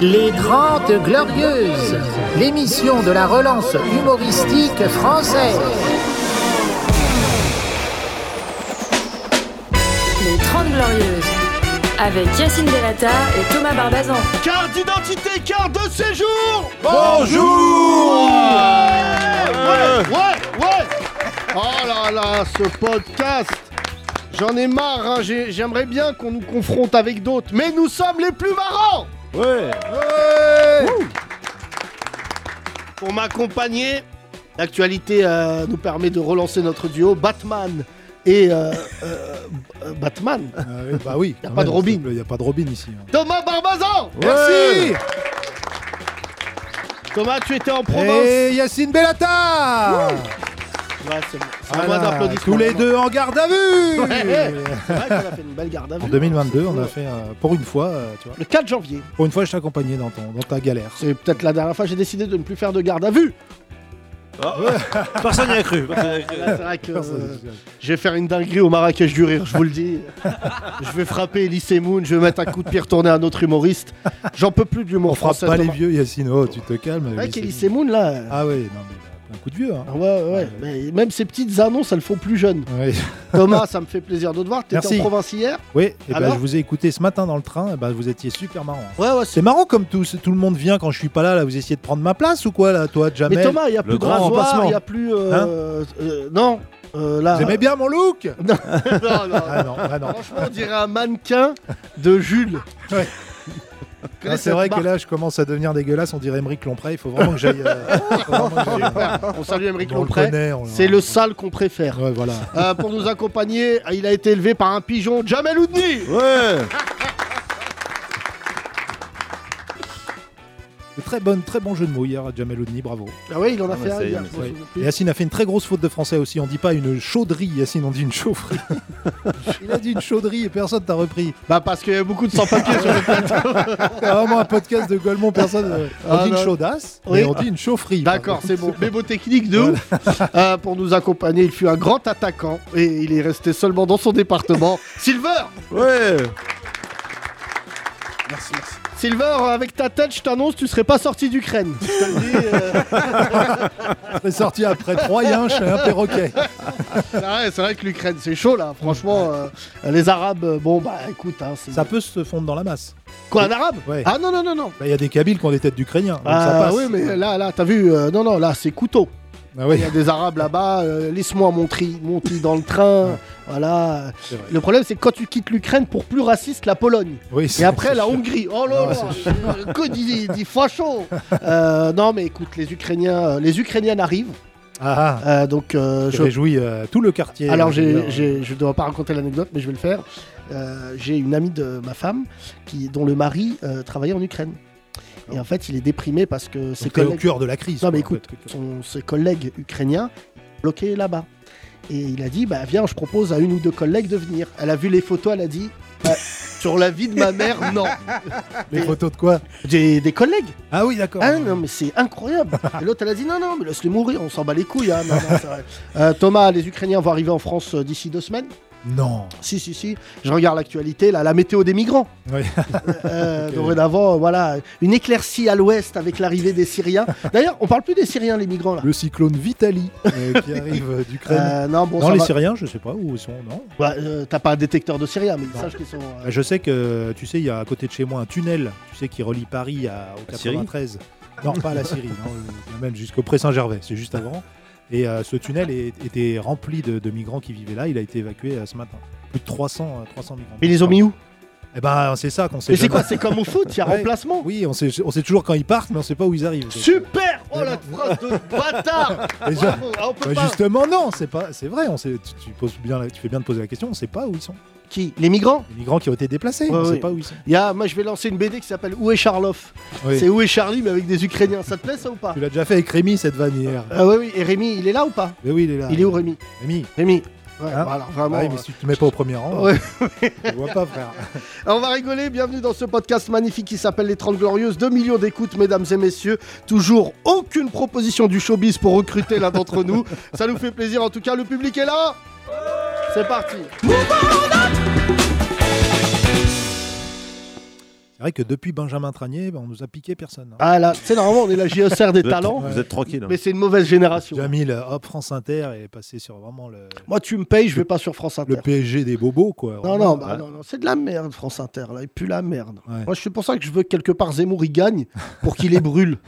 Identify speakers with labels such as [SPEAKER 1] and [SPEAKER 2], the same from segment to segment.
[SPEAKER 1] Les Grandes Glorieuses, l'émission de la relance humoristique française.
[SPEAKER 2] Les 30 Glorieuses, avec Yacine Delata et Thomas Barbazan.
[SPEAKER 3] Carte d'identité, carte de séjour
[SPEAKER 4] Bonjour
[SPEAKER 3] Ouais, ouais, ouais Oh là là, ce podcast J'en ai marre, hein, j'ai- j'aimerais bien qu'on nous confronte avec d'autres, mais nous sommes les plus marrants
[SPEAKER 4] Ouais
[SPEAKER 3] Ouh. Pour m'accompagner, l'actualité euh, nous permet de relancer notre duo Batman et euh, euh, euh, Batman.
[SPEAKER 4] Bah oui,
[SPEAKER 3] Y a pas de Robin.
[SPEAKER 4] Il n'y a pas de Robin ici. hein.
[SPEAKER 3] Thomas Barbazan
[SPEAKER 4] Ouais.
[SPEAKER 3] Thomas, tu étais en province
[SPEAKER 4] Et Yacine Bellata
[SPEAKER 3] Ouais, c'est bon. C'est
[SPEAKER 4] Voilà,
[SPEAKER 3] un moins d'applaudissements.
[SPEAKER 4] Ah Tous les deux en garde à vue
[SPEAKER 3] Ouais, ouais. C'est vrai qu'on a fait une belle garde à
[SPEAKER 4] En
[SPEAKER 3] vue.
[SPEAKER 4] 2022, on a
[SPEAKER 3] Ouais.
[SPEAKER 4] fait, euh, pour une fois, euh, tu vois,
[SPEAKER 3] Le 4 janvier.
[SPEAKER 4] pour une fois, je t'accompagnais dans, ton- dans ta galère.
[SPEAKER 3] C'est peut-être la dernière fois j'ai décidé de ne plus faire de garde à vue.
[SPEAKER 5] Ah. Personne n'y a cru.
[SPEAKER 3] Là, Ah, c'est vrai que euh, je vais faire une dinguerie au Marrakech du rire, je vous le dis. je vais frapper Elise Moon, je vais mettre un coup de pied retourné à un autre humoriste. J'en peux plus de l'humour
[SPEAKER 4] On frappe
[SPEAKER 3] français.
[SPEAKER 4] pas les
[SPEAKER 3] Thomas.
[SPEAKER 4] vieux, Yacine. Oh, tu te calmes.
[SPEAKER 3] C'est vrai
[SPEAKER 4] Yacine.
[SPEAKER 3] qu'Elise Moon, là.
[SPEAKER 4] Ah oui, non, mais un coup de vieux. Hein.
[SPEAKER 3] Ouais, ouais, ouais. Mais même ces petites annonces, elles font plus jeune.
[SPEAKER 4] Ouais.
[SPEAKER 3] Thomas, ça me fait plaisir de te voir. T'étais
[SPEAKER 4] Merci.
[SPEAKER 3] en province hier
[SPEAKER 4] Oui, et ben,
[SPEAKER 3] Alors
[SPEAKER 4] je vous ai écouté ce matin dans le train. Et ben, vous étiez super marrant.
[SPEAKER 3] Ouais, ouais,
[SPEAKER 4] C'est marrant comme tout, tout le monde vient quand je suis pas là. Là, vous essayez de prendre ma place ou quoi, là, toi, Jamel
[SPEAKER 3] Mais Thomas, il n'y a
[SPEAKER 5] le
[SPEAKER 3] plus
[SPEAKER 5] grand
[SPEAKER 3] Grasoir,
[SPEAKER 5] remplacement.
[SPEAKER 3] il n'y a plus. euh, euh, non, euh, là.
[SPEAKER 4] Hein Vous aimez bien mon look
[SPEAKER 3] Non, non,
[SPEAKER 4] Ah non, ah non.
[SPEAKER 3] Franchement, on dirait un mannequin de Jules.
[SPEAKER 4] Ouais.
[SPEAKER 3] Vous
[SPEAKER 4] Ah,
[SPEAKER 3] connaissez
[SPEAKER 4] c'est
[SPEAKER 3] cette
[SPEAKER 4] vrai que
[SPEAKER 3] marque
[SPEAKER 4] là, je commence à devenir dégueulasse. On dirait Émeric Lomprey. Il faut vraiment que j'aille. euh, faut vraiment que j'aille-
[SPEAKER 3] On salue Émeric
[SPEAKER 4] On le
[SPEAKER 3] Lomprey.
[SPEAKER 4] connaît, on-
[SPEAKER 3] C'est le sale qu'on préfère.
[SPEAKER 4] Ouais, voilà.
[SPEAKER 3] Euh, pour nous accompagner, il a été élevé par un pigeon, Jamel Oudni.
[SPEAKER 5] Ouais
[SPEAKER 4] Le Très, bon, très bon jeu de mots hier à Jamel Oudni, bravo.
[SPEAKER 3] Ah oui, il en a
[SPEAKER 5] Ah,
[SPEAKER 3] fait
[SPEAKER 5] mais
[SPEAKER 3] un
[SPEAKER 5] ça y est,
[SPEAKER 3] hier,
[SPEAKER 5] mais
[SPEAKER 3] je me
[SPEAKER 4] ça y est.
[SPEAKER 3] souviens
[SPEAKER 4] Et
[SPEAKER 3] plus.
[SPEAKER 4] Yacine a fait une très grosse faute de français aussi. On dit pas une chauderie, Yacine, on dit une chaufferie. Il a dit une chauderie et personne t'a repris.
[SPEAKER 3] Bah parce qu'il y a beaucoup de sans-papiers sur le plateau.
[SPEAKER 4] C'est vraiment un podcast de Golemont, personne. euh, On
[SPEAKER 3] Ah,
[SPEAKER 4] dit
[SPEAKER 3] non.
[SPEAKER 4] une chaudasse,
[SPEAKER 3] Oui.
[SPEAKER 4] mais on dit une chaufferie.
[SPEAKER 3] D'accord, c'est bon. Mémo technique de ouf. Euh, pour nous accompagner, il fut un grand attaquant et il est resté seulement dans son département. Silver
[SPEAKER 5] Ouais
[SPEAKER 3] Silver, avec ta tête, je t'annonce, tu serais pas sorti d'Ukraine. Je te le dis, euh,
[SPEAKER 4] C'est sorti après trois yinches et un perroquet.
[SPEAKER 3] Ah ouais, c'est vrai que l'Ukraine, c'est chaud là. Franchement, euh, les Arabes, euh, bon bah écoute, hein, c'est
[SPEAKER 4] Ça peut se fondre dans la masse.
[SPEAKER 3] quoi un Arabe
[SPEAKER 4] Ouais.
[SPEAKER 3] Ah non non non non.
[SPEAKER 4] Bah, Il y a des Kabyles qui ont des têtes d'Ukrainiens. donc ça
[SPEAKER 3] Ah
[SPEAKER 4] passe.
[SPEAKER 3] oui mais là là t'as vu euh, non non là c'est couteau.
[SPEAKER 4] Ah
[SPEAKER 3] Il
[SPEAKER 4] oui,
[SPEAKER 3] y a des Arabes là-bas. euh, Laisse-moi mon tri, mon tri dans le train. voilà.
[SPEAKER 4] c'est vrai.
[SPEAKER 3] Le problème c'est que quand tu quittes l'Ukraine pour plus raciste la Pologne.
[SPEAKER 4] Oui,
[SPEAKER 3] Et
[SPEAKER 4] c'est-
[SPEAKER 3] après la Hongrie. Oh là
[SPEAKER 4] Non,
[SPEAKER 3] là. euh, Que dit, dit facho Euh, Non mais écoute les Ukrainiens euh, les Ukrainiennes arrivent.
[SPEAKER 4] Ah, ah,
[SPEAKER 3] euh, donc euh,
[SPEAKER 4] je
[SPEAKER 3] je
[SPEAKER 4] réjouis euh, tout le quartier.
[SPEAKER 3] Alors,
[SPEAKER 4] euh,
[SPEAKER 3] j'ai,
[SPEAKER 4] d'ailleurs.
[SPEAKER 3] j'ai- je ne dois pas raconter l'anecdote, mais je vais le faire. Euh, j'ai une amie de ma femme qui, dont le mari euh, travaillait en Ukraine. Et en fait, il est déprimé parce que ses
[SPEAKER 4] Donc, t'es au
[SPEAKER 3] collègues,
[SPEAKER 4] cœur de la crise.
[SPEAKER 3] Non, mais
[SPEAKER 4] quoi, en
[SPEAKER 3] écoute,
[SPEAKER 4] fait, que tu-
[SPEAKER 3] son- ses collègues ukrainiens bloqués là-bas. Et il a dit bah, Viens, je propose à une ou deux collègues de venir. Elle a vu les photos, elle a dit Bah, Sur la vie de ma mère, non.
[SPEAKER 4] Les photos de quoi
[SPEAKER 3] Des, des collègues
[SPEAKER 4] Ah oui, d'accord.
[SPEAKER 3] ah non mais c'est incroyable Et l'autre elle a dit non non mais laisse-les mourir, on s'en bat les couilles hein. Non, non, c'est vrai. Euh, Thomas, les Ukrainiens vont arriver en France euh, d'ici deux semaines.
[SPEAKER 4] Non.
[SPEAKER 3] Si, si, si. Je regarde l'actualité, là, la météo des migrants.
[SPEAKER 4] Oui.
[SPEAKER 3] Euh, Dorénavant, euh, voilà, une éclaircie à l'ouest avec l'arrivée des Syriens. D'ailleurs, on parle plus des Syriens, les migrants, là.
[SPEAKER 4] Le cyclone Vitali euh, qui arrive euh, d'Ukraine.
[SPEAKER 3] Euh, non, bon,
[SPEAKER 4] non,
[SPEAKER 3] ça
[SPEAKER 4] les
[SPEAKER 3] va.
[SPEAKER 4] Syriens, je sais pas où ils sont. Non.
[SPEAKER 3] Ouais, euh, T'as pas un détecteur de Syriens, mais
[SPEAKER 4] Non. Bah,
[SPEAKER 3] sache qu'ils sont. euh,
[SPEAKER 4] Je sais que, tu sais, il y a à côté de chez moi un tunnel, tu sais, qui relie Paris à, au
[SPEAKER 5] La Syrie
[SPEAKER 4] 93. Non, pas à la Syrie, non, euh, même jusqu'au Pré-Saint-Gervais, c'est juste avant. Et euh, ce tunnel est- était rempli de, de migrants qui vivaient là. Il a été évacué euh, ce matin. Plus de 300, euh, 300 migrants.
[SPEAKER 3] Mais ils les ont mis où
[SPEAKER 4] Eh ben, c'est ça qu'on sait.
[SPEAKER 3] Mais c'est
[SPEAKER 4] jamais.
[SPEAKER 3] quoi C'est comme au foot, il y a
[SPEAKER 4] Ouais.
[SPEAKER 3] remplacement.
[SPEAKER 4] Oui, on sait, on sait toujours quand ils partent, mais on sait pas où ils arrivent.
[SPEAKER 3] Super Oh la phrase de bâtard
[SPEAKER 4] Déjà-
[SPEAKER 3] Bravo. Ah, on peut
[SPEAKER 4] Bah,
[SPEAKER 3] pas.
[SPEAKER 4] justement, non, c'est pas, c'est vrai. On sait, tu, tu poses bien, la- tu fais bien de poser la question. On sait pas où ils sont.
[SPEAKER 3] Qui Les migrants
[SPEAKER 4] Les migrants qui ont été déplacés,
[SPEAKER 3] Ouais,
[SPEAKER 4] on
[SPEAKER 3] ouais.
[SPEAKER 4] sait pas où ils sont.
[SPEAKER 3] Il y a, Moi, je vais lancer une BD qui s'appelle Où est Charloff
[SPEAKER 4] Oui.
[SPEAKER 3] C'est Où est Charlie, mais avec des Ukrainiens. Ça te plaît, ça ou pas
[SPEAKER 4] Tu l'as déjà fait avec Rémi cette vanne hier.
[SPEAKER 3] Ah oui, oui. Et Rémi, il est là ou pas
[SPEAKER 4] Mais oui, il est là.
[SPEAKER 3] Il est où, Rémi
[SPEAKER 4] Rémi.
[SPEAKER 3] Rémi. Ouais,
[SPEAKER 4] Hein
[SPEAKER 3] voilà, vraiment.
[SPEAKER 4] Ah oui, mais si tu te mets pas au premier rang, euh,
[SPEAKER 3] Ouais.
[SPEAKER 4] je vois pas, frère.
[SPEAKER 3] euh. Alors, On va rigoler, bienvenue dans ce podcast magnifique qui s'appelle Les 30 Glorieuses. 2 millions d'écoutes, mesdames et messieurs. Toujours aucune proposition du showbiz pour recruter l'un d'entre nous. Ça nous fait plaisir, en tout cas, le public est là
[SPEAKER 4] C'est vrai vrai que depuis Benjamin Tranier, ben, on nous a piqué personne. hein.
[SPEAKER 3] Ah là, c'est normalement, on est la JSR des
[SPEAKER 5] Vous êtes-
[SPEAKER 3] talents,
[SPEAKER 5] Vous êtes tranquille. hein.
[SPEAKER 3] mais c'est une mauvaise génération.
[SPEAKER 4] Jamil, euh, hop, France Inter est passé sur vraiment le,
[SPEAKER 3] Moi, tu me payes, je vais pas sur France Inter.
[SPEAKER 4] le E PSG des bobos, quoi.
[SPEAKER 3] Non,
[SPEAKER 4] Vraiment.
[SPEAKER 3] non, bah,
[SPEAKER 5] Ouais.
[SPEAKER 3] non, non, c'est de la merde, France Inter. Là, il pue la merde.
[SPEAKER 4] Ouais.
[SPEAKER 3] Moi, je suis pour ça que je veux que quelque part Zemmour y gagne pour qu'il les brûle.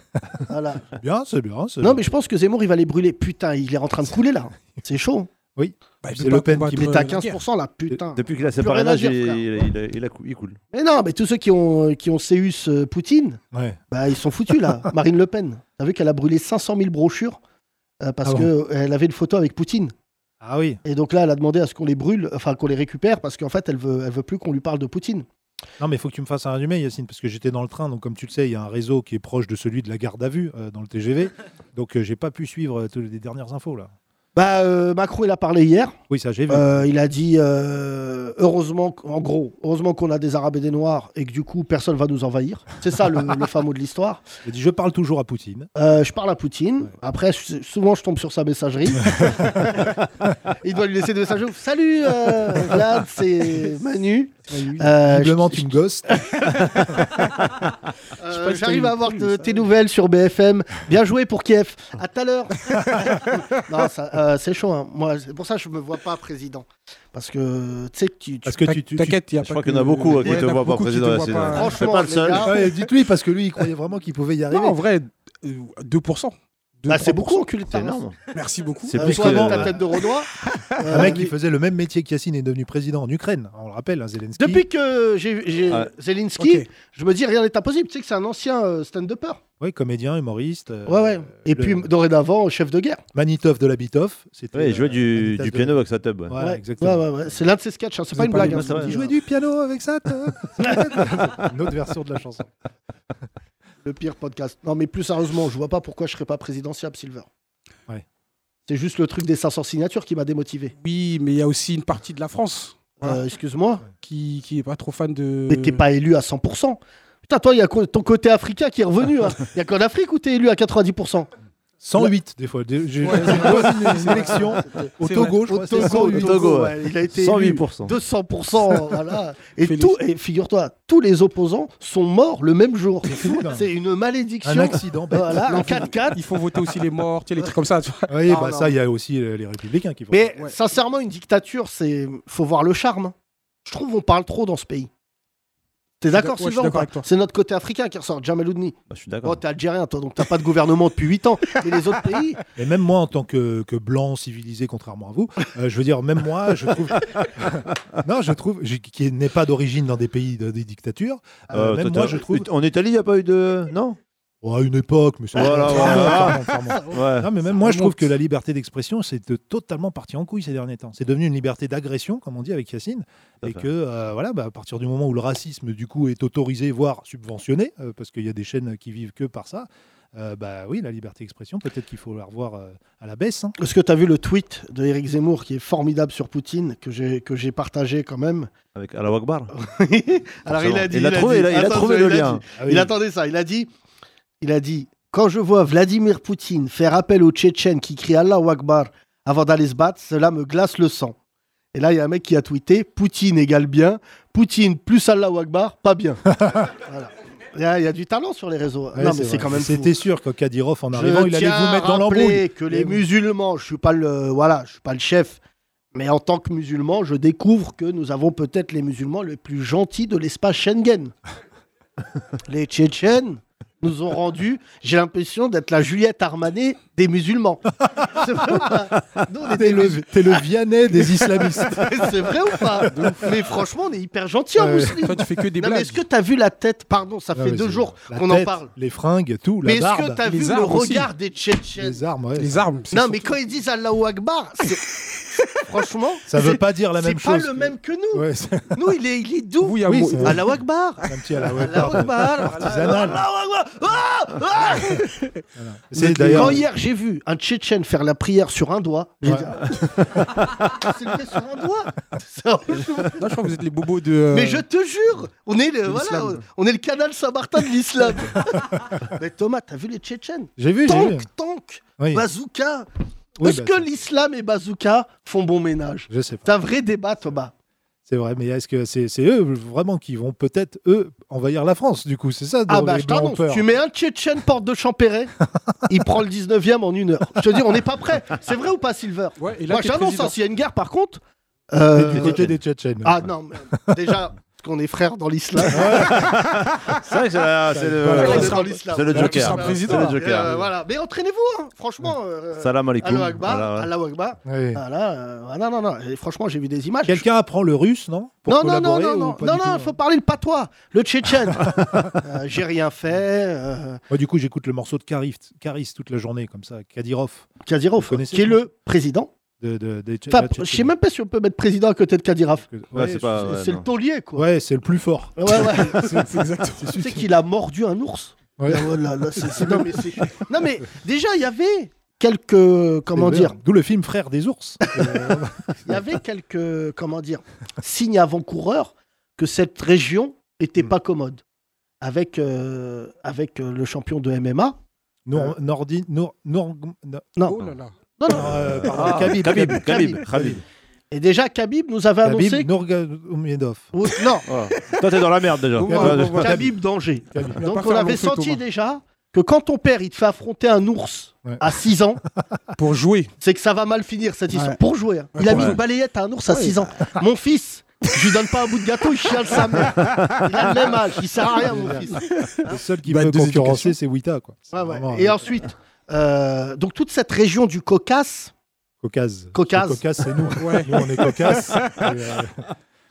[SPEAKER 3] Voilà.
[SPEAKER 4] C'est bien, c'est bien. c'est
[SPEAKER 3] Non,
[SPEAKER 4] bien.
[SPEAKER 3] mais je pense que Zemmour, il va les brûler. Putain, il est en train de couler là. C'est chaud.
[SPEAKER 6] Bah, il
[SPEAKER 4] C'est
[SPEAKER 6] peut pas
[SPEAKER 4] Le Pen qui
[SPEAKER 6] combattre,
[SPEAKER 3] Il est à
[SPEAKER 6] euh, la guerre.
[SPEAKER 3] 15% là, putain.
[SPEAKER 5] Depuis qu'il a sa
[SPEAKER 3] Plus rien à
[SPEAKER 5] parrainage,
[SPEAKER 3] dire,
[SPEAKER 5] il,
[SPEAKER 3] frère.
[SPEAKER 5] il- il- il- il a cou- il coule.
[SPEAKER 3] Mais non, mais tous ceux qui ont, qui ont Céus euh, Poutine,
[SPEAKER 4] Ouais.
[SPEAKER 3] bah, ils sont foutus là. Marine Le Pen, t'as vu qu'elle a brûlé 500 000 brochures euh, parce
[SPEAKER 4] Ah
[SPEAKER 3] qu'elle avait une photo avec Poutine.
[SPEAKER 4] Ah oui.
[SPEAKER 3] Et donc là, elle a demandé à ce qu'on les brûle, enfin qu'on les récupère parce qu'en fait, elle veut, elle veut plus qu'on lui parle de Poutine.
[SPEAKER 4] Non, mais il faut que tu me fasses un résumé, Yacine, parce que j'étais dans le train. Donc, comme tu le sais, il y a un réseau qui est proche de celui de la garde à vue euh, dans le TGV. Donc, euh, j'ai pas pu suivre euh, toutes les dernières infos là.
[SPEAKER 3] Bah, euh, Macron, il a parlé hier.
[SPEAKER 4] Oui, ça, j'ai vu.
[SPEAKER 3] Euh, il a dit euh, heureusement, qu- en gros, heureusement qu'on a des Arabes et des Noirs et que du coup, personne va nous envahir. C'est ça le, le fameux de l'histoire.
[SPEAKER 4] Il dit, je parle toujours à Poutine.
[SPEAKER 3] Euh, je parle à Poutine. Après, je- souvent, je tombe sur sa messagerie. il doit lui laisser des messages. Salut, euh, Vlad, c'est Manu. Euh,
[SPEAKER 4] Visiblement,
[SPEAKER 3] je-
[SPEAKER 4] tu me gosses.
[SPEAKER 3] Euh,
[SPEAKER 6] sais pas si
[SPEAKER 3] J'arrive
[SPEAKER 6] t'as eu
[SPEAKER 3] à avoir
[SPEAKER 6] le
[SPEAKER 3] de-
[SPEAKER 6] truc, ça.
[SPEAKER 3] tes nouvelles sur BFM. Bien joué pour Kiev. À tout à l'heure. non, ça, euh, c'est chaud. hein. Moi, c'est pour ça que je me vois pas président. Parce que tu sais que tu. tu-
[SPEAKER 4] Parce que tu. tu- tu-
[SPEAKER 6] T'inquiète, il y a
[SPEAKER 5] Je
[SPEAKER 6] pas
[SPEAKER 5] crois
[SPEAKER 6] que-
[SPEAKER 5] qu'il y en a beaucoup hein, qui
[SPEAKER 6] Ouais,
[SPEAKER 5] te
[SPEAKER 6] t'as
[SPEAKER 5] voient pas
[SPEAKER 6] beaucoup qui te
[SPEAKER 5] président.
[SPEAKER 6] voient
[SPEAKER 5] c'est-
[SPEAKER 6] pas.
[SPEAKER 5] Je suis pas le
[SPEAKER 3] les
[SPEAKER 5] seul.
[SPEAKER 3] gars,
[SPEAKER 4] Ouais, Dites-lui, parce que lui, il croyait vraiment qu'il pouvait y
[SPEAKER 6] Non,
[SPEAKER 4] arriver.
[SPEAKER 6] en vrai, euh, 2%.
[SPEAKER 3] bah,
[SPEAKER 6] 2-3%.
[SPEAKER 3] c'est beaucoup enculé de ta
[SPEAKER 5] C'est
[SPEAKER 3] race.
[SPEAKER 5] énorme.
[SPEAKER 6] Merci beaucoup.
[SPEAKER 5] C'est
[SPEAKER 3] Euh,
[SPEAKER 5] plus
[SPEAKER 3] toi,
[SPEAKER 5] que-
[SPEAKER 3] avant ta tête de Renoir.
[SPEAKER 4] Un
[SPEAKER 3] Euh,
[SPEAKER 4] mec qui
[SPEAKER 3] mais-
[SPEAKER 4] faisait le même métier que Yacine est devenu président en Ukraine. On le rappelle, hein, Zelensky.
[SPEAKER 3] Depuis que j'ai j'ai-
[SPEAKER 4] Ah.
[SPEAKER 5] Ouais.
[SPEAKER 3] Zelensky,
[SPEAKER 6] Ok.
[SPEAKER 3] je me dis rien n'est impossible. Tu sais que c'est un ancien euh, stand-upper.
[SPEAKER 4] Oui, comédien, humoriste. euh,
[SPEAKER 3] ouais, ouais. Et
[SPEAKER 4] le
[SPEAKER 3] puis dorénavant, chef de guerre.
[SPEAKER 4] Manitov de la Bitoff. C'était.
[SPEAKER 5] Ouais, il jouait
[SPEAKER 4] euh,
[SPEAKER 5] du,
[SPEAKER 4] Manitas
[SPEAKER 5] du
[SPEAKER 4] de-
[SPEAKER 5] piano avec sa tub. ouais.
[SPEAKER 4] Voilà,
[SPEAKER 3] Ouais,
[SPEAKER 4] exactement.
[SPEAKER 3] ouais, ouais, ouais. C'est l'un de ses sketchs. hein. C'est
[SPEAKER 6] C'est
[SPEAKER 3] pas une
[SPEAKER 6] pas
[SPEAKER 3] blague.
[SPEAKER 6] les
[SPEAKER 3] hein.
[SPEAKER 6] mêmes,
[SPEAKER 5] ouais.
[SPEAKER 4] Il jouait du piano avec ça. toi. Une autre version de la chanson.
[SPEAKER 3] Le pire podcast. Non, mais plus sérieusement, je vois pas pourquoi je serais pas présidentiable, Silver.
[SPEAKER 4] Ouais.
[SPEAKER 3] C'est juste le truc des 500 signatures qui m'a démotivé.
[SPEAKER 6] Oui, mais il y a aussi une partie de la France hein,
[SPEAKER 3] Euh, Excuse-moi,
[SPEAKER 6] qui qui est pas trop fan de.
[SPEAKER 3] mais t'es pas élu à 100%. Putain, toi, il y a co- ton côté africain qui est revenu. hein. Il y a qu'en Afrique où t'es élu à 90%.
[SPEAKER 4] 108 des fois. Des- J'ai
[SPEAKER 6] Ouais,
[SPEAKER 4] j'ai une, une élection au
[SPEAKER 6] C'est
[SPEAKER 4] Togo, je crois. c'est 108.
[SPEAKER 5] au Togo, ouais.
[SPEAKER 3] ouais, il a été élu
[SPEAKER 5] 108%.
[SPEAKER 3] 200%. voilà. Et,
[SPEAKER 6] Félicitations.
[SPEAKER 3] tout- et figure-toi, tous les opposants sont morts le même jour.
[SPEAKER 4] dingue.
[SPEAKER 3] C'est une malédiction.
[SPEAKER 4] Un accident. bête.
[SPEAKER 3] Voilà, en
[SPEAKER 6] Non,
[SPEAKER 3] 4x4.
[SPEAKER 6] Il faut voter aussi les morts, tu sais, les trucs comme ça. tu vois.
[SPEAKER 4] Oui,
[SPEAKER 3] Non,
[SPEAKER 4] bah
[SPEAKER 3] non.
[SPEAKER 4] ça, il y a aussi euh, les républicains qui font.
[SPEAKER 3] Mais
[SPEAKER 6] Ouais.
[SPEAKER 3] sincèrement, une dictature, c'est faut voir le charme. Je trouve qu'on parle trop dans ce pays. T'es d'accord,
[SPEAKER 6] d'ac- ouais, je suis
[SPEAKER 3] Sylvain ou
[SPEAKER 6] d'accord
[SPEAKER 3] pas
[SPEAKER 6] avec toi.
[SPEAKER 3] C'est notre côté africain qui ressort. Jamel Oudni.
[SPEAKER 5] Bah, Je suis
[SPEAKER 3] Oh,
[SPEAKER 5] d'accord.
[SPEAKER 3] t'es algérien, toi, donc t'as pas de gouvernement depuis 8 ans. Mais les autres pays,
[SPEAKER 4] Et même moi, en tant que, que blanc civilisé, contrairement à vous, euh, je veux dire, même moi, je trouve. non, je trouve. j'ai- Qui n'est pas d'origine dans des pays de- des dictatures. euh,
[SPEAKER 5] Euh,
[SPEAKER 4] même
[SPEAKER 5] toi,
[SPEAKER 4] moi,
[SPEAKER 5] t'as-
[SPEAKER 4] je trouve.
[SPEAKER 5] En Italie, il n'y a pas eu de. Non
[SPEAKER 4] Ouais, à une époque, mais ça.
[SPEAKER 5] Voilà,
[SPEAKER 4] Pardon,
[SPEAKER 5] voilà.
[SPEAKER 4] pardon, pardon.
[SPEAKER 5] Ouais.
[SPEAKER 4] Non, mais même moi, je trouve
[SPEAKER 6] remonte.
[SPEAKER 4] que la liberté d'expression, c'est de- totalement parti en couille ces derniers temps. C'est devenu une liberté d'agression, comme on dit avec Yacine,
[SPEAKER 5] Tout à
[SPEAKER 4] et
[SPEAKER 5] fait.
[SPEAKER 4] que euh, voilà, bah, à partir du moment où le racisme du coup est autorisé, voire subventionné, euh, parce qu'il y a des chaînes qui vivent que par ça. euh, bah oui, la liberté d'expression, peut-être qu'il faut la revoir euh, à la baisse. hein.
[SPEAKER 3] est-ce que t'as vu le tweet de Eric Zemmour qui est formidable sur Poutine, que j'ai, que j'ai partagé quand même
[SPEAKER 5] Avec Allahu Akbar.
[SPEAKER 3] Alors
[SPEAKER 5] Forcément.
[SPEAKER 3] il a dit.
[SPEAKER 5] Il a trouvé,
[SPEAKER 3] dit-
[SPEAKER 5] il a- il a
[SPEAKER 3] Attends,
[SPEAKER 5] trouvé
[SPEAKER 3] je-
[SPEAKER 5] le
[SPEAKER 3] il a
[SPEAKER 5] lien.
[SPEAKER 3] dit-
[SPEAKER 4] Ah oui.
[SPEAKER 3] Il attendait ça. Il a dit. Il a dit. Quand je vois Vladimir Poutine faire appel aux Tchétchènes qui crient Allah Akbar avant d'aller se battre, cela me glace le sang. Et là, il y a un mec qui a tweeté Poutine égale bien, Poutine plus Allah Akbar, pas bien. Voilà. Il y, a- il y a du talent sur les réseaux.
[SPEAKER 4] Ouais,
[SPEAKER 3] non, mais
[SPEAKER 4] vrai.
[SPEAKER 3] c'est quand même. fou.
[SPEAKER 4] C'était sûr que Kadirov, en
[SPEAKER 3] Je
[SPEAKER 4] arrivant, il allait
[SPEAKER 3] tiens
[SPEAKER 4] vous
[SPEAKER 3] à
[SPEAKER 4] mettre dans
[SPEAKER 3] rappeler
[SPEAKER 4] l'embrouille.
[SPEAKER 3] que les
[SPEAKER 4] Mais-
[SPEAKER 3] musulmans, je suis pas le voilà, je suis pas le chef, mais en tant que musulman, je découvre que nous avons peut-être les musulmans les plus gentils de l'espace Schengen. les Tchétchènes nous ont rendu, j'ai l'impression d'être la Juliette Armanet des musulmans. C'est vrai ou pas Nous, on est des
[SPEAKER 4] T'es le, t'es le Vianney des islamistes.
[SPEAKER 3] musulmans, C'est vrai ou pas Mais franchement, on est hyper gentils en
[SPEAKER 4] Ouais.
[SPEAKER 3] musulmans.
[SPEAKER 6] Toi, tu fais que des
[SPEAKER 3] Non, mais
[SPEAKER 6] blagues.
[SPEAKER 3] est-ce que t'as vu la tête Pardon, ça
[SPEAKER 4] Non,
[SPEAKER 3] fait
[SPEAKER 4] mais
[SPEAKER 3] deux
[SPEAKER 4] c'est-
[SPEAKER 3] jours
[SPEAKER 4] la
[SPEAKER 3] qu'on en
[SPEAKER 4] tête,
[SPEAKER 3] parle.
[SPEAKER 4] Les fringues, tout, la
[SPEAKER 3] Mais est-ce que
[SPEAKER 4] barbe,
[SPEAKER 3] t'as
[SPEAKER 6] les
[SPEAKER 3] vu le
[SPEAKER 6] armes aussi.
[SPEAKER 3] regard des Tchétchènes
[SPEAKER 4] les armes. ouais.
[SPEAKER 6] Les armes. c'est
[SPEAKER 3] Non,
[SPEAKER 6] surtout-
[SPEAKER 3] mais quand ils disent Allahu Akbar, c'est- franchement,
[SPEAKER 4] Ça veut
[SPEAKER 3] c'est-
[SPEAKER 4] pas dire la même
[SPEAKER 3] c'est pas
[SPEAKER 4] chose.
[SPEAKER 3] le
[SPEAKER 4] que-
[SPEAKER 3] même que nous.
[SPEAKER 4] Ouais, c'est
[SPEAKER 3] Nous, il est, il est doux.
[SPEAKER 6] Vous, il y a
[SPEAKER 4] Oui,
[SPEAKER 6] mo-
[SPEAKER 4] c'est vrai.
[SPEAKER 3] Allahu Akbar.
[SPEAKER 4] un petit à la
[SPEAKER 3] Allahu
[SPEAKER 4] Webber.
[SPEAKER 3] Akbar. Allahu
[SPEAKER 4] Artisanal.
[SPEAKER 3] Akbar. Ah Ah
[SPEAKER 4] C'est
[SPEAKER 3] Quand
[SPEAKER 4] d'ailleurs.
[SPEAKER 3] hier j'ai vu un Tchétchène faire la prière sur un doigt, j'ai
[SPEAKER 4] Ouais.
[SPEAKER 3] dit Ah, c'est fait sur un doigt. C'est-
[SPEAKER 6] Non, je crois que vous êtes les bobos de. euh,
[SPEAKER 3] Mais je te jure, on est le,
[SPEAKER 6] de
[SPEAKER 3] voilà,
[SPEAKER 6] l'islam.
[SPEAKER 3] on est le canal Saint-Martin de l'islam. Mais Thomas, t'as vu les Tchétchènes
[SPEAKER 4] J'ai vu, j'ai vu.
[SPEAKER 3] Tank, tank,
[SPEAKER 4] Oui.
[SPEAKER 3] bazooka.
[SPEAKER 4] Oui,
[SPEAKER 3] Est-ce
[SPEAKER 4] bah,
[SPEAKER 3] que l'islam et bazooka font bon ménage
[SPEAKER 4] Je sais pas.
[SPEAKER 3] C'est un vrai débat, Thomas.
[SPEAKER 4] C'est vrai, mais est-ce que c'est c'est eux vraiment qui vont peut-être, eux, envahir la France, du coup C'est ça
[SPEAKER 3] Ah
[SPEAKER 4] dont
[SPEAKER 3] bah
[SPEAKER 4] les
[SPEAKER 3] je
[SPEAKER 4] Blancs ont
[SPEAKER 3] t'annonce,
[SPEAKER 4] peur.
[SPEAKER 3] tu mets un Tchétchène porte de Champéret, il prend le 19ème en une heure. Je te dis, on n'est pas prêt. C'est vrai ou pas, Silver
[SPEAKER 6] Ouais, et là,
[SPEAKER 3] Moi
[SPEAKER 6] t'es
[SPEAKER 3] je t'annonce,
[SPEAKER 6] président.
[SPEAKER 3] hein, s'il y a une guerre par contre.
[SPEAKER 4] C'est
[SPEAKER 3] euh,
[SPEAKER 4] du côté des Tchétchènes.
[SPEAKER 3] Ah non, mais déjà, parce qu'on est frères dans l'islam. euh,
[SPEAKER 5] C'est vrai que c'est
[SPEAKER 3] Ah,
[SPEAKER 5] la- c'est le,
[SPEAKER 4] Voilà,
[SPEAKER 3] On
[SPEAKER 6] il
[SPEAKER 3] est
[SPEAKER 6] sera-
[SPEAKER 3] dans l'islam.
[SPEAKER 5] c'est le
[SPEAKER 6] Là, tu
[SPEAKER 5] Joker.
[SPEAKER 6] seras président.
[SPEAKER 5] C'est le
[SPEAKER 3] Euh,
[SPEAKER 5] Joker.
[SPEAKER 3] voilà. Mais entraînez-vous, hein. franchement. euh,
[SPEAKER 5] Salam alaikum.
[SPEAKER 3] Allahu Akbar,
[SPEAKER 5] Voilà, ouais.
[SPEAKER 3] Allahu Akbar.
[SPEAKER 4] Ouais.
[SPEAKER 3] Ah là, euh, ah non, non, non. Et franchement, j'ai vu des images.
[SPEAKER 4] Quelqu'un apprend le russe, non Pour
[SPEAKER 3] non, non, non,
[SPEAKER 4] collaborer
[SPEAKER 3] non,
[SPEAKER 4] ou
[SPEAKER 3] non,
[SPEAKER 4] pas
[SPEAKER 3] non,
[SPEAKER 4] du
[SPEAKER 3] non,
[SPEAKER 4] tout
[SPEAKER 3] faut parler le patois, le tchétchène. Euh, j'ai rien fait. euh,
[SPEAKER 4] Moi, du coup, j'écoute le morceau de Karis, Karis toute la journée, comme ça, Kadirov.
[SPEAKER 3] Kadirov,
[SPEAKER 4] Vous connaissez,
[SPEAKER 3] qui est
[SPEAKER 4] je pense.
[SPEAKER 3] le président.
[SPEAKER 4] De, de, des Tchè-
[SPEAKER 3] Enfin,
[SPEAKER 4] de la
[SPEAKER 3] je
[SPEAKER 4] Tchétchénie.
[SPEAKER 3] sais même pas si on peut mettre président à côté de Kadirov.
[SPEAKER 5] Ouais, c'est pas-
[SPEAKER 3] C'est
[SPEAKER 5] ouais,
[SPEAKER 3] c'est
[SPEAKER 5] non.
[SPEAKER 3] le taulier, quoi.
[SPEAKER 4] Ouais, c'est le plus fort.
[SPEAKER 3] Ouais, ouais.
[SPEAKER 6] C'est c'est exactement.
[SPEAKER 3] tu sais qu'il a mordu un ours.
[SPEAKER 4] Ouais.
[SPEAKER 3] Ah ouais, là, là, c'est- c'est- non, mais c'est- non, mais déjà, il y avait quelques. Comment
[SPEAKER 4] Et
[SPEAKER 3] dire
[SPEAKER 4] D'où le film Frères des ours. Euh,
[SPEAKER 3] Il y avait quelques, comment dire, signes avant-coureurs que cette région était pas commode. Avec, euh, avec euh, le champion de MMA.
[SPEAKER 4] Nour- Nordi- Nour- Nour- Nour-
[SPEAKER 6] Oh là là.
[SPEAKER 3] Euh, Non, non.
[SPEAKER 4] euh, pardon,
[SPEAKER 5] Ah,
[SPEAKER 4] Khabib.
[SPEAKER 5] Khabib,
[SPEAKER 4] Khabib.
[SPEAKER 5] Khabib,
[SPEAKER 3] Khabib.
[SPEAKER 5] Khabib.
[SPEAKER 3] Et déjà, Khabib nous avait
[SPEAKER 4] Khabib,
[SPEAKER 3] annoncé.
[SPEAKER 4] Nurmagomedov.
[SPEAKER 3] Ou- non,
[SPEAKER 5] Voilà. Toi, t'es dans la merde déjà.
[SPEAKER 6] Bon,
[SPEAKER 5] Ouais,
[SPEAKER 6] bon,
[SPEAKER 5] je-
[SPEAKER 6] bon,
[SPEAKER 3] Khabib danger.
[SPEAKER 4] Khabib.
[SPEAKER 6] Il a pas
[SPEAKER 3] Donc
[SPEAKER 6] fait
[SPEAKER 3] on
[SPEAKER 6] un long
[SPEAKER 3] avait
[SPEAKER 6] feu,
[SPEAKER 3] senti
[SPEAKER 6] Thomas.
[SPEAKER 3] déjà que quand ton père, il te fait affronter un ours
[SPEAKER 4] Ouais.
[SPEAKER 3] à 6 ans,
[SPEAKER 6] Pour jouer.
[SPEAKER 3] c'est que ça va mal finir cette histoire.
[SPEAKER 6] Ouais.
[SPEAKER 3] Pour jouer. hein. Il
[SPEAKER 6] Ouais,
[SPEAKER 3] a
[SPEAKER 5] pour
[SPEAKER 3] mis
[SPEAKER 5] jouer.
[SPEAKER 3] une balayette à un ours à 6 ans. Mon fils, je lui donne pas un bout de gâteau, il chiale sa mère. Il a le même âge, il sert à rien, mon fils.
[SPEAKER 4] Le seul qui
[SPEAKER 6] Bah,
[SPEAKER 4] peut
[SPEAKER 6] deux
[SPEAKER 4] concurrencer, c'est Wita. Quoi. C'est
[SPEAKER 3] Ouais, ouais.
[SPEAKER 4] vraiment,
[SPEAKER 3] Et
[SPEAKER 4] euh,
[SPEAKER 3] ensuite, euh, donc toute cette région du Caucase,
[SPEAKER 4] Caucase.
[SPEAKER 3] Caucase.
[SPEAKER 4] Le Caucase, c'est nous.
[SPEAKER 6] Ouais.
[SPEAKER 4] Nous, on est Caucase. Et, euh,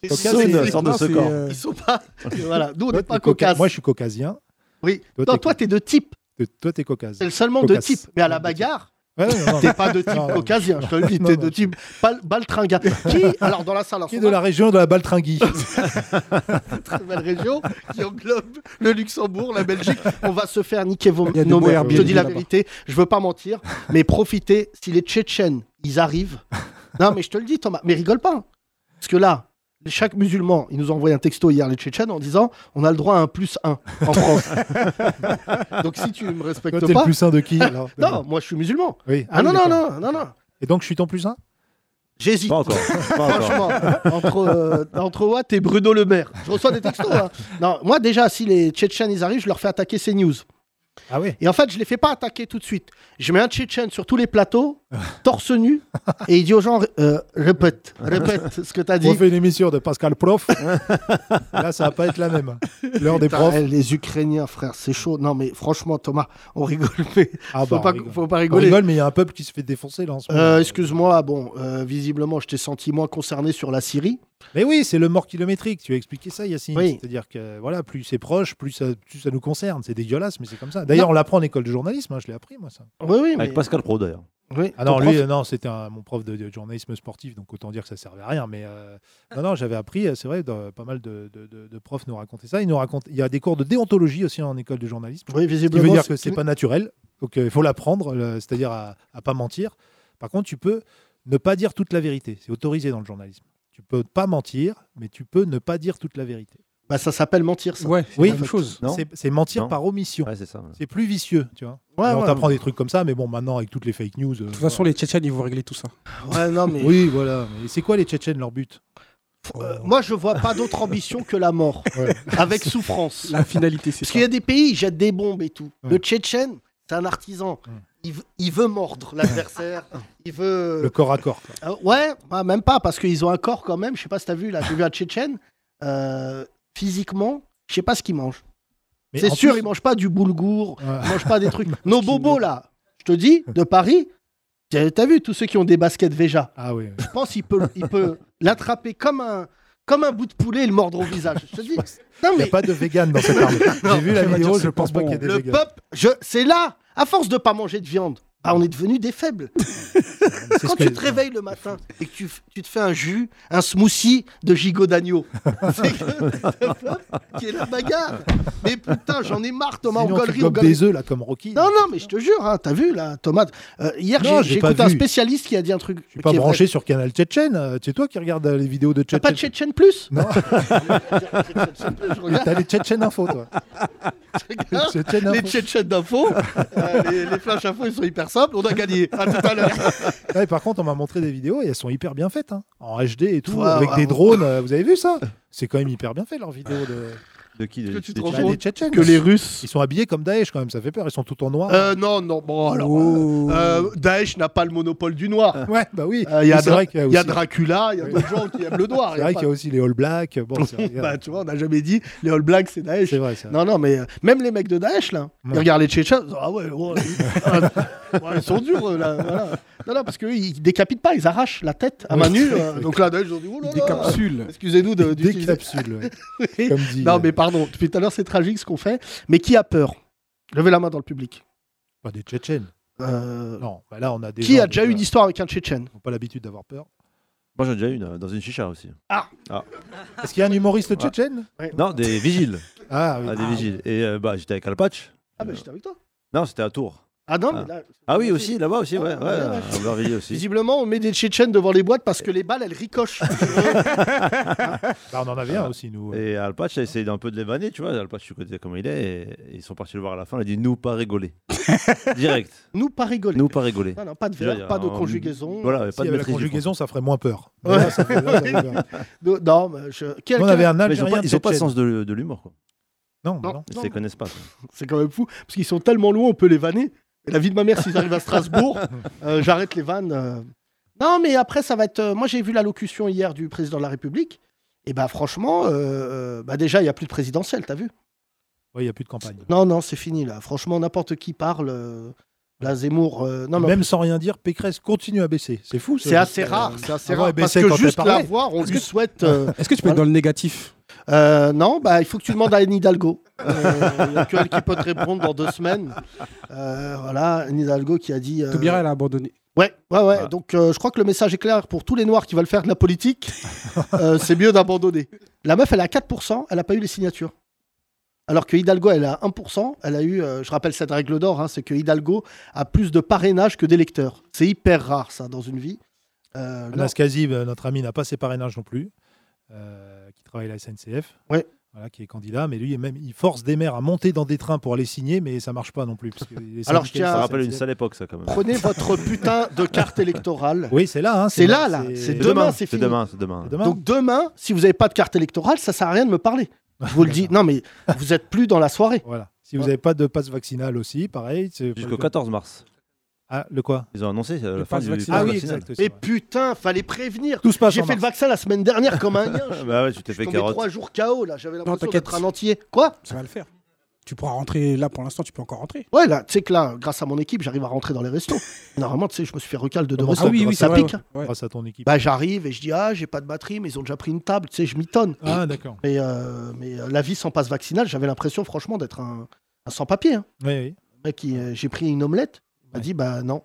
[SPEAKER 3] ils
[SPEAKER 5] Caucase,
[SPEAKER 3] sont-
[SPEAKER 5] c'est-
[SPEAKER 3] ils-
[SPEAKER 5] sort de
[SPEAKER 6] non,
[SPEAKER 5] ce
[SPEAKER 6] c'est,
[SPEAKER 5] corps.
[SPEAKER 6] euh,
[SPEAKER 3] ils sont pas. voilà, nous on
[SPEAKER 4] toi,
[SPEAKER 3] n'est
[SPEAKER 4] t'es
[SPEAKER 3] pas
[SPEAKER 4] Cauca-
[SPEAKER 3] Caucase.
[SPEAKER 4] Moi, je suis caucasien.
[SPEAKER 3] Oui.
[SPEAKER 4] Toi,
[SPEAKER 3] Non,
[SPEAKER 4] t'es
[SPEAKER 3] toi t'es de type.
[SPEAKER 4] Te- Toi, t'es caucase.
[SPEAKER 3] C'est le seulement de
[SPEAKER 4] Caucase.
[SPEAKER 3] type. Mais à la
[SPEAKER 4] Ouais, de type.
[SPEAKER 3] bagarre,
[SPEAKER 4] Ouais, ouais, non,
[SPEAKER 3] t'es pas de type
[SPEAKER 4] Non, non.
[SPEAKER 3] caucasien. Je te le dis,
[SPEAKER 4] Non,
[SPEAKER 3] t'es
[SPEAKER 4] non.
[SPEAKER 3] de type bal- baltringa. Qui, alors dans la salle,
[SPEAKER 4] Qui est de la région de la Baltringuie.
[SPEAKER 3] très belle région qui englobe le Luxembourg, la Belgique. On va se faire niquer vos
[SPEAKER 6] Il y a des
[SPEAKER 3] nos
[SPEAKER 6] beaux
[SPEAKER 3] mères. Je te
[SPEAKER 6] Airbnb
[SPEAKER 3] dis la
[SPEAKER 6] là-bas.
[SPEAKER 3] vérité, je veux pas mentir, mais profitez si les Tchétchènes, ils arrivent. Non, mais je te le dis, Thomas, mais rigole pas. hein. Parce que là, chaque musulman, ils nous ont envoyé un texto hier, les Tchétchènes, en disant on a le droit à un plus un en France. Donc si tu me
[SPEAKER 4] Toi,
[SPEAKER 3] respectes
[SPEAKER 4] t'es le
[SPEAKER 3] pas.
[SPEAKER 4] plus saint de qui alors
[SPEAKER 3] Non, moi je suis musulman.
[SPEAKER 4] Oui.
[SPEAKER 3] Ah non,
[SPEAKER 4] oui,
[SPEAKER 3] non,
[SPEAKER 4] d'accord.
[SPEAKER 3] non, non, non.
[SPEAKER 4] Et donc, je suis ton plus saint
[SPEAKER 3] J'hésite.
[SPEAKER 5] Pas encore. Pas encore.
[SPEAKER 3] Franchement, entre, euh, entre Watt et Bruno Le Maire. Je reçois des textos. hein. Non, moi, déjà, si les Tchétchènes ils arrivent, je leur fais attaquer ces news.
[SPEAKER 4] Ah ouais
[SPEAKER 3] Et en fait, je les fais pas attaquer tout de suite. Je mets un Tchétchène sur tous les plateaux, torse nu, et il dit aux gens euh, répète, répète ce que t'as dit.
[SPEAKER 4] On fait une émission de Pascal Prof. Là, ça va pas être la même. hein. L'heure des
[SPEAKER 3] Putain,
[SPEAKER 4] profs.
[SPEAKER 3] eh, les Ukrainiens, frère, c'est chaud. Non, mais franchement, Thomas, on rigole, mais
[SPEAKER 4] Ah
[SPEAKER 3] faut,
[SPEAKER 4] bah,
[SPEAKER 3] pas,
[SPEAKER 4] on rigole.
[SPEAKER 3] faut pas
[SPEAKER 4] On
[SPEAKER 3] rigoler.
[SPEAKER 4] rigole, mais il y a un peuple qui se fait défoncer là en ce moment.
[SPEAKER 3] Euh, Excuse-moi, bon, euh, visiblement, je t'ai senti moins concerné sur la Syrie.
[SPEAKER 4] Mais Eh oui, c'est le mort kilométrique. Tu as expliqué ça, Yacine.
[SPEAKER 3] Oui.
[SPEAKER 4] C'est-à-dire que voilà, plus c'est proche, plus ça, plus ça nous concerne. C'est dégueulasse, mais c'est comme ça. D'ailleurs, on l'apprend en école de journalisme. hein, je l'ai appris, moi, ça.
[SPEAKER 3] Oui, oui, mais.
[SPEAKER 5] Avec Pascal Pro d'ailleurs.
[SPEAKER 3] oui,
[SPEAKER 4] Ah
[SPEAKER 3] ton
[SPEAKER 4] non, lui,
[SPEAKER 3] prof-
[SPEAKER 4] euh, non, c'était un- mon prof de, de journalisme sportif, donc autant dire que ça servait à rien. Mais euh, non, non, j'avais appris, euh, c'est vrai, de- pas mal de, de- de- de profs nous racontaient ça. Ils nous racontent, il y a des cours de déontologie aussi en école de journalisme,
[SPEAKER 3] Oui,
[SPEAKER 4] ce qui veut
[SPEAKER 3] visiblement.
[SPEAKER 4] dire que c'est pas naturel, donc euh, il faut l'apprendre, euh, c'est-à-dire à, à pas mentir. Par contre, tu peux ne pas dire toute la vérité, c'est autorisé dans le journalisme. Tu peux pas mentir, mais tu peux ne pas dire toute la vérité.
[SPEAKER 3] Bah, ça s'appelle mentir, ça.
[SPEAKER 6] Ouais, c'est
[SPEAKER 4] Oui.
[SPEAKER 6] la même chose.
[SPEAKER 5] Non
[SPEAKER 4] C'est- C'est mentir
[SPEAKER 5] Non.
[SPEAKER 4] par omission.
[SPEAKER 5] Ouais, c'est ça.
[SPEAKER 4] C'est plus vicieux, tu vois.
[SPEAKER 3] Ouais,
[SPEAKER 4] Et on
[SPEAKER 3] ouais,
[SPEAKER 4] t'apprend des trucs comme ça, mais bon, maintenant avec toutes les fake news. euh,
[SPEAKER 6] De toute façon, les Tchétchènes, ils vont régler tout ça.
[SPEAKER 3] Ouais, non, mais.
[SPEAKER 4] Oui, voilà. Mais c'est quoi les Tchétchènes, leur but
[SPEAKER 3] Euh, moi, je vois pas d'autre ambition que la mort,
[SPEAKER 4] Ouais.
[SPEAKER 3] avec souffrance.
[SPEAKER 6] La finalité, c'est
[SPEAKER 3] Parce
[SPEAKER 6] ça.
[SPEAKER 3] qu'il y a des pays, ils jettent des bombes et tout.
[SPEAKER 4] Ouais.
[SPEAKER 3] Le Tchétchène, c'est un artisan. Il, v- il veut mordre l'adversaire. Il veut.
[SPEAKER 4] Le corps à corps. quoi.
[SPEAKER 3] Euh, ouais, bah, même pas, parce qu'ils ont un corps quand même. Je sais pas si t'as vu, là, j'ai vu un Tchétchène. euh, physiquement, je sais pas ce qu'ils mangent.
[SPEAKER 4] Mais
[SPEAKER 3] C'est
[SPEAKER 4] en
[SPEAKER 3] sûr,
[SPEAKER 4] plus-
[SPEAKER 3] ils mangent pas du boulgour,
[SPEAKER 4] Ouais.
[SPEAKER 3] ils mangent pas des trucs. Nos bobos, là, je te dis, de Paris, t'as t'as vu tous ceux qui ont des baskets Véja
[SPEAKER 4] Ah oui.
[SPEAKER 3] je pense qu'il peut il peut l'attraper comme un comme un bout de poulet et le mordre au visage. Je te dis. Non
[SPEAKER 4] Il n'y a
[SPEAKER 3] mais
[SPEAKER 4] pas de vegan dans cette armée. J'ai vu la
[SPEAKER 6] on va
[SPEAKER 4] vidéo,
[SPEAKER 6] dire,
[SPEAKER 4] je
[SPEAKER 6] c'est
[SPEAKER 4] pense
[SPEAKER 6] pas
[SPEAKER 4] pas
[SPEAKER 6] bon.
[SPEAKER 4] qu'il y a des
[SPEAKER 3] le
[SPEAKER 4] vegans.
[SPEAKER 3] peuple, je c'est là à force de pas manger de viande. Ah, on est devenu des faibles.
[SPEAKER 4] C'est ce
[SPEAKER 3] Quand
[SPEAKER 4] que-
[SPEAKER 3] tu te réveilles le matin et que tu, f- tu te fais un jus, un smoothie de gigot d'agneau, c'est que le peuple qui est la bagarre. Mais putain, j'en ai marre, Thomas, on
[SPEAKER 4] Sinon,
[SPEAKER 3] gueulerie,
[SPEAKER 4] tu
[SPEAKER 3] on
[SPEAKER 4] gobes
[SPEAKER 3] gueulerie.
[SPEAKER 4] des œufs là comme Rocky.
[SPEAKER 3] Non, non, mais je te jure, hein, t'as vu là, Thomas. euh, hier,
[SPEAKER 4] Non,
[SPEAKER 3] j'ai
[SPEAKER 4] j'ai
[SPEAKER 3] j'ai
[SPEAKER 4] pas
[SPEAKER 3] écouté un
[SPEAKER 4] vu.
[SPEAKER 3] spécialiste qui a dit un truc.
[SPEAKER 4] Je suis pas
[SPEAKER 3] qui est vrai.
[SPEAKER 4] branché sur Canal Tchétchène. euh, C'est toi qui regardes euh, les vidéos de
[SPEAKER 3] T'as
[SPEAKER 4] Tchétchène.
[SPEAKER 3] pas de Ah, Tchétchène Plus
[SPEAKER 4] Non.
[SPEAKER 3] Je regarde.
[SPEAKER 4] T'as les Tchétchènes info, toi. C'est tiens, non.
[SPEAKER 3] les tchétchènes d'infos, euh, les, les flashs infos, ils sont hyper simples. On a gagné. À tout à l'heure.
[SPEAKER 4] Ouais, par contre, on m'a montré des vidéos et elles sont hyper bien faites. hein. En HD et tout,
[SPEAKER 3] Waouh,
[SPEAKER 4] avec des
[SPEAKER 3] waouh.
[SPEAKER 4] drones. euh, Vous avez vu ça C'est quand même hyper bien fait leurs vidéos de...
[SPEAKER 5] De qui
[SPEAKER 3] Est-ce
[SPEAKER 5] des-
[SPEAKER 3] que tu te
[SPEAKER 5] des-
[SPEAKER 3] rends
[SPEAKER 4] Bah,
[SPEAKER 5] des-
[SPEAKER 3] compte
[SPEAKER 4] des Tchétchènes.
[SPEAKER 3] Que les Russes.
[SPEAKER 4] Ils sont habillés comme Daesh quand même, ça fait peur. Ils sont tout en noir.
[SPEAKER 3] Euh, non, non. Bon, alors. euh,
[SPEAKER 6] Oh.
[SPEAKER 3] euh, Daesh n'a pas le monopole du noir.
[SPEAKER 4] Ouais, bah oui.
[SPEAKER 3] Euh, y a
[SPEAKER 4] Mais c'est
[SPEAKER 3] Dra-
[SPEAKER 4] vrai qu'il y a
[SPEAKER 3] Il y a
[SPEAKER 4] aussi,
[SPEAKER 3] Dracula, il y a
[SPEAKER 4] Oui.
[SPEAKER 3] d'autres gens qui aiment le noir.
[SPEAKER 4] c'est
[SPEAKER 3] y a
[SPEAKER 4] vrai
[SPEAKER 3] pas-
[SPEAKER 4] qu'il y a aussi les All Blacks. Bon, c'est vrai,
[SPEAKER 3] Bah, tu vois, on n'a jamais dit les All Blacks, c'est Daesh.
[SPEAKER 4] c'est vrai, ça.
[SPEAKER 3] Non, non, mais euh, même les mecs de Daesh, là, ils
[SPEAKER 4] Ouais.
[SPEAKER 3] regardent les Tchétchènes, ils disent, ah ouais, ouais, ouais, ouais, ils sont durs, euh, là, voilà. Non, non, parce qu'eux, ils décapitent pas, ils arrachent la tête à
[SPEAKER 4] Ouais,
[SPEAKER 3] main nue.
[SPEAKER 4] c'est
[SPEAKER 3] euh,
[SPEAKER 4] vrai.
[SPEAKER 3] donc là, Daesh, ils ont dit, oh là
[SPEAKER 6] Des
[SPEAKER 3] là,
[SPEAKER 6] capsules.
[SPEAKER 3] excusez-nous de-
[SPEAKER 4] Des
[SPEAKER 3] d'utiliser...
[SPEAKER 4] capsules, ouais.
[SPEAKER 3] Oui.
[SPEAKER 4] comme dit.
[SPEAKER 3] Non,
[SPEAKER 4] euh,
[SPEAKER 3] mais pardon, depuis tout à l'heure, c'est tragique ce qu'on fait, mais qui a peur Levez la main dans le public.
[SPEAKER 4] Pas Bah, des Tchétchènes.
[SPEAKER 3] Euh,
[SPEAKER 4] Non, bah là, on a des.
[SPEAKER 3] qui
[SPEAKER 4] gens
[SPEAKER 3] a déjà eu une histoire avec un Tchétchène
[SPEAKER 4] qui n'ont pas l'habitude d'avoir peur.
[SPEAKER 5] Moi j'en ai déjà une euh, dans une chicha aussi.
[SPEAKER 3] Ah.
[SPEAKER 5] Ah.
[SPEAKER 4] Est-ce qu'il y a un humoriste tchétchène
[SPEAKER 5] Non, des vigiles.
[SPEAKER 4] Ah, oui.
[SPEAKER 5] Ah, des vigiles. Et euh, bah j'étais avec Alpatch.
[SPEAKER 3] Ah,
[SPEAKER 4] Euh,
[SPEAKER 3] bah, j'étais avec toi.
[SPEAKER 5] Non, c'était à Tours.
[SPEAKER 3] Ah non, mais là...
[SPEAKER 5] Ah oui, aussi, là-bas aussi, ouais.
[SPEAKER 3] Ah,
[SPEAKER 5] ouais,
[SPEAKER 3] ouais,
[SPEAKER 5] à
[SPEAKER 3] ouais.
[SPEAKER 5] Aubervilliers aussi.
[SPEAKER 3] Visiblement, on met des Tchétchènes devant les boîtes parce que les balles, elles ricochent.
[SPEAKER 4] Bah, on en avait un aussi, nous.
[SPEAKER 5] Et Alpatch a essayé d'un peu de les vanner, tu vois. Alpatch, tu connais comment il est. Et et ils sont partis le voir à la fin. Il a dit Nous pas rigoler. Direct.
[SPEAKER 3] Nous, pas rigoler.
[SPEAKER 5] Nous pas rigoler.
[SPEAKER 3] Non, non, pas de
[SPEAKER 5] Déjà, il y
[SPEAKER 3] verre,
[SPEAKER 5] a
[SPEAKER 3] pas de
[SPEAKER 5] un-
[SPEAKER 3] conjugaison.
[SPEAKER 5] Voilà, pas
[SPEAKER 4] S'il
[SPEAKER 5] de
[SPEAKER 4] y avait la
[SPEAKER 5] maîtrise du
[SPEAKER 4] conjugaison, ça ferait moins peur. Mais
[SPEAKER 3] Ouais.
[SPEAKER 4] là, ça fait- là, ça fait peur.
[SPEAKER 3] Non, Non, mais je...
[SPEAKER 4] Nous,
[SPEAKER 3] Quel-
[SPEAKER 4] on avait
[SPEAKER 3] quel-
[SPEAKER 4] un
[SPEAKER 5] français. Mais Ils ont
[SPEAKER 4] Algérien
[SPEAKER 5] pas, ils ont pas le
[SPEAKER 4] tchétchène.
[SPEAKER 5] sens de, de l'humour, quoi.
[SPEAKER 4] Non,
[SPEAKER 3] Non.
[SPEAKER 4] non.
[SPEAKER 5] Ils
[SPEAKER 3] Non,
[SPEAKER 5] ne les
[SPEAKER 3] non.
[SPEAKER 5] connaissent pas. quoi.
[SPEAKER 3] C'est quand même fou, parce qu'ils sont tellement loin, on peut les vanner. Et la vie de ma mère, s'ils arrivent à Strasbourg, euh, j'arrête les vannes. euh. Non, mais après, ça va être. euh, Moi, j'ai vu l'allocution hier du président de la République. Et bah, franchement, euh, bah, déjà, il n'y a plus de présidentielle, t'as vu
[SPEAKER 4] Ouais, il n'y a plus de campagne.
[SPEAKER 3] Non, non, c'est fini, là. Franchement, n'importe qui parle. euh, Là, Zemmour. euh, Non, mais
[SPEAKER 4] Même sans rien dire, Pécresse continue à baisser. C'est fou. ça,
[SPEAKER 3] c'est
[SPEAKER 4] parce
[SPEAKER 3] assez
[SPEAKER 4] que- euh,
[SPEAKER 3] rare. C'est assez
[SPEAKER 4] avant,
[SPEAKER 3] rare.
[SPEAKER 4] elle
[SPEAKER 3] Parce
[SPEAKER 4] baissait
[SPEAKER 3] que
[SPEAKER 4] quand elle
[SPEAKER 3] juste la
[SPEAKER 4] parlait.
[SPEAKER 3] voir, on
[SPEAKER 6] Est-ce
[SPEAKER 3] lui
[SPEAKER 6] que-
[SPEAKER 3] souhaite. euh,
[SPEAKER 6] Est-ce que tu peux être dans le négatif
[SPEAKER 3] Euh, non, bah, il faut que tu demandes à Anne Hidalgo. Euh, Il y a que elle qui peut te répondre dans deux semaines. Euh, voilà, Anne Hidalgo qui a dit. euh,
[SPEAKER 6] Taubira, elle a abandonné.
[SPEAKER 3] Ouais, ouais, ouais.
[SPEAKER 5] Ah.
[SPEAKER 3] Donc euh, je crois que le message est clair pour tous les Noirs qui veulent faire de la politique. euh, c'est mieux d'abandonner. La meuf, elle est à 4%, elle n'a pas eu les signatures. Alors que Hidalgo, elle est à 1%, elle a eu, euh, je rappelle cette règle d'or, hein, c'est que Hidalgo a plus de parrainage que d'électeurs. C'est hyper rare, ça, dans une vie. Euh, non.
[SPEAKER 4] Anas Kazib, euh, notre ami, n'a pas ses parrainages non plus, euh, qui travaille à la SNCF.
[SPEAKER 3] Ouais.
[SPEAKER 4] Voilà, qui est candidat, mais lui, même, il force des maires à monter dans des trains pour aller signer, mais ça marche pas non plus. parce que les
[SPEAKER 3] Alors, je
[SPEAKER 4] syndicats,
[SPEAKER 3] tiens à-
[SPEAKER 5] Ça
[SPEAKER 4] la
[SPEAKER 5] rappelle une
[SPEAKER 4] SNCF.
[SPEAKER 5] sale époque, ça, quand même.
[SPEAKER 3] Prenez votre putain de carte électorale.
[SPEAKER 4] Oui, c'est là. hein,
[SPEAKER 3] C'est là, là, c'est
[SPEAKER 5] C'est
[SPEAKER 3] demain,
[SPEAKER 5] demain,
[SPEAKER 3] c'est
[SPEAKER 5] c'est
[SPEAKER 3] fini.
[SPEAKER 5] demain, c'est demain.
[SPEAKER 4] demain.
[SPEAKER 3] Hein. Donc demain, si vous n'avez pas de carte électorale, ça sert à rien de me parler. Je vous le dis. Non, mais vous êtes plus dans la soirée.
[SPEAKER 4] Voilà. Si vous n'avez pas de passe vaccinal aussi, pareil. c'est-
[SPEAKER 5] Jusqu'au 14 mars.
[SPEAKER 4] Ah, le quoi
[SPEAKER 5] Ils ont annoncé euh,
[SPEAKER 6] Le
[SPEAKER 5] la fin
[SPEAKER 6] pass
[SPEAKER 5] du
[SPEAKER 6] vaccinal.
[SPEAKER 4] Ah
[SPEAKER 5] pass
[SPEAKER 4] oui,
[SPEAKER 5] vaccinal.
[SPEAKER 4] exact. c'est
[SPEAKER 3] Et
[SPEAKER 4] vrai.
[SPEAKER 3] putain, fallait prévenir.
[SPEAKER 4] Tout se passe
[SPEAKER 3] J'ai
[SPEAKER 4] en
[SPEAKER 3] fait le
[SPEAKER 4] mars.
[SPEAKER 3] vaccin la semaine dernière comme un lien.
[SPEAKER 5] Ah Bah ouais, tu t'es fait
[SPEAKER 3] J'ai tombé
[SPEAKER 5] carotte.
[SPEAKER 3] trois jours KO là. J'avais l'impression
[SPEAKER 6] t'inquiète.
[SPEAKER 3] d'être un entier. Quoi
[SPEAKER 6] Ça va le faire. Tu pourras rentrer là pour l'instant, tu peux encore rentrer.
[SPEAKER 3] Ouais, là, tu sais que là, grâce à mon équipe, j'arrive à rentrer dans les restos. Normalement, tu sais, je me suis fait recal de deux
[SPEAKER 4] Comment
[SPEAKER 3] restos.
[SPEAKER 4] oui, oui,
[SPEAKER 3] ça
[SPEAKER 6] Ah c'est vrai,
[SPEAKER 3] pique. hein.
[SPEAKER 6] ouais.
[SPEAKER 4] Grâce à ton équipe.
[SPEAKER 3] Bah, j'arrive et je dis ah, j'ai pas de batterie, mais ils ont déjà pris une table. Tu sais, je m'étonne.
[SPEAKER 4] Ah, d'accord.
[SPEAKER 3] Mais, euh, mais euh, la vie sans passe vaccinal, j'avais l'impression franchement d'être un, un sans-papier. hein.
[SPEAKER 4] Oui, oui.
[SPEAKER 3] Le mec, il, euh, j'ai pris une omelette. Il m'a
[SPEAKER 4] Ouais.
[SPEAKER 3] dit, bah non.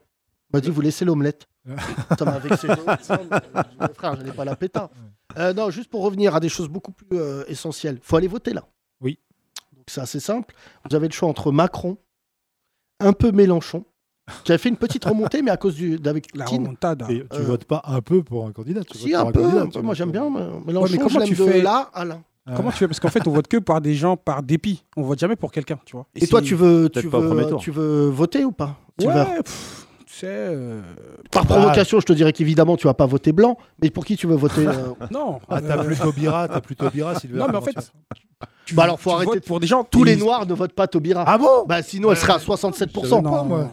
[SPEAKER 3] Il m'a dit, vous laissez l'omelette.
[SPEAKER 4] Ouais.
[SPEAKER 3] Ça m'a vexé. Je dis, Frère, euh, j'allais pas la péta. Euh, non, juste pour revenir à des choses beaucoup plus euh, essentielles. faut aller voter là.
[SPEAKER 4] Oui.
[SPEAKER 3] Donc c'est assez simple. Vous avez le choix entre Macron, un peu Mélenchon, qui a fait une petite remontée, mais à cause du, d'avec
[SPEAKER 6] La
[SPEAKER 3] Poutine.
[SPEAKER 6] remontada.
[SPEAKER 4] Et tu
[SPEAKER 3] Euh,
[SPEAKER 4] votes pas un peu pour un candidat tu
[SPEAKER 3] Si,
[SPEAKER 4] votes pour
[SPEAKER 3] un peu.
[SPEAKER 4] candidat,
[SPEAKER 3] un
[SPEAKER 4] tu
[SPEAKER 3] peu. Moi,
[SPEAKER 4] votes
[SPEAKER 3] j'aime
[SPEAKER 4] pour-
[SPEAKER 3] bien euh, Mélenchon.
[SPEAKER 6] comment
[SPEAKER 3] je l'aime
[SPEAKER 6] tu
[SPEAKER 3] de
[SPEAKER 6] fais-
[SPEAKER 3] là à là.
[SPEAKER 6] Comment tu fais Parce qu'en fait, on vote que par des gens, par dépit. On vote jamais pour quelqu'un, tu vois.
[SPEAKER 3] Et, toi,
[SPEAKER 6] si-
[SPEAKER 3] tu veux, tu,
[SPEAKER 5] peut-être pas au premier
[SPEAKER 3] veux,
[SPEAKER 5] tour.
[SPEAKER 3] tu veux voter ou pas Tu vas-
[SPEAKER 6] Ouais, pff, tu sais. euh,
[SPEAKER 4] Ah.
[SPEAKER 3] Par provocation, je te dirais qu'évidemment, tu vas pas voter blanc. Mais pour qui tu veux voter euh,
[SPEAKER 6] Non.
[SPEAKER 4] Ah,
[SPEAKER 6] euh,
[SPEAKER 4] t'as plutôt Bira, t'as plutôt Bira, Sylvain.
[SPEAKER 6] Non, mais en
[SPEAKER 4] comment tu
[SPEAKER 6] fait,
[SPEAKER 4] fais
[SPEAKER 6] tu-
[SPEAKER 3] Bah alors, faut
[SPEAKER 6] tu
[SPEAKER 3] arrêter
[SPEAKER 6] votes
[SPEAKER 3] de-
[SPEAKER 6] pour des gens.
[SPEAKER 3] Tous les
[SPEAKER 6] ils-
[SPEAKER 3] noirs ne votent pas Taubira.
[SPEAKER 4] Ah bon
[SPEAKER 3] bah sinon, elle serait
[SPEAKER 6] Euh,
[SPEAKER 3] à
[SPEAKER 4] Je
[SPEAKER 3] 67%.
[SPEAKER 4] savais pas, moi.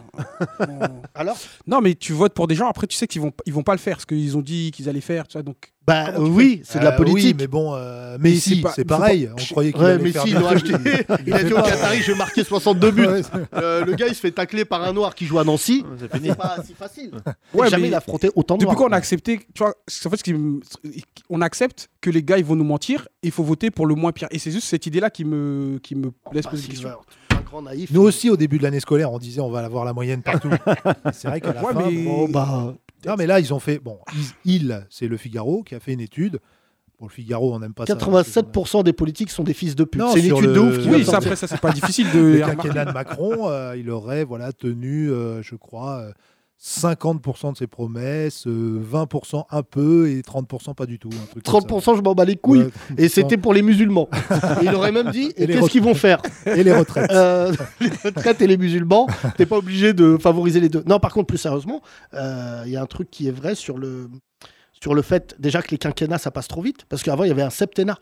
[SPEAKER 6] non.
[SPEAKER 3] Alors
[SPEAKER 6] Non, mais tu votes pour des gens. Après, tu sais qu'ils vont, ils vont pas le faire, ce qu'ils ont dit qu'ils allaient faire. Tu vois, donc
[SPEAKER 3] Bah
[SPEAKER 6] Comment tu
[SPEAKER 3] oui, c'est de la
[SPEAKER 4] Euh, oui,
[SPEAKER 3] politique.
[SPEAKER 4] mais bon, euh,
[SPEAKER 6] Mais
[SPEAKER 4] Messi,
[SPEAKER 6] c'est pas-
[SPEAKER 4] c'est
[SPEAKER 6] faut pas-
[SPEAKER 4] pareil. On croyait qu'il
[SPEAKER 3] Ouais,
[SPEAKER 4] allait
[SPEAKER 3] mais
[SPEAKER 4] faire
[SPEAKER 3] si,
[SPEAKER 4] des
[SPEAKER 3] il l'a
[SPEAKER 4] trucs.
[SPEAKER 3] acheté. Il a
[SPEAKER 4] fait
[SPEAKER 3] dit au
[SPEAKER 4] pas.
[SPEAKER 3] Qatari, je vais marquer 62 buts.
[SPEAKER 4] Ouais, c'est-
[SPEAKER 3] Euh, le gars, il se fait tacler par un noir qui joue à Nancy.
[SPEAKER 5] C'est fini.
[SPEAKER 3] C'est pas si facile.
[SPEAKER 6] Ouais,
[SPEAKER 3] Jamais
[SPEAKER 6] mais-
[SPEAKER 3] il a affronté autant de
[SPEAKER 6] Depuis
[SPEAKER 3] noirs.
[SPEAKER 6] quand on a accepté, tu vois, c'est- en fait, ce qui me- on accepte que les gars ils vont nous mentir, il faut voter pour le moins pire. Et c'est juste cette idée-là qui me, qui me laisse
[SPEAKER 3] Bah,
[SPEAKER 6] poser des
[SPEAKER 3] Sylvain,
[SPEAKER 6] questions.
[SPEAKER 3] t'es un grand naïf.
[SPEAKER 4] Nous aussi, au début de l'année scolaire, on disait on va avoir la moyenne partout. c'est vrai qu'à la
[SPEAKER 6] Ouais,
[SPEAKER 4] fin,
[SPEAKER 6] mais-
[SPEAKER 4] bon,
[SPEAKER 3] Oh, bah,
[SPEAKER 4] Non, mais là, ils ont fait. Bon, ils, ils, c'est le Figaro qui a fait une étude. Bon, le Figaro, on n'aime pas ça. hein,
[SPEAKER 3] 87% des politiques sont des fils de pute.
[SPEAKER 4] Non,
[SPEAKER 3] C'est une
[SPEAKER 4] sur
[SPEAKER 3] étude de
[SPEAKER 4] le-
[SPEAKER 3] ouf qui vient
[SPEAKER 6] Oui,
[SPEAKER 3] de
[SPEAKER 6] ça,
[SPEAKER 3] sortir.
[SPEAKER 6] après, ça c'est pas difficile de.
[SPEAKER 4] Le
[SPEAKER 6] remarquer.
[SPEAKER 4] quinquennat de Macron, euh, il aurait voilà, tenu, euh, je crois, euh, 50% de ses promesses, euh, 20% un peu et 30% pas du tout. Un truc comme ça.
[SPEAKER 3] 30%, je m'en bats les couilles.
[SPEAKER 4] Ouais,
[SPEAKER 3] Et c'était pour les musulmans. Et il aurait même dit
[SPEAKER 4] Et
[SPEAKER 3] et
[SPEAKER 4] les
[SPEAKER 3] qu'est-ce qu'ils vont faire
[SPEAKER 4] et les retraites.
[SPEAKER 3] Euh, les retraites et les musulmans, t'es pas obligé de favoriser les deux. Non, par contre, plus sérieusement, euh, il y a un truc qui est vrai sur le, sur le fait déjà que les quinquennats, ça passe trop vite, parce qu'avant, il y avait un septennat.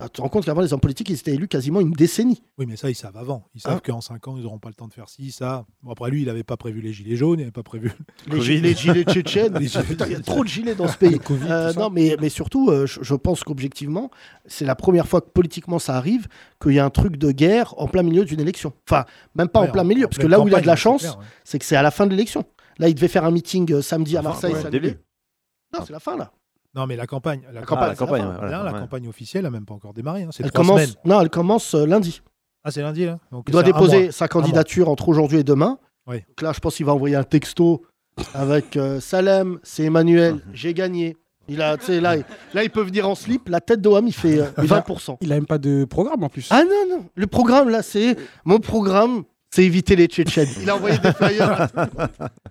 [SPEAKER 3] Ah, Tu te rends compte qu'avant, les hommes politiques, ils étaient élus quasiment une décennie. Hein
[SPEAKER 4] Oui, mais ça, ils savent avant. Ils savent qu'en 5 ans, ils n'auront pas le temps de faire ci, ça. Bon, après, lui, il n'avait pas prévu les gilets jaunes, il n'avait pas prévu
[SPEAKER 3] Les,
[SPEAKER 5] Covid.
[SPEAKER 3] gi- les gilets tchétchènes,
[SPEAKER 4] Les gilets-
[SPEAKER 3] putain, il y a trop de gilets dans ce pays.
[SPEAKER 4] le Covid. tout
[SPEAKER 3] Euh,
[SPEAKER 4] ça.
[SPEAKER 3] non, mais, mais surtout, euh, je, je pense qu'objectivement, c'est la première fois que politiquement ça arrive qu'il y a un truc de guerre en plein milieu d'une élection. Enfin, même pas
[SPEAKER 4] Ouais,
[SPEAKER 3] en plein milieu, parce que
[SPEAKER 4] pleine
[SPEAKER 3] là où il a de la
[SPEAKER 4] campagne,
[SPEAKER 3] chance,
[SPEAKER 4] c'est clair, ouais.
[SPEAKER 3] c'est que c'est à la fin de l'élection. Là, il devait faire un meeting euh, samedi à
[SPEAKER 5] Enfin,
[SPEAKER 3] Marseille.
[SPEAKER 5] ouais,
[SPEAKER 3] ça a annulé.
[SPEAKER 5] début.
[SPEAKER 3] Non, c'est la fin là.
[SPEAKER 4] Non, mais la campagne. La,
[SPEAKER 5] Ah,
[SPEAKER 4] campagne,
[SPEAKER 5] la
[SPEAKER 3] c'est la
[SPEAKER 5] campagne,
[SPEAKER 3] fin.
[SPEAKER 5] ouais, voilà,
[SPEAKER 4] là, la
[SPEAKER 5] ouais.
[SPEAKER 4] campagne officielle n'a même pas encore démarré. hein. C'est
[SPEAKER 3] Elle
[SPEAKER 4] trois
[SPEAKER 3] commence.
[SPEAKER 4] semaines.
[SPEAKER 3] Non, elle commence euh, lundi.
[SPEAKER 4] Ah, c'est lundi, là. Donc,
[SPEAKER 3] Il doit
[SPEAKER 4] c'est un
[SPEAKER 3] déposer
[SPEAKER 4] mois.
[SPEAKER 3] sa candidature entre aujourd'hui et demain.
[SPEAKER 4] Oui.
[SPEAKER 3] Donc là, je pense qu'il va envoyer un texto avec euh, Salem, c'est Emmanuel,
[SPEAKER 6] Ah.
[SPEAKER 3] j'ai gagné. Il a, tu sais, là, il- là, il peut venir en slip. La tête d'Oham, il fait euh, 20%.
[SPEAKER 6] Il a même pas de programme en plus.
[SPEAKER 3] Ah non, non. Le programme, là, c'est. Mon programme, c'est éviter les Tchétchènes. Il a envoyé des flyers.
[SPEAKER 4] Quand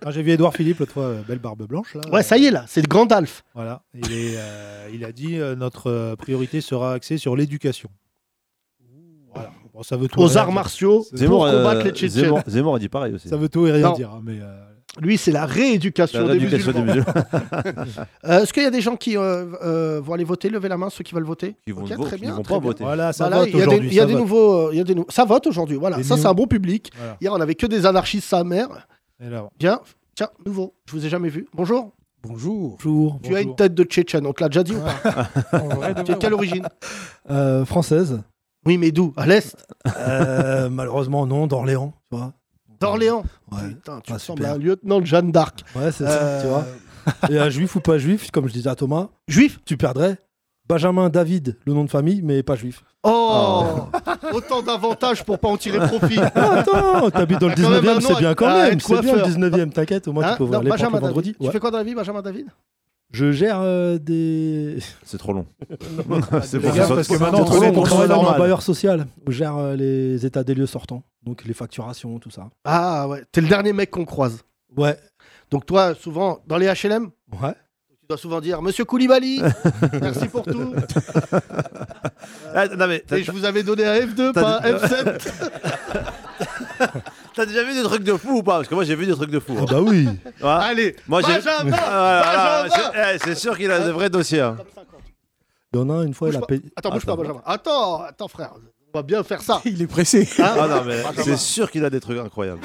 [SPEAKER 4] Ah, J'ai vu Édouard Philippe l'autre fois, euh, belle barbe blanche. Là,
[SPEAKER 3] Ouais, ça y est, là. C'est le grand Alf.
[SPEAKER 4] Voilà, il, est, euh, il a dit euh, notre euh, priorité sera axée sur l'éducation. Voilà, Bon, ça veut tout et
[SPEAKER 3] Aux
[SPEAKER 4] rien
[SPEAKER 3] arts
[SPEAKER 4] dire.
[SPEAKER 3] martiaux,
[SPEAKER 5] Zemmour,
[SPEAKER 3] pour
[SPEAKER 5] euh,
[SPEAKER 3] combattre les Tchétchènes.
[SPEAKER 5] Zemmour- Zemmour a dit pareil aussi.
[SPEAKER 4] Ça veut tout et rien
[SPEAKER 3] Non.
[SPEAKER 4] dire, hein, mais euh,
[SPEAKER 3] Lui, c'est la rééducation,
[SPEAKER 5] La rééducation
[SPEAKER 3] des
[SPEAKER 5] des
[SPEAKER 3] musulmans.
[SPEAKER 5] musulmans.
[SPEAKER 3] Euh, Est-ce qu'il y a des gens qui euh, euh, vont aller voter Levez la main ceux qui veulent voter.
[SPEAKER 5] Ils vont
[SPEAKER 3] Ok,
[SPEAKER 5] voter,
[SPEAKER 3] très
[SPEAKER 5] ils
[SPEAKER 3] bien,
[SPEAKER 5] vont
[SPEAKER 3] très
[SPEAKER 5] pas
[SPEAKER 3] bien.
[SPEAKER 5] voter.
[SPEAKER 4] voilà, ça
[SPEAKER 3] Voilà,
[SPEAKER 4] vote
[SPEAKER 3] il y a des,
[SPEAKER 4] aujourd'hui.
[SPEAKER 3] il y a
[SPEAKER 4] ça
[SPEAKER 3] des
[SPEAKER 4] vote.
[SPEAKER 3] nouveaux, euh, il y a des nou- ça vote aujourd'hui. Voilà,
[SPEAKER 4] Des
[SPEAKER 3] ça c'est
[SPEAKER 4] nouveaux.
[SPEAKER 3] un bon public.
[SPEAKER 4] Voilà.
[SPEAKER 3] Hier on avait que des anarchistes, sa mère.
[SPEAKER 4] Et alors,
[SPEAKER 3] Bien, tiens, nouveau. Je vous ai jamais vu. Bonjour.
[SPEAKER 6] Bonjour.
[SPEAKER 7] Bonjour.
[SPEAKER 3] Tu as une tête de Tchétchène. On te l'a déjà dit ou pas
[SPEAKER 6] En vrai, de
[SPEAKER 3] Tu
[SPEAKER 6] vrai,
[SPEAKER 3] es de quelle origine
[SPEAKER 7] Euh, française.
[SPEAKER 3] Oui, mais d'où À l'est
[SPEAKER 7] Euh, malheureusement, non, d'Orléans, tu vois.
[SPEAKER 3] D'Orléans.
[SPEAKER 7] Ouais,
[SPEAKER 3] Putain, tu
[SPEAKER 7] Ah,
[SPEAKER 3] ressembles
[SPEAKER 7] super.
[SPEAKER 3] à un lieutenant de Jeanne d'Arc.
[SPEAKER 7] ouais c'est ça,
[SPEAKER 3] Euh,
[SPEAKER 7] tu vois. Et un juif ou pas juif, comme je disais à Thomas,
[SPEAKER 3] Juif
[SPEAKER 7] tu perdrais Benjamin David, le nom de famille, mais pas juif.
[SPEAKER 3] Oh, Autant d'avantages pour pas en tirer profit.
[SPEAKER 7] Ah, Attends, t'habites dans le
[SPEAKER 3] T'as quand même un
[SPEAKER 7] 19ème,
[SPEAKER 3] nom
[SPEAKER 7] c'est bien
[SPEAKER 3] à-
[SPEAKER 7] quand
[SPEAKER 3] à
[SPEAKER 7] même.
[SPEAKER 3] être
[SPEAKER 7] C'est bien le
[SPEAKER 3] coiffeur.
[SPEAKER 7] 19ème, t'inquiète, au moins
[SPEAKER 3] Hein
[SPEAKER 7] tu peux ouvrir
[SPEAKER 3] Non,
[SPEAKER 7] les portes
[SPEAKER 3] Benjamin
[SPEAKER 7] le
[SPEAKER 3] David.
[SPEAKER 7] vendredi.
[SPEAKER 3] Tu
[SPEAKER 7] Ouais.
[SPEAKER 3] fais quoi dans la vie, Benjamin David
[SPEAKER 7] Je gère euh, des.
[SPEAKER 5] C'est trop long. c'est pour que ce
[SPEAKER 4] Fais gaffe,
[SPEAKER 5] soit
[SPEAKER 4] parce que
[SPEAKER 5] trop
[SPEAKER 4] maintenant, on
[SPEAKER 5] long,
[SPEAKER 4] connaît
[SPEAKER 5] pour
[SPEAKER 7] on
[SPEAKER 5] que ce soit
[SPEAKER 7] travaille dans un
[SPEAKER 5] normal.
[SPEAKER 7] bailleur social. On gère euh, les états des lieux sortants, donc les facturations, tout ça.
[SPEAKER 3] Ah ouais, t'es le dernier mec qu'on croise.
[SPEAKER 7] Ouais.
[SPEAKER 3] Donc toi, souvent, dans les HLM,
[SPEAKER 7] Ouais.
[SPEAKER 3] tu dois souvent dire Monsieur Koulibaly, merci pour tout.
[SPEAKER 5] Ah, non, mais t'as-
[SPEAKER 3] Et je vous avais donné un F2,
[SPEAKER 5] T'as-
[SPEAKER 3] pas un F7.
[SPEAKER 5] T'as déjà vu des trucs de fou ou pas Parce que moi j'ai vu des trucs de fou. hein.
[SPEAKER 7] Ah bah oui.
[SPEAKER 5] Voilà.
[SPEAKER 3] Allez,
[SPEAKER 5] Moi, j'ai-
[SPEAKER 3] Benjamin
[SPEAKER 5] Ah, voilà,
[SPEAKER 3] Benjamin
[SPEAKER 5] c'est- eh, C'est sûr qu'il a des vrais dossiers. hein.
[SPEAKER 7] Il y en a un, une fois, il
[SPEAKER 3] Bouge
[SPEAKER 7] a
[SPEAKER 3] pas.
[SPEAKER 7] payé.
[SPEAKER 3] Attends, bouge pas,
[SPEAKER 5] Attends.
[SPEAKER 3] Benjamin. Attends, attends, frère. On va bien faire ça.
[SPEAKER 6] Il est pressé.
[SPEAKER 3] hein.
[SPEAKER 5] Ah non, mais
[SPEAKER 3] Attends,
[SPEAKER 5] c'est
[SPEAKER 3] attends.
[SPEAKER 5] sûr qu'il a des trucs incroyables.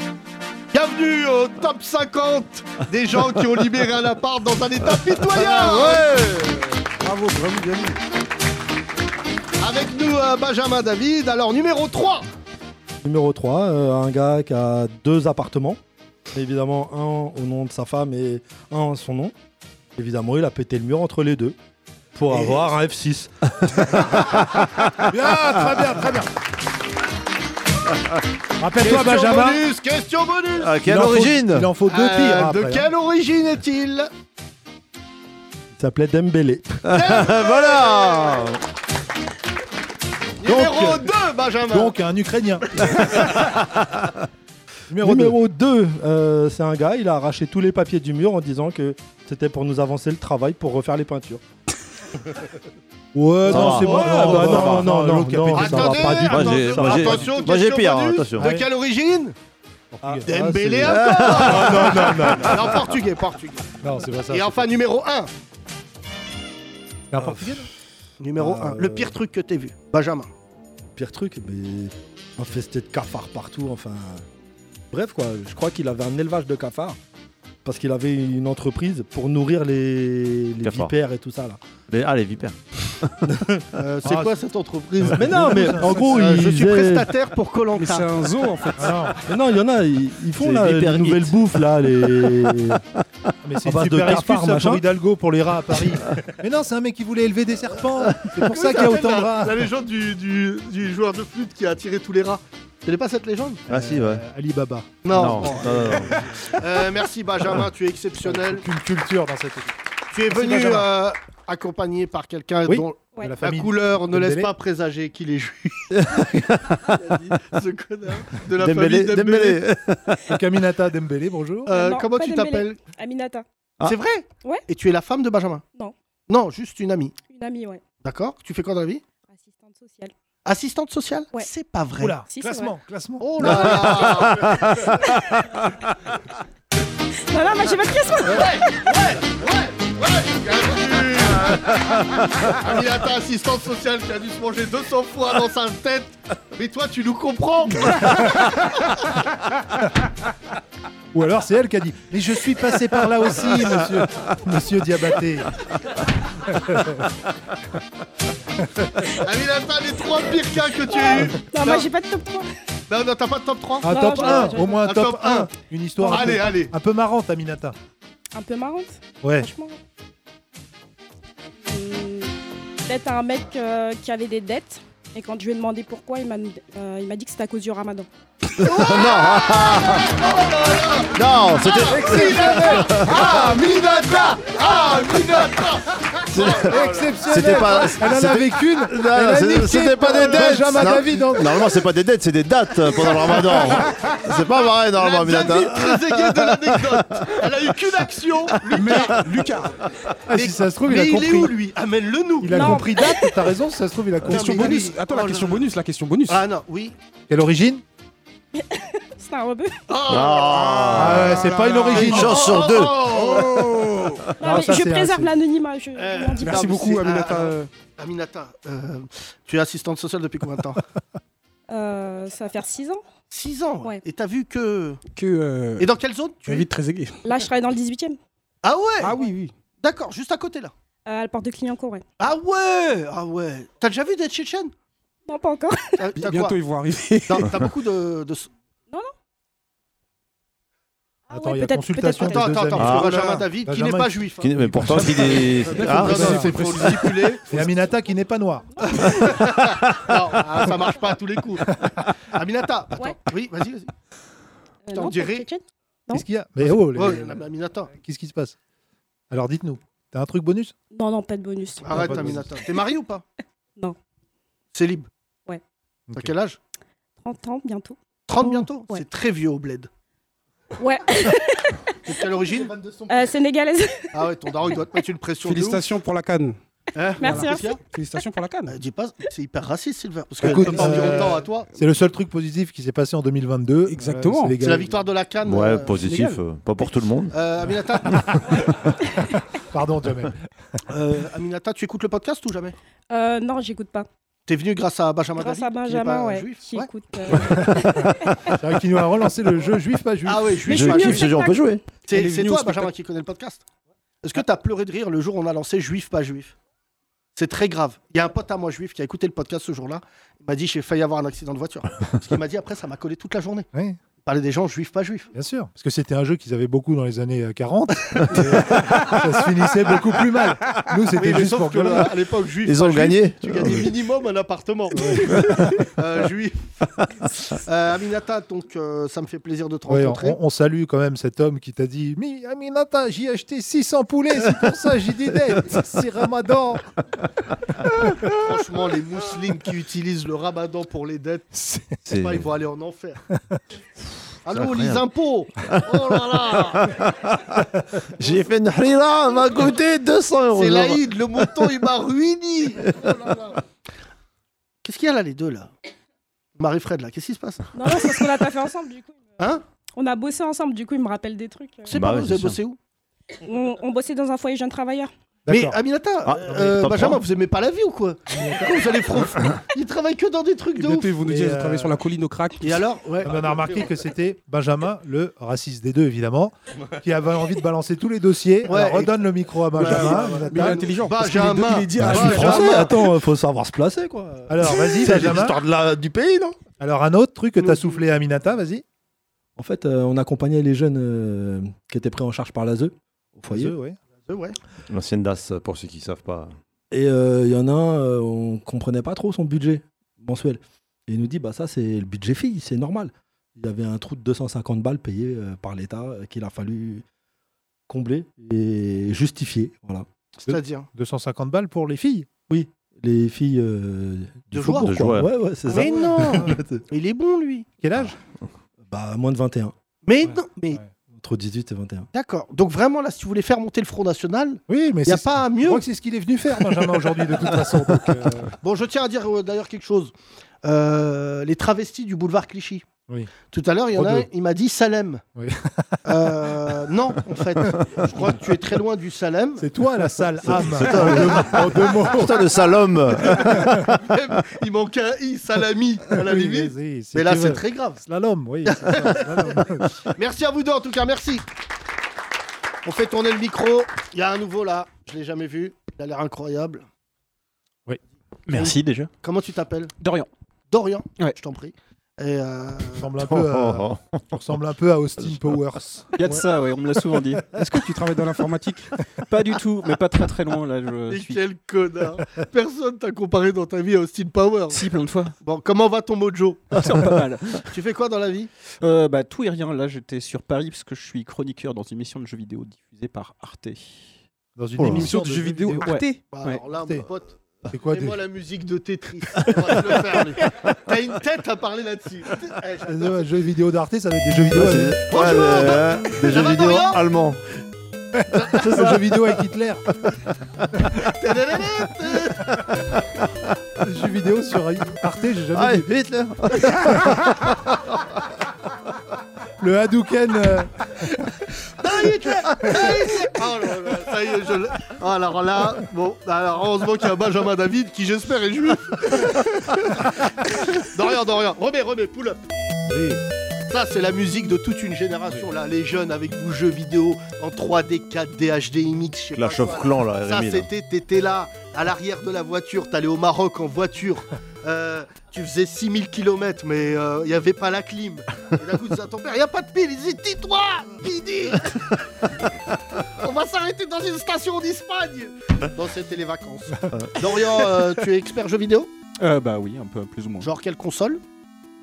[SPEAKER 3] Bienvenue au top 50 des gens qui ont libéré un appart dans un état pitoyable.
[SPEAKER 6] Bravo, bravo, bienvenue.
[SPEAKER 3] Avec nous, euh, Benjamin David. Alors, numéro 3.
[SPEAKER 7] Numéro 3, un gars qui a deux appartements. Évidemment, un au nom de sa femme et un en son nom. Évidemment, il a pété le mur entre les deux pour avoir un F6.
[SPEAKER 4] Bien, très bien, très bien. Rappelle-toi,
[SPEAKER 3] question
[SPEAKER 4] Benjamin.
[SPEAKER 3] bonus, question bonus.
[SPEAKER 7] Ah,
[SPEAKER 5] À
[SPEAKER 4] il
[SPEAKER 5] quelle
[SPEAKER 4] en faut-
[SPEAKER 5] origine
[SPEAKER 4] Il en faut deux
[SPEAKER 3] Euh,
[SPEAKER 4] pires.
[SPEAKER 3] de
[SPEAKER 4] après, hein.
[SPEAKER 3] quelle origine est-il
[SPEAKER 7] Il s'appelait Dembélé.
[SPEAKER 5] Voilà
[SPEAKER 3] Numéro 2, Benjamin.
[SPEAKER 4] euh, Donc, un Ukrainien. Numéro 2.
[SPEAKER 7] Numéro 2, c'est un gars, il a arraché tous les papiers du mur en disant que c'était pour nous avancer le travail pour refaire les peintures.
[SPEAKER 4] Ah, Ouais,
[SPEAKER 5] Ça
[SPEAKER 4] non,
[SPEAKER 5] va.
[SPEAKER 4] c'est bon.
[SPEAKER 7] Ouais,
[SPEAKER 4] non,
[SPEAKER 7] bah
[SPEAKER 4] non,
[SPEAKER 7] non,
[SPEAKER 4] non,
[SPEAKER 7] non,
[SPEAKER 4] l'autre qui a
[SPEAKER 7] non,
[SPEAKER 4] pété
[SPEAKER 7] ça
[SPEAKER 4] sa-
[SPEAKER 7] va
[SPEAKER 3] Attendez,
[SPEAKER 7] pas du tout.
[SPEAKER 5] Moi, j'ai-
[SPEAKER 3] attention,
[SPEAKER 5] moi, j'ai-
[SPEAKER 3] attention,
[SPEAKER 5] moi, j'ai
[SPEAKER 3] question
[SPEAKER 5] pire, hein,
[SPEAKER 3] bonus.
[SPEAKER 5] attention.
[SPEAKER 3] De quelle origine
[SPEAKER 7] Ah,
[SPEAKER 3] Dembélé
[SPEAKER 7] c'est-
[SPEAKER 3] encore
[SPEAKER 4] Ah,
[SPEAKER 3] Non, non, non, portugais, portugais.
[SPEAKER 4] Non, c'est pas ça.
[SPEAKER 3] Et enfin, numéro 1.
[SPEAKER 4] C'est un Portugais,
[SPEAKER 3] Numéro
[SPEAKER 7] Euh,
[SPEAKER 3] 1. Le pire truc que t'aies vu, Benjamin.
[SPEAKER 7] pire truc, mais infesté de cafards partout, enfin. Bref quoi, je crois qu'il avait un élevage de cafards. Parce qu'il avait une entreprise pour nourrir les, les
[SPEAKER 5] Cafards.
[SPEAKER 7] vipères et tout ça là.
[SPEAKER 5] Les- Ah, les vipères.
[SPEAKER 3] Euh, c'est
[SPEAKER 4] Ah,
[SPEAKER 3] quoi cette entreprise
[SPEAKER 7] Mais non, mais en gros,
[SPEAKER 3] Euh,
[SPEAKER 7] ils
[SPEAKER 3] Je suis
[SPEAKER 7] faisaient-
[SPEAKER 3] prestataire pour
[SPEAKER 6] Mais c'est
[SPEAKER 3] Colanta.
[SPEAKER 6] un zoo en fait.
[SPEAKER 4] non.
[SPEAKER 7] Mais Ah non, il y en a, ils, ils font
[SPEAKER 5] C'est
[SPEAKER 7] là,
[SPEAKER 5] l'hyper
[SPEAKER 7] les nouvelles bouffes là, les.
[SPEAKER 4] Mais c'est une
[SPEAKER 7] À base de
[SPEAKER 4] super
[SPEAKER 7] cafards,
[SPEAKER 4] excuse ça,
[SPEAKER 7] machin.
[SPEAKER 4] pour Hidalgo pour les rats à Paris. mais non, c'est un mec qui voulait élever des serpents. C'est pour ça qu'il y a autant de rats.
[SPEAKER 3] Ah, légende du, du- du joueur de flûte qui a attiré tous les rats. Tu connais pas cette légende
[SPEAKER 5] Ah si, ouais.
[SPEAKER 4] Euh, Alibaba.
[SPEAKER 3] Non.
[SPEAKER 5] non, non, non.
[SPEAKER 3] Euh, merci Benjamin, tu es exceptionnel.
[SPEAKER 4] Aucune culture dans cette équipe.
[SPEAKER 3] Tu es venu
[SPEAKER 4] Benjamin.
[SPEAKER 3] euh, accompagné par quelqu'un
[SPEAKER 7] Oui.
[SPEAKER 3] dont
[SPEAKER 4] de la
[SPEAKER 3] La
[SPEAKER 4] famille.
[SPEAKER 3] couleur ne laisse
[SPEAKER 4] Dembélé.
[SPEAKER 3] pas présager qu'il est juif. Il a dit, ce connard de la
[SPEAKER 5] Dembélé,
[SPEAKER 3] famille Dembélé.
[SPEAKER 5] Dembélé.
[SPEAKER 4] Kaminata Dembélé, bonjour.
[SPEAKER 3] Euh,
[SPEAKER 8] Non,
[SPEAKER 3] comment
[SPEAKER 8] pas
[SPEAKER 3] tu
[SPEAKER 8] Dembélé.
[SPEAKER 3] t'appelles
[SPEAKER 8] Aminata,
[SPEAKER 5] Ah.
[SPEAKER 3] C'est vrai
[SPEAKER 8] Ouais.
[SPEAKER 3] Et tu es la femme de Benjamin
[SPEAKER 8] Non.
[SPEAKER 3] Non, juste une amie.
[SPEAKER 8] une amie, ouais.
[SPEAKER 3] D'accord Tu fais quoi dans la vie
[SPEAKER 8] Assistante sociale.
[SPEAKER 3] Assistante sociale
[SPEAKER 8] Ouais.
[SPEAKER 3] C'est pas Ah, vrai.
[SPEAKER 4] Oula,
[SPEAKER 8] Si, c'est
[SPEAKER 4] classement, classement.
[SPEAKER 3] Oh là là
[SPEAKER 8] Non, non, mais j'ai pas de classement
[SPEAKER 3] Il a ta assistante sociale qui a dû se manger 200 fois dans sa tête. Mais toi, tu nous comprends
[SPEAKER 4] Ou alors c'est elle qui a dit Mais je suis passé par là aussi, monsieur, monsieur Diabaté.
[SPEAKER 3] Aminata, les trois pires cas que tu as eu.
[SPEAKER 8] Non, moi j'ai pas de top 3.
[SPEAKER 3] Non, non, t'as pas de top 3
[SPEAKER 4] Un
[SPEAKER 8] Non,
[SPEAKER 4] top
[SPEAKER 8] je-
[SPEAKER 4] 1,
[SPEAKER 8] je-
[SPEAKER 4] au moins un,
[SPEAKER 3] Un
[SPEAKER 4] top,
[SPEAKER 3] top
[SPEAKER 4] 1.
[SPEAKER 3] un.
[SPEAKER 4] Une histoire un
[SPEAKER 3] Allez,
[SPEAKER 4] peu,
[SPEAKER 3] allez.
[SPEAKER 4] un peu marrante, Aminata.
[SPEAKER 8] Un peu marrante,
[SPEAKER 4] Ouais.
[SPEAKER 8] franchement. Hum, Peut-être un mec euh, qui avait des dettes. Et quand je lui ai demandé pourquoi, il m'a euh, il m'a dit que c'était à cause du ramadan.
[SPEAKER 3] Ah.
[SPEAKER 5] Non, c'était.
[SPEAKER 3] Aminata
[SPEAKER 5] Ah,
[SPEAKER 3] Aminata
[SPEAKER 5] C'était
[SPEAKER 4] Exceptionnel
[SPEAKER 5] Oh, pas. Ah,
[SPEAKER 4] Elle en avait qu'une
[SPEAKER 5] Non,
[SPEAKER 4] Elle a
[SPEAKER 5] non, c'est-
[SPEAKER 4] niqué euh,
[SPEAKER 5] c'était pas des dettes.
[SPEAKER 4] Benjamin
[SPEAKER 5] Non.
[SPEAKER 4] David en-
[SPEAKER 5] Normalement, c'est pas des dettes, c'est des dates euh, pendant le ramadan. C'est pas pareil, normalement, Aminata.
[SPEAKER 3] David Trezeguet de l'anecdote. Elle a eu qu'une action.
[SPEAKER 6] Lucas,
[SPEAKER 4] Ah, si ça se trouve, il a
[SPEAKER 3] Mais il est où
[SPEAKER 4] compris.
[SPEAKER 3] lui Amène-le nous.
[SPEAKER 4] Il a
[SPEAKER 8] Non.
[SPEAKER 4] compris date, t'as raison, si ça se trouve, il a
[SPEAKER 6] question
[SPEAKER 4] compris.
[SPEAKER 3] mais-
[SPEAKER 6] bonus. Attends, la
[SPEAKER 3] Oh,
[SPEAKER 6] question
[SPEAKER 3] je-
[SPEAKER 6] bonus, la question bonus.
[SPEAKER 3] Ah non, oui.
[SPEAKER 4] Quelle origine
[SPEAKER 8] C'était un rebeu.
[SPEAKER 3] Ah,
[SPEAKER 5] Ah.
[SPEAKER 4] Ah ouais, c'est pas une origine.
[SPEAKER 5] Une chance
[SPEAKER 3] Oh,
[SPEAKER 5] sur deux.
[SPEAKER 8] Oh.
[SPEAKER 3] Ah,
[SPEAKER 8] Non, mais
[SPEAKER 4] ça,
[SPEAKER 8] je
[SPEAKER 4] c'est
[SPEAKER 8] préserve
[SPEAKER 4] assez.
[SPEAKER 8] l'anonymat. Je, je n'en dis
[SPEAKER 6] Merci
[SPEAKER 3] Non, mais
[SPEAKER 6] beaucoup,
[SPEAKER 3] c'est-
[SPEAKER 6] Aminata.
[SPEAKER 3] ah,
[SPEAKER 6] euh,
[SPEAKER 3] Euh, Aminata, euh, tu es assistante sociale depuis combien de temps
[SPEAKER 8] pas. Euh, ça va faire 6 ans.
[SPEAKER 3] 6 ans.
[SPEAKER 8] Ouais.
[SPEAKER 3] Et t'as vu que.
[SPEAKER 6] que. euh,
[SPEAKER 3] Et dans quelle zone tu
[SPEAKER 6] David Trezeguet.
[SPEAKER 8] Là, je travaille dans le 18 e
[SPEAKER 3] Ah ouais
[SPEAKER 6] Ah oui, oui.
[SPEAKER 3] D'accord, juste à côté là.
[SPEAKER 8] Euh, à la porte de Clignancourt, ouais.
[SPEAKER 3] Ah ouais Ah ouais T'as déjà vu des Tchétchènes Ah.
[SPEAKER 8] Non, pas encore.
[SPEAKER 3] T'as t'as quoi
[SPEAKER 6] Bientôt, ils vont arriver.
[SPEAKER 3] Non, T'as beaucoup de. de-
[SPEAKER 8] Ah
[SPEAKER 4] Attends,
[SPEAKER 8] ouais,
[SPEAKER 4] il y a
[SPEAKER 8] peut-être,
[SPEAKER 4] consultation.
[SPEAKER 8] peut-être,
[SPEAKER 3] Attends, attends, attends, parce
[SPEAKER 5] Ah.
[SPEAKER 3] que Benjamin David, qui n'est
[SPEAKER 4] Benjamin-
[SPEAKER 3] pas juif. hein.
[SPEAKER 5] Qui- Mais pourtant, qui des. Ah,
[SPEAKER 3] Non, non, faut
[SPEAKER 4] préciser, préciser.
[SPEAKER 3] le stipuler.
[SPEAKER 4] Et Aminata qui n'est pas noire.
[SPEAKER 3] Non, ah, ça marche pas à tous les coups. Aminata, attends.
[SPEAKER 8] Ouais.
[SPEAKER 3] Oui, vas-y, vas-y.
[SPEAKER 8] peut-être. Euh,
[SPEAKER 3] t'en
[SPEAKER 8] non,
[SPEAKER 3] dirais.
[SPEAKER 8] peut-être tchétchène. Non.
[SPEAKER 4] Qu'est-ce qu'il y a Mais oh, les-
[SPEAKER 3] Ouais, il y en a- Aminata.
[SPEAKER 4] qu'est-ce qui se passe Alors dites-nous, t'as un truc bonus
[SPEAKER 8] Non, non, pas de bonus.
[SPEAKER 3] Arrête,
[SPEAKER 4] pas de
[SPEAKER 3] Aminata. T'es marié ou pas
[SPEAKER 8] Non.
[SPEAKER 3] C'est libre.
[SPEAKER 8] Ouais.
[SPEAKER 3] T'as
[SPEAKER 4] Ok.
[SPEAKER 3] quel âge
[SPEAKER 8] 30 ans bientôt.
[SPEAKER 3] 30 bientôt
[SPEAKER 8] Ouais.
[SPEAKER 3] C'est très vieux au bled.
[SPEAKER 8] Ouais,
[SPEAKER 3] T'es de quelle origine
[SPEAKER 8] euh, sénégalaise.
[SPEAKER 3] Ah ouais, ton daron, il doit te mettre une pression. de ouf.
[SPEAKER 6] Félicitations pour la canne.
[SPEAKER 3] Hein
[SPEAKER 8] Merci,
[SPEAKER 3] Qu'est-ce qu'il y a
[SPEAKER 6] Félicitations pour la
[SPEAKER 3] Euh,
[SPEAKER 6] canne.
[SPEAKER 3] Dis pas, c'est hyper raciste, Silver. Parce que
[SPEAKER 4] Écoute,
[SPEAKER 3] t'as pas envie
[SPEAKER 4] euh,
[SPEAKER 3] autant à toi.
[SPEAKER 4] C'est le seul truc positif qui s'est passé en 2022.
[SPEAKER 6] Exactement.
[SPEAKER 4] Euh, les
[SPEAKER 3] C'est
[SPEAKER 4] gars-
[SPEAKER 3] la victoire de la Cannes.
[SPEAKER 5] Ouais,
[SPEAKER 3] euh,
[SPEAKER 5] positif,
[SPEAKER 3] Sénégal.
[SPEAKER 5] euh, pas pour tout le monde.
[SPEAKER 3] Euh, Aminata,
[SPEAKER 4] Pardon, Jamel.
[SPEAKER 3] euh, Aminata, tu écoutes le podcast ou jamais
[SPEAKER 8] Euh, non, j'écoute pas.
[SPEAKER 3] T'es venu grâce à Benjamin
[SPEAKER 8] Grâce
[SPEAKER 3] David,
[SPEAKER 8] à
[SPEAKER 3] qui n'est
[SPEAKER 8] Benjamin,
[SPEAKER 3] pas
[SPEAKER 8] ouais,
[SPEAKER 3] juif.
[SPEAKER 8] qui
[SPEAKER 3] Ouais.
[SPEAKER 8] écoute. euh,
[SPEAKER 4] C'est vrai qu'il nous a relancé le jeu juif pas juif.
[SPEAKER 3] Ah ouais,
[SPEAKER 8] Mais
[SPEAKER 3] juif.
[SPEAKER 8] je suis
[SPEAKER 3] pas
[SPEAKER 8] mieux
[SPEAKER 3] juif.
[SPEAKER 8] fait.
[SPEAKER 5] on peut jouer.
[SPEAKER 6] Elle est
[SPEAKER 3] C'est c'est
[SPEAKER 6] venue
[SPEAKER 3] toi,
[SPEAKER 6] au spectacle.
[SPEAKER 3] Benjamin, qui connais le podcast. Est-ce que t'as pleuré de rire le jour où on a lancé juif, pas juif C'est très grave. Il y a un pote à moi juif qui a écouté le podcast ce jour-là. Il m'a dit j'ai failli avoir un accident de voiture. Ce qu'il m'a dit après, ça m'a collé toute la journée.
[SPEAKER 4] Ouais.
[SPEAKER 3] Il parlait des gens juifs, pas juifs.
[SPEAKER 4] Bien sûr, parce que c'était un jeu qu'ils avaient beaucoup dans les années euh, 40. et ça se finissait beaucoup plus mal. Nous, c'était
[SPEAKER 3] Oui, mais
[SPEAKER 4] juste
[SPEAKER 3] sauf
[SPEAKER 4] pour
[SPEAKER 3] que,
[SPEAKER 4] gueuler.
[SPEAKER 3] euh, à l'époque, juif.
[SPEAKER 5] Ils ont
[SPEAKER 3] pas juif,
[SPEAKER 5] gagné.
[SPEAKER 3] Tu gagnais minimum un appartement. Euh, juif. Euh, Aminata, donc euh, ça me fait plaisir de te
[SPEAKER 4] Ouais, on,
[SPEAKER 3] rencontrer.
[SPEAKER 4] on salue quand même cet homme qui t'a dit Mais Aminata, j'ai acheté 600 poulets, c'est pour ça que j'ai des dettes. C'est Ramadan.
[SPEAKER 3] Franchement, les muslims qui utilisent le ramadan pour les dettes,
[SPEAKER 5] C'est-
[SPEAKER 3] pas, ils vont aller en enfer. Allô,
[SPEAKER 5] incroyable.
[SPEAKER 3] les impôts Oh là là
[SPEAKER 5] J'ai fait une harira, elle m'a coûté 200 euros.
[SPEAKER 3] C'est l'Aïd, le mouton, il m'a ruiné Oh là là. Qu'est-ce qu'il y a là, les deux, là Marie-Fred, là, qu'est-ce qui se passe
[SPEAKER 8] Non, non, c'est parce qu'on a pas fait ensemble, du coup.
[SPEAKER 3] Hein
[SPEAKER 8] On a bossé ensemble, du coup, il me rappelle des trucs. euh.
[SPEAKER 3] C'est
[SPEAKER 5] Bah
[SPEAKER 3] pas
[SPEAKER 5] ouais,
[SPEAKER 3] vous
[SPEAKER 5] c'est
[SPEAKER 3] avez
[SPEAKER 5] sûr.
[SPEAKER 3] bossé où
[SPEAKER 8] On, on bossait dans un foyer jeune travailleur.
[SPEAKER 3] Mais
[SPEAKER 4] D'accord.
[SPEAKER 3] Aminata,
[SPEAKER 5] Ah,
[SPEAKER 3] euh,
[SPEAKER 5] mais top
[SPEAKER 3] Benjamin,
[SPEAKER 5] trois.
[SPEAKER 3] vous aimez pas la vie ou quoi Pourquoi Vous allez trop. Il travaille que dans des trucs de ouf.
[SPEAKER 6] Bientôt, ils vont nous
[SPEAKER 4] Et
[SPEAKER 6] dire, j'ai
[SPEAKER 4] euh,
[SPEAKER 6] travaillé sur la colline au crack.
[SPEAKER 3] Et alors Ouais.
[SPEAKER 4] On a remarqué que c'était Benjamin, le raciste des deux, évidemment, qui avait envie de balancer tous les dossiers.
[SPEAKER 3] Ouais,
[SPEAKER 4] On redonne le micro à Benjamin.
[SPEAKER 3] ouais,
[SPEAKER 6] Mais
[SPEAKER 3] ouais.
[SPEAKER 7] Bah,
[SPEAKER 6] il est
[SPEAKER 4] Aminata.
[SPEAKER 6] intelligent. parce qu'il est
[SPEAKER 3] Benjamin.
[SPEAKER 6] deux- il est dit-
[SPEAKER 7] Ah, je
[SPEAKER 3] Ouais,
[SPEAKER 7] suis français,
[SPEAKER 4] hein.
[SPEAKER 3] Benjamin.
[SPEAKER 7] attends, faut savoir se placer quoi.
[SPEAKER 4] Alors, vas-y,
[SPEAKER 7] C'est
[SPEAKER 4] Benjamin.
[SPEAKER 7] l'histoire de la- du pays, non
[SPEAKER 4] Alors, un autre truc que t'as soufflé à Aminata, vas-y.
[SPEAKER 7] En fait, euh, on accompagnait les jeunes euh, qui étaient pris en charge par l'ASE au foyer.
[SPEAKER 4] Vas-y, ouais.
[SPEAKER 3] Ouais.
[SPEAKER 5] L'ancienne DAS, pour ceux qui savent pas.
[SPEAKER 7] Et euh, il y en a un, euh, on comprenait pas trop son budget mensuel. Et il nous dit, bah ça c'est le budget fille, c'est normal. Il y avait un trou de 250 balles payé euh, par l'État euh, qu'il a fallu combler et justifier. Voilà.
[SPEAKER 3] C'est-à-dire
[SPEAKER 4] 250 balles pour les filles.
[SPEAKER 7] les filles euh, du
[SPEAKER 5] De joueurs.
[SPEAKER 7] faubourg,
[SPEAKER 5] De
[SPEAKER 7] quoi.
[SPEAKER 5] joueurs.
[SPEAKER 7] Ouais, ouais, c'est ça.
[SPEAKER 3] Mais non Il est bon, lui.
[SPEAKER 4] Quel âge
[SPEAKER 7] Bah, moins de 21.
[SPEAKER 3] Mais
[SPEAKER 4] Ouais.
[SPEAKER 3] non, mais
[SPEAKER 4] Ouais.
[SPEAKER 7] Entre 18 et 21.
[SPEAKER 3] d'accord. Donc vraiment, là, si tu voulais faire monter le Front National,
[SPEAKER 4] Oui, mais
[SPEAKER 3] il n'y a
[SPEAKER 4] c'est-
[SPEAKER 3] pas
[SPEAKER 4] Je
[SPEAKER 3] mieux.
[SPEAKER 4] crois que c'est ce qu'il est venu faire, Benjamin, aujourd'hui, de toute façon. donc, euh,
[SPEAKER 3] Bon, je tiens à dire euh, d'ailleurs quelque chose. Euh, les travestis du boulevard Clichy.
[SPEAKER 4] Oui.
[SPEAKER 3] Tout à l'heure, il y en a, un,
[SPEAKER 4] Redeux.
[SPEAKER 3] il m'a dit Salem.
[SPEAKER 4] Oui.
[SPEAKER 3] Euh, non, en fait, je crois que tu es très loin du Salem.
[SPEAKER 4] C'est toi, la salle
[SPEAKER 3] Ah, bah.
[SPEAKER 4] âme. En deux mots.
[SPEAKER 5] Putain, le salhomme
[SPEAKER 3] Il manque un i, Salami, à la
[SPEAKER 4] Ah Oui,
[SPEAKER 3] limite.
[SPEAKER 4] vas-y, si
[SPEAKER 3] Mais
[SPEAKER 4] tu
[SPEAKER 3] là, c'est
[SPEAKER 4] veux.
[SPEAKER 3] très grave.
[SPEAKER 4] Slalom, oui. c'est ça, slalom.
[SPEAKER 3] Merci à vous deux, en tout cas, merci. On fait tourner le micro. Il y a un nouveau là, je l'ai jamais vu. Il a l'air incroyable.
[SPEAKER 9] Merci déjà.
[SPEAKER 3] Comment tu t'appelles
[SPEAKER 10] Dorian.
[SPEAKER 3] Dorian,
[SPEAKER 10] Ouais.
[SPEAKER 3] je t'en prie. Et euh,
[SPEAKER 4] Tu ressembles un
[SPEAKER 5] Oh,
[SPEAKER 4] peu euh,
[SPEAKER 5] oh,
[SPEAKER 4] à-
[SPEAKER 5] oh.
[SPEAKER 4] tu ressembles un peu à Austin Powers.
[SPEAKER 9] Il y a de ça, ouais, on me l'a souvent dit.
[SPEAKER 10] Est-ce que tu travailles dans l'informatique
[SPEAKER 9] Pas du tout, mais pas très très loin là. Je
[SPEAKER 3] et
[SPEAKER 9] suis...
[SPEAKER 3] quel connard Personne t'a comparé dans ta vie à Austin Power.
[SPEAKER 9] Si, plein de fois.
[SPEAKER 3] Bon, comment va ton mojo
[SPEAKER 9] C'est pas mal.
[SPEAKER 3] Tu fais quoi dans la vie
[SPEAKER 9] Euh, bah, tout et rien. Là, j'étais sur Paris parce que je suis chroniqueur dans une émission de jeux vidéo diffusée par Arte.
[SPEAKER 4] Dans une
[SPEAKER 5] Oh là.
[SPEAKER 4] émission de jeux vidéo.
[SPEAKER 9] Arte
[SPEAKER 3] Bah,
[SPEAKER 9] Ouais.
[SPEAKER 3] Alors là,
[SPEAKER 4] T'es-
[SPEAKER 3] mon pote,
[SPEAKER 4] C'est quoi des...
[SPEAKER 3] fais-moi la musique de Tetris. On va se le faire, lui. T'as une tête à parler là-dessus. Eh, j'adore.
[SPEAKER 4] des- euh, jeux vidéo d'Arte, ça va être des jeux vidéo,
[SPEAKER 5] Ouais,
[SPEAKER 4] avec...
[SPEAKER 5] c'est- ouais, mais, euh, des jeux
[SPEAKER 3] va,
[SPEAKER 5] vidéo
[SPEAKER 3] Dorian
[SPEAKER 5] allemands.
[SPEAKER 3] Eh,
[SPEAKER 4] des jeux vidéo avec Hitler, des jeux vidéo sur Arte, j'ai jamais
[SPEAKER 5] Ah,
[SPEAKER 4] vu.
[SPEAKER 5] Hitler
[SPEAKER 4] Le Hadouken, euh,
[SPEAKER 3] Oh là là, ça y est, je l'ai. Oh, alors là, bon, alors heureusement qu'il y a Benjamin David qui, j'espère, est juif. Dorian, Dorian, remets, remets, pull up. Ça, c'est la musique de toute une génération, là, les jeunes avec vos jeux vidéo en 3D, 4D, HDMI, je sais pas.
[SPEAKER 5] Clash of
[SPEAKER 3] quoi,
[SPEAKER 5] Clans, là,
[SPEAKER 3] Ça,
[SPEAKER 5] Rémi. là.
[SPEAKER 3] c'était, t'étais là, à l'arrière de la voiture, t'allais au Maroc en voiture. Euh, tu faisais 6000 km, mais il n'y avait pas la clim. Et d'un coup, tu disais à ton père, il a pas de pile. Il disait, tis-toi, Didi On va s'arrêter dans une station d'Espagne Non, c'était les vacances. Dorian, euh, tu es expert jeux vidéo
[SPEAKER 9] Euh, bah oui, un peu plus ou moins.
[SPEAKER 3] Genre, quelle console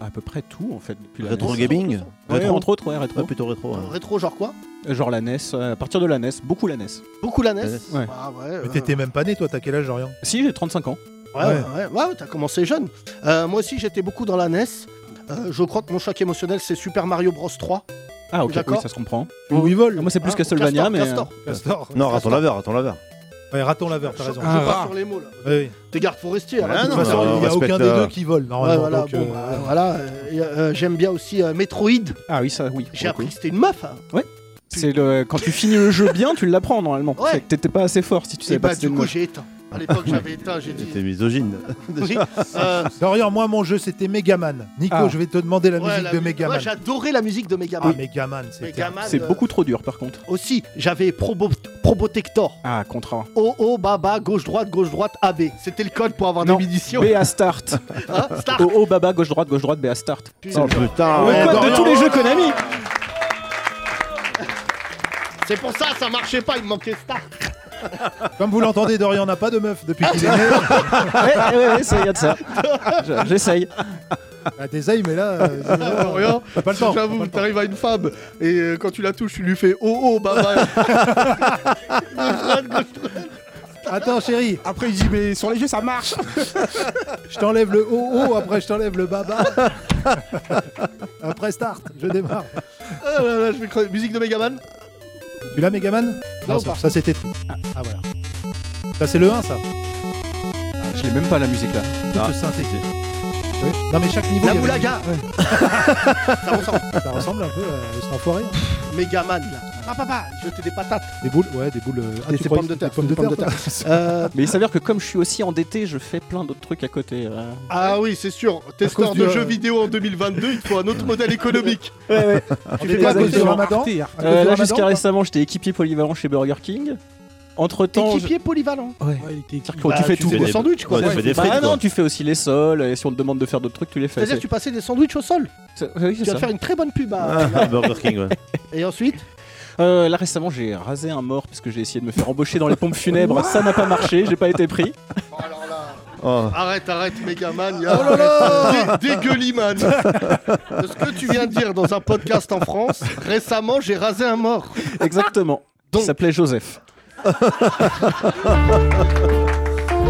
[SPEAKER 9] À peu près tout en fait depuis la
[SPEAKER 5] Rétro
[SPEAKER 9] NES.
[SPEAKER 5] gaming
[SPEAKER 9] Ouais,
[SPEAKER 5] Rétro
[SPEAKER 9] entre autres, ouais, rétro.
[SPEAKER 5] Ouais, plutôt rétro. hein.
[SPEAKER 3] Rétro, genre quoi
[SPEAKER 9] Euh, Genre la NES, euh, à partir de la NES, beaucoup la E NES.
[SPEAKER 3] Beaucoup la NES
[SPEAKER 9] Ouais.
[SPEAKER 3] Ah ouais.
[SPEAKER 4] mais
[SPEAKER 3] euh,
[SPEAKER 4] t'étais même pas né, toi, t'as quel âge, Dorian
[SPEAKER 9] Si, j'ai 35 ans.
[SPEAKER 3] Ouais, ouais, ouais, ouais, t'as commencé jeune. Euh, moi aussi, j'étais beaucoup dans la NES. Euh, je crois que mon choc émotionnel, c'est Super Mario Bros 3.
[SPEAKER 9] Ah ok,
[SPEAKER 3] D'accord.
[SPEAKER 9] oui, ça se comprend. Ah,
[SPEAKER 4] Ou
[SPEAKER 9] Moi, c'est plus
[SPEAKER 3] Hein,
[SPEAKER 9] Castlevania,
[SPEAKER 3] Castor,
[SPEAKER 9] mais. euh,
[SPEAKER 3] Castor.
[SPEAKER 4] Castor
[SPEAKER 5] Non, raton laveur, raton laveur.
[SPEAKER 4] Ouais, Raton laveur, t'as raison.
[SPEAKER 3] Je
[SPEAKER 10] Ah,
[SPEAKER 3] pars
[SPEAKER 10] rare.
[SPEAKER 3] sur les mots là.
[SPEAKER 4] Oui, oui.
[SPEAKER 3] T'es garde forestier.
[SPEAKER 5] Ouais,
[SPEAKER 3] hein, de toute
[SPEAKER 5] non,
[SPEAKER 4] De toute
[SPEAKER 3] façon.
[SPEAKER 4] façon,
[SPEAKER 5] on
[SPEAKER 4] il n'y a
[SPEAKER 5] respecte,
[SPEAKER 4] aucun des
[SPEAKER 5] euh,
[SPEAKER 4] deux qui vole,
[SPEAKER 3] Ouais,
[SPEAKER 4] normalement.
[SPEAKER 3] voilà,
[SPEAKER 4] donc,
[SPEAKER 3] bon,
[SPEAKER 4] euh,
[SPEAKER 3] bah, voilà, euh, et, euh, j'aime bien aussi euh, Metroid.
[SPEAKER 9] Ah oui, ça, oui. pour
[SPEAKER 3] J'ai
[SPEAKER 9] le coup.
[SPEAKER 3] appris que c'était une meuf. hein.
[SPEAKER 9] C'est le quand tu finis le jeu bien, tu l'apprends normalement.
[SPEAKER 3] Ouais.
[SPEAKER 9] C'est que T'étais pas assez fort si tu
[SPEAKER 3] Et
[SPEAKER 9] savais pas
[SPEAKER 3] bah,
[SPEAKER 9] que c'était
[SPEAKER 3] du
[SPEAKER 9] une
[SPEAKER 3] coup,
[SPEAKER 9] meuf.
[SPEAKER 3] j'ai éteint. À l'époque, j'avais éteint, j'ai
[SPEAKER 5] T'es
[SPEAKER 3] dit.
[SPEAKER 5] misogyne.
[SPEAKER 3] Oui, euh,
[SPEAKER 4] Dorian, moi, mon jeu, c'était Megaman. Nico,
[SPEAKER 9] Ah.
[SPEAKER 4] je vais te demander la
[SPEAKER 3] ouais,
[SPEAKER 4] musique
[SPEAKER 3] la
[SPEAKER 4] de
[SPEAKER 3] mu- Moi,
[SPEAKER 4] Megaman.
[SPEAKER 3] j'adorais la musique de
[SPEAKER 4] Ah,
[SPEAKER 3] Megaman.
[SPEAKER 4] Megaman, c'était...
[SPEAKER 3] Megaman,
[SPEAKER 9] C'est
[SPEAKER 3] euh,
[SPEAKER 9] beaucoup trop dur par contre.
[SPEAKER 3] Aussi, j'avais Probo- Probotector.
[SPEAKER 9] Ah, contrat.
[SPEAKER 3] Oh, oh, baba, gauche, droite, gauche, droite, AB. C'était le code pour avoir des
[SPEAKER 9] Non.
[SPEAKER 3] munitions.
[SPEAKER 9] BA start.
[SPEAKER 3] Hein, Star.
[SPEAKER 9] Oh oh baba gauche droite gauche droite BA start.
[SPEAKER 5] Oh putain
[SPEAKER 9] Le code de
[SPEAKER 5] Dorian.
[SPEAKER 9] tous les jeux Konami.
[SPEAKER 3] C'est pour ça, ça marchait pas, il me manquait Star.
[SPEAKER 4] Comme vous l'entendez, Dorian n'a pas de meuf depuis qu'il est né.
[SPEAKER 9] Ouais, ouais, ouais, ça, y a de ça. Je- J'essaye.
[SPEAKER 4] Ah, Désolé, mais là, euh, c'est-
[SPEAKER 3] Dorian,
[SPEAKER 4] t'as pas le temps.
[SPEAKER 3] J'avoue, t'arrives à une femme et euh, quand tu la touches, tu lui fais oh oh bah. baba.
[SPEAKER 4] Attends, chérie,
[SPEAKER 10] Après, il dit, mais sur les jeux, ça marche
[SPEAKER 4] je t'enlève le haut, haut, après je t'enlève le baba. après start, je démarre.
[SPEAKER 3] Ah là là, je vais crever. Musique de Megaman
[SPEAKER 4] Tu l'as, Megaman
[SPEAKER 3] Non,
[SPEAKER 4] ça,
[SPEAKER 3] par
[SPEAKER 4] ça, c'était. Ah, ah, voilà. Ça, c'est le 1, ça.
[SPEAKER 9] Ah, Je l'ai même pas la musique là. Ah.
[SPEAKER 4] Toute synthétique. Oui. Non, mais chaque niveau.
[SPEAKER 3] La
[SPEAKER 4] il y avait-
[SPEAKER 3] Boulaga Ça ressemble.
[SPEAKER 4] Ça ressemble un peu à cet enfoiré. hein.
[SPEAKER 3] Megaman là. Papa, papa, jeter des patates.
[SPEAKER 4] Des boules, ouais, des boules. euh, ah,
[SPEAKER 3] Des-
[SPEAKER 4] tu
[SPEAKER 3] des
[SPEAKER 4] croyais
[SPEAKER 3] pommes de
[SPEAKER 4] que
[SPEAKER 3] terre,
[SPEAKER 4] c'était des pommes de terre.
[SPEAKER 3] Euh,
[SPEAKER 9] Mais il s'avère que comme je suis aussi endetté, je fais plein d'autres trucs à côté. euh.
[SPEAKER 3] ah oui, c'est sûr.
[SPEAKER 4] cause
[SPEAKER 3] Testeur
[SPEAKER 4] du- euh,
[SPEAKER 3] de jeux vidéo en 2022, il te faut un autre modèle économique.
[SPEAKER 4] Tu
[SPEAKER 9] fais
[SPEAKER 4] fais quoi à
[SPEAKER 9] des
[SPEAKER 4] cause du
[SPEAKER 9] actions.
[SPEAKER 4] ramadan
[SPEAKER 9] Euh, là jusqu'à récemment, j'étais équipier polyvalent chez Burger King. Entre temps,
[SPEAKER 3] Équipier polyvalent.
[SPEAKER 9] Bah, tu fais
[SPEAKER 3] tu
[SPEAKER 9] tout.
[SPEAKER 3] fais
[SPEAKER 9] quoi.
[SPEAKER 3] des- sandwich, quoi.
[SPEAKER 5] Ouais, tu fais des
[SPEAKER 9] Bah
[SPEAKER 5] frites,
[SPEAKER 9] non,
[SPEAKER 5] quoi.
[SPEAKER 9] tu fais aussi les sols, et si on te demande de faire d'autres trucs, tu les fais.
[SPEAKER 3] C'est-à-dire que tu passais des sandwichs au sol.
[SPEAKER 9] C'est- oui,
[SPEAKER 3] Tu
[SPEAKER 9] c'est
[SPEAKER 3] vas
[SPEAKER 9] ça.
[SPEAKER 3] te faire une très bonne pub. à-
[SPEAKER 5] Ah, Burger King, ouais.
[SPEAKER 3] Et ensuite
[SPEAKER 9] Euh, là récemment, j'ai rasé un mort parce que j'ai essayé de me faire embaucher dans les pompes funèbres. ça n'a pas marché, j'ai pas été pris.
[SPEAKER 5] Oh.
[SPEAKER 3] Arrête, arrête, Megaman.
[SPEAKER 4] Oh
[SPEAKER 3] y'a- arrête. Dé- Dégueuliman. De ce que tu viens de dire dans un podcast en France, récemment, j'ai rasé un mort.
[SPEAKER 9] Exactement.
[SPEAKER 3] Donc.
[SPEAKER 9] Il s'appelait Joseph.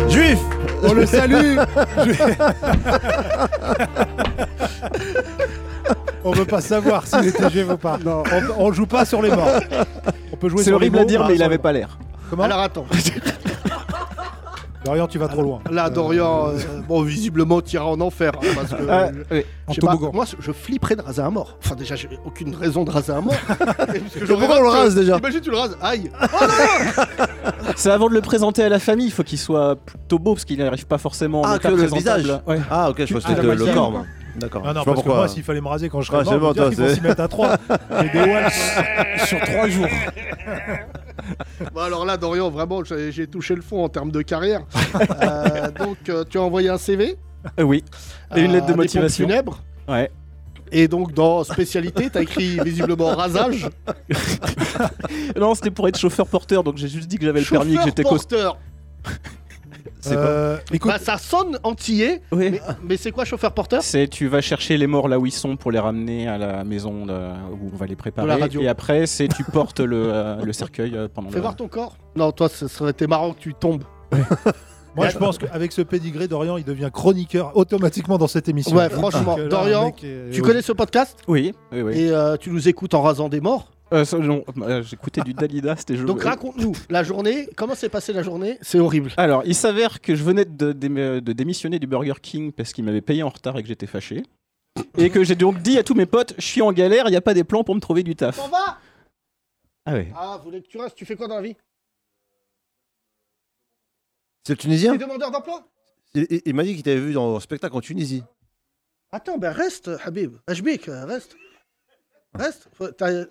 [SPEAKER 5] Juif
[SPEAKER 4] On le salue On veut pas savoir s'il était juif ou pas. Non, on, on joue pas sur les morts. On peut jouer
[SPEAKER 9] C'est
[SPEAKER 4] sur
[SPEAKER 9] horrible
[SPEAKER 4] les
[SPEAKER 9] à
[SPEAKER 4] mots,
[SPEAKER 9] dire,
[SPEAKER 4] pas
[SPEAKER 9] mais il
[SPEAKER 4] sur
[SPEAKER 9] avait
[SPEAKER 4] les-
[SPEAKER 9] pas l'air.
[SPEAKER 4] Comment
[SPEAKER 3] Alors attends.
[SPEAKER 4] Dorian, tu vas trop loin.
[SPEAKER 3] Là, Dorian, euh, bon, visiblement, tira en enfer. hein, parce que,
[SPEAKER 4] Ah,
[SPEAKER 3] euh,
[SPEAKER 4] oui.
[SPEAKER 3] je sais
[SPEAKER 4] En
[SPEAKER 3] pas,
[SPEAKER 4] toboggan.
[SPEAKER 3] moi, je flipperais de raser un mort. Enfin, déjà, j'ai aucune raison de raser un mort.
[SPEAKER 9] Pourquoi on le rase, déjà
[SPEAKER 3] Imagine, tu le rases. Aïe
[SPEAKER 9] C'est avant de le présenter à la famille, il faut qu'il soit plutôt beau parce qu'il n'arrive pas forcément en
[SPEAKER 5] Ah,
[SPEAKER 9] état
[SPEAKER 5] que le
[SPEAKER 9] présentable.
[SPEAKER 5] visage
[SPEAKER 9] Ouais.
[SPEAKER 5] Ah, ok, je pensais que c'était le corps. moi. D'accord.
[SPEAKER 4] Non,
[SPEAKER 5] Je
[SPEAKER 4] Ah, non,
[SPEAKER 5] sais pas
[SPEAKER 4] parce que
[SPEAKER 5] pourquoi.
[SPEAKER 4] moi, s'il fallait me raser quand je serais
[SPEAKER 5] Ah, c'est
[SPEAKER 4] mort,
[SPEAKER 5] bon,
[SPEAKER 4] on
[SPEAKER 5] toi,
[SPEAKER 4] qu'ils vont
[SPEAKER 5] c'est-
[SPEAKER 4] s'y mettre à 3. J'ai des walls sur 3 jours.
[SPEAKER 3] Bon, alors là, Dorian, vraiment, j'ai j'ai touché le fond en termes de carrière. Euh, donc, euh, tu as envoyé un CV
[SPEAKER 9] Euh, oui. Et une
[SPEAKER 3] à
[SPEAKER 9] lettre
[SPEAKER 3] des
[SPEAKER 9] de
[SPEAKER 3] pompes
[SPEAKER 9] motivation.
[SPEAKER 3] funèbres.
[SPEAKER 9] Ouais.
[SPEAKER 3] Et donc, dans spécialité, t'as écrit visiblement rasage.
[SPEAKER 9] Non, c'était pour être chauffeur porteur, donc j'ai juste dit que j'avais le permis et que j'étais costaud.
[SPEAKER 3] porteur.
[SPEAKER 9] C'est
[SPEAKER 4] Euh,
[SPEAKER 3] Bah, ça sonne antillais, mais, mais c'est quoi chauffeur porteur
[SPEAKER 9] C'est tu vas chercher les morts là où ils sont pour les ramener à la maison là, où on va les préparer.
[SPEAKER 3] Dans la radio.
[SPEAKER 9] Et après, c'est tu portes le, euh, le cercueil euh, pendant
[SPEAKER 3] Fais
[SPEAKER 9] le.
[SPEAKER 3] voir ton corps. Non, toi, ça serait été marrant que tu tombes.
[SPEAKER 4] Moi, je pense qu'avec ce pédigré, Dorian, il devient chroniqueur automatiquement dans cette émission.
[SPEAKER 3] Ouais, franchement,
[SPEAKER 4] Donc, euh, là, le
[SPEAKER 3] Dorian,
[SPEAKER 4] mec est-
[SPEAKER 3] tu
[SPEAKER 4] oui.
[SPEAKER 3] connais ce podcast
[SPEAKER 9] Oui, oui, oui.
[SPEAKER 3] Et euh, tu nous écoutes en rasant des morts
[SPEAKER 9] Euh, ça, non, euh, J'écoutais du Dalida, c'était joli.
[SPEAKER 3] Donc raconte-nous la journée, comment s'est passée la journée C'est horrible.
[SPEAKER 9] Alors, il s'avère que je venais de, dé- de démissionner du Burger King parce qu'il m'avait payé en retard et que j'étais fâché. Et que j'ai donc dit à tous mes potes, je suis en galère, il n'y a pas des plans pour me trouver du taf.
[SPEAKER 3] T'en vas
[SPEAKER 9] Ah ouais.
[SPEAKER 3] Ah, vous voulez que tu restes Tu fais quoi dans la vie
[SPEAKER 5] C'est le Tunisien
[SPEAKER 3] T'es demandeur d'emploi
[SPEAKER 5] Il, il- il m'a dit qu'il t'avait vu dans un spectacle en Tunisie.
[SPEAKER 3] Attends, ben reste, Habib. Hbik, euh, reste. Reste. Faut- t'as-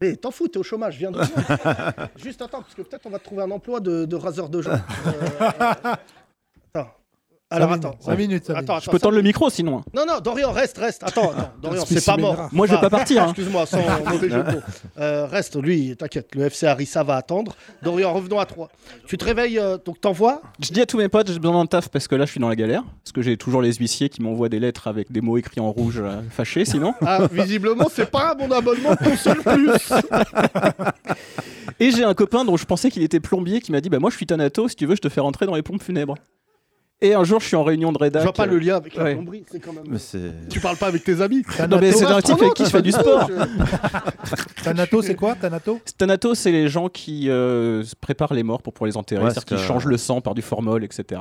[SPEAKER 3] Mais t'en fous, t'es au chômage, viens de Juste attends, parce que peut-être on va te trouver un emploi de, de raseur de gens. Euh, Attends. Alors
[SPEAKER 4] Cinq
[SPEAKER 3] attends.
[SPEAKER 4] minutes, cinq minutes, cinq
[SPEAKER 3] Attends,
[SPEAKER 9] Je peux
[SPEAKER 3] attends,
[SPEAKER 9] tendre le micro sinon. hein.
[SPEAKER 3] Non, non, Dorian, reste, reste. Attends, attends. Dorian,
[SPEAKER 9] spécimen
[SPEAKER 3] c'est pas mort.
[SPEAKER 9] rare. Moi, je vais
[SPEAKER 3] Ah,
[SPEAKER 9] pas partir, hein.
[SPEAKER 3] Excuse-moi, sans mauvais jeu de mots. Euh, reste, lui, t'inquiète. Le FC Harissa va attendre. Dorian, revenons à 3. Tu te réveilles, euh, donc t'envoies.
[SPEAKER 9] Je dis à tous mes potes, j'ai besoin d'un taf parce que là, je suis dans la galère. Parce que j'ai toujours les huissiers qui m'envoient des lettres avec des mots écrits en rouge, euh, fâchés sinon.
[SPEAKER 3] Ah, visiblement, c'est pas mon abonnement qu'on sait le plus.
[SPEAKER 9] Et j'ai un copain dont je pensais qu'il était plombier qui m'a dit Bah, moi, je suis Thanato, si tu veux, je te fais rentrer dans les pompes funèbres. Et un jour, je suis en réunion de
[SPEAKER 3] Je
[SPEAKER 9] rédac.
[SPEAKER 3] vois pas
[SPEAKER 9] euh,
[SPEAKER 3] le lien avec la
[SPEAKER 9] ouais.
[SPEAKER 3] plomberie, c'est quand même.
[SPEAKER 5] Mais c'est.
[SPEAKER 3] Tu parles pas avec tes amis.
[SPEAKER 9] Non, mais c'est
[SPEAKER 3] Thomas,
[SPEAKER 9] un type avec qui je fais du sport.
[SPEAKER 4] Thanato, c'est quoi Thanato
[SPEAKER 9] Thanato, c'est les gens qui euh, préparent les morts pour pouvoir les enterrer,
[SPEAKER 5] Ouais,
[SPEAKER 9] c'est-à-dire
[SPEAKER 5] c'est
[SPEAKER 9] qu'ils
[SPEAKER 5] un-
[SPEAKER 9] changent le sang par du formol, etc.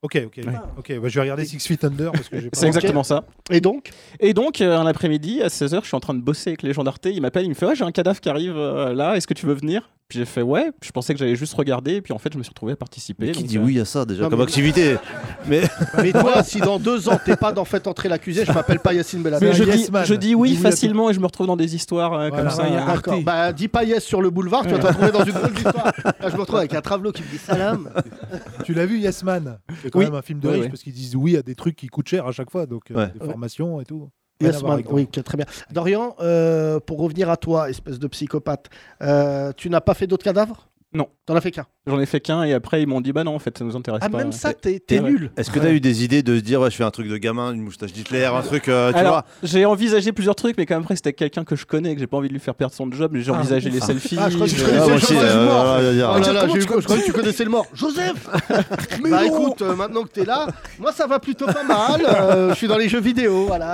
[SPEAKER 4] Ok, ok. Ok, bah, je vais regarder Six Feet Under parce que j'ai pas.
[SPEAKER 9] C'est exactement ça.
[SPEAKER 3] Et donc,
[SPEAKER 9] Et donc, euh, un après-midi, à 16h, je suis en train de bosser avec les gens d'Arte. Ils m'appellent, ils me font Ah, j'ai un cadavre qui arrive euh, là, est-ce que tu veux venir Puis j'ai fait Ouais, Puis je pensais que j'allais juste regarder, et puis en fait, je me suis retrouvé à participer.
[SPEAKER 5] Qui
[SPEAKER 9] donc,
[SPEAKER 5] dit
[SPEAKER 9] euh,
[SPEAKER 5] oui à ça déjà
[SPEAKER 3] Non,
[SPEAKER 5] comme
[SPEAKER 3] mais-
[SPEAKER 5] activité Mais
[SPEAKER 3] mais toi, si dans deux ans t'es pas dans fait entrer l'accusé, je m'appelle pas Yacine Bellatar.
[SPEAKER 9] Mais je,
[SPEAKER 4] Yes
[SPEAKER 9] dis,
[SPEAKER 4] Man.
[SPEAKER 9] je dis oui
[SPEAKER 4] Il dit oui à
[SPEAKER 9] facilement et je me retrouve dans des histoires euh, comme
[SPEAKER 4] Voilà.
[SPEAKER 9] ça.
[SPEAKER 4] Ouais, il y a-
[SPEAKER 3] D'accord.
[SPEAKER 4] Arte.
[SPEAKER 3] Bah, dis pas yes sur le boulevard, tu vas te retrouver dans une drôle d'histoire. Là, je me retrouve avec un travelot qui me dit salam.
[SPEAKER 4] Tu l'as vu, Yes Man C'est quand
[SPEAKER 9] Oui.
[SPEAKER 4] même un film de
[SPEAKER 9] Oui,
[SPEAKER 4] riche
[SPEAKER 9] oui.
[SPEAKER 4] parce qu'ils disent oui à des trucs qui coûtent cher à chaque fois, donc euh,
[SPEAKER 5] Ouais.
[SPEAKER 4] des formations et tout. Rien à
[SPEAKER 3] Yes,
[SPEAKER 4] voir
[SPEAKER 3] man.
[SPEAKER 4] avec
[SPEAKER 3] Oui, ok, très bien. Dorian, euh, pour revenir à toi, espèce de psychopathe, euh, tu n'as pas fait d'autres cadavres
[SPEAKER 9] Non.
[SPEAKER 3] T'en as fait qu'un.
[SPEAKER 9] J'en ai fait qu'un et après, ils m'ont dit Bah non, en fait, ça nous intéresse
[SPEAKER 3] Ah,
[SPEAKER 9] pas.
[SPEAKER 3] même ça, t'es t'es
[SPEAKER 9] Ouais.
[SPEAKER 3] nul.
[SPEAKER 5] est-ce que t'as eu des idées de se dire ouais, je fais un truc de gamin, une moustache d'Hitler, un truc, euh, tu
[SPEAKER 9] Alors, j'ai envisagé plusieurs trucs, mais quand même, après, c'était quelqu'un que je connais et que j'ai pas envie de lui faire perdre son job. J'ai envisagé les selfies.
[SPEAKER 3] Ah, je crois que je
[SPEAKER 9] euh,
[SPEAKER 5] vois
[SPEAKER 3] connaissais
[SPEAKER 5] Ah,
[SPEAKER 3] le chômage
[SPEAKER 5] moi aussi, euh,
[SPEAKER 3] du mort.
[SPEAKER 5] voilà, je veux dire.
[SPEAKER 3] Oh là là,
[SPEAKER 9] Comment
[SPEAKER 3] j'ai eu-
[SPEAKER 9] tu
[SPEAKER 3] je croyais que tu connaissais le mort. Joseph Bah écoute, euh, maintenant que t'es là, moi ça va plutôt pas mal. Euh, je suis dans les jeux vidéo, voilà.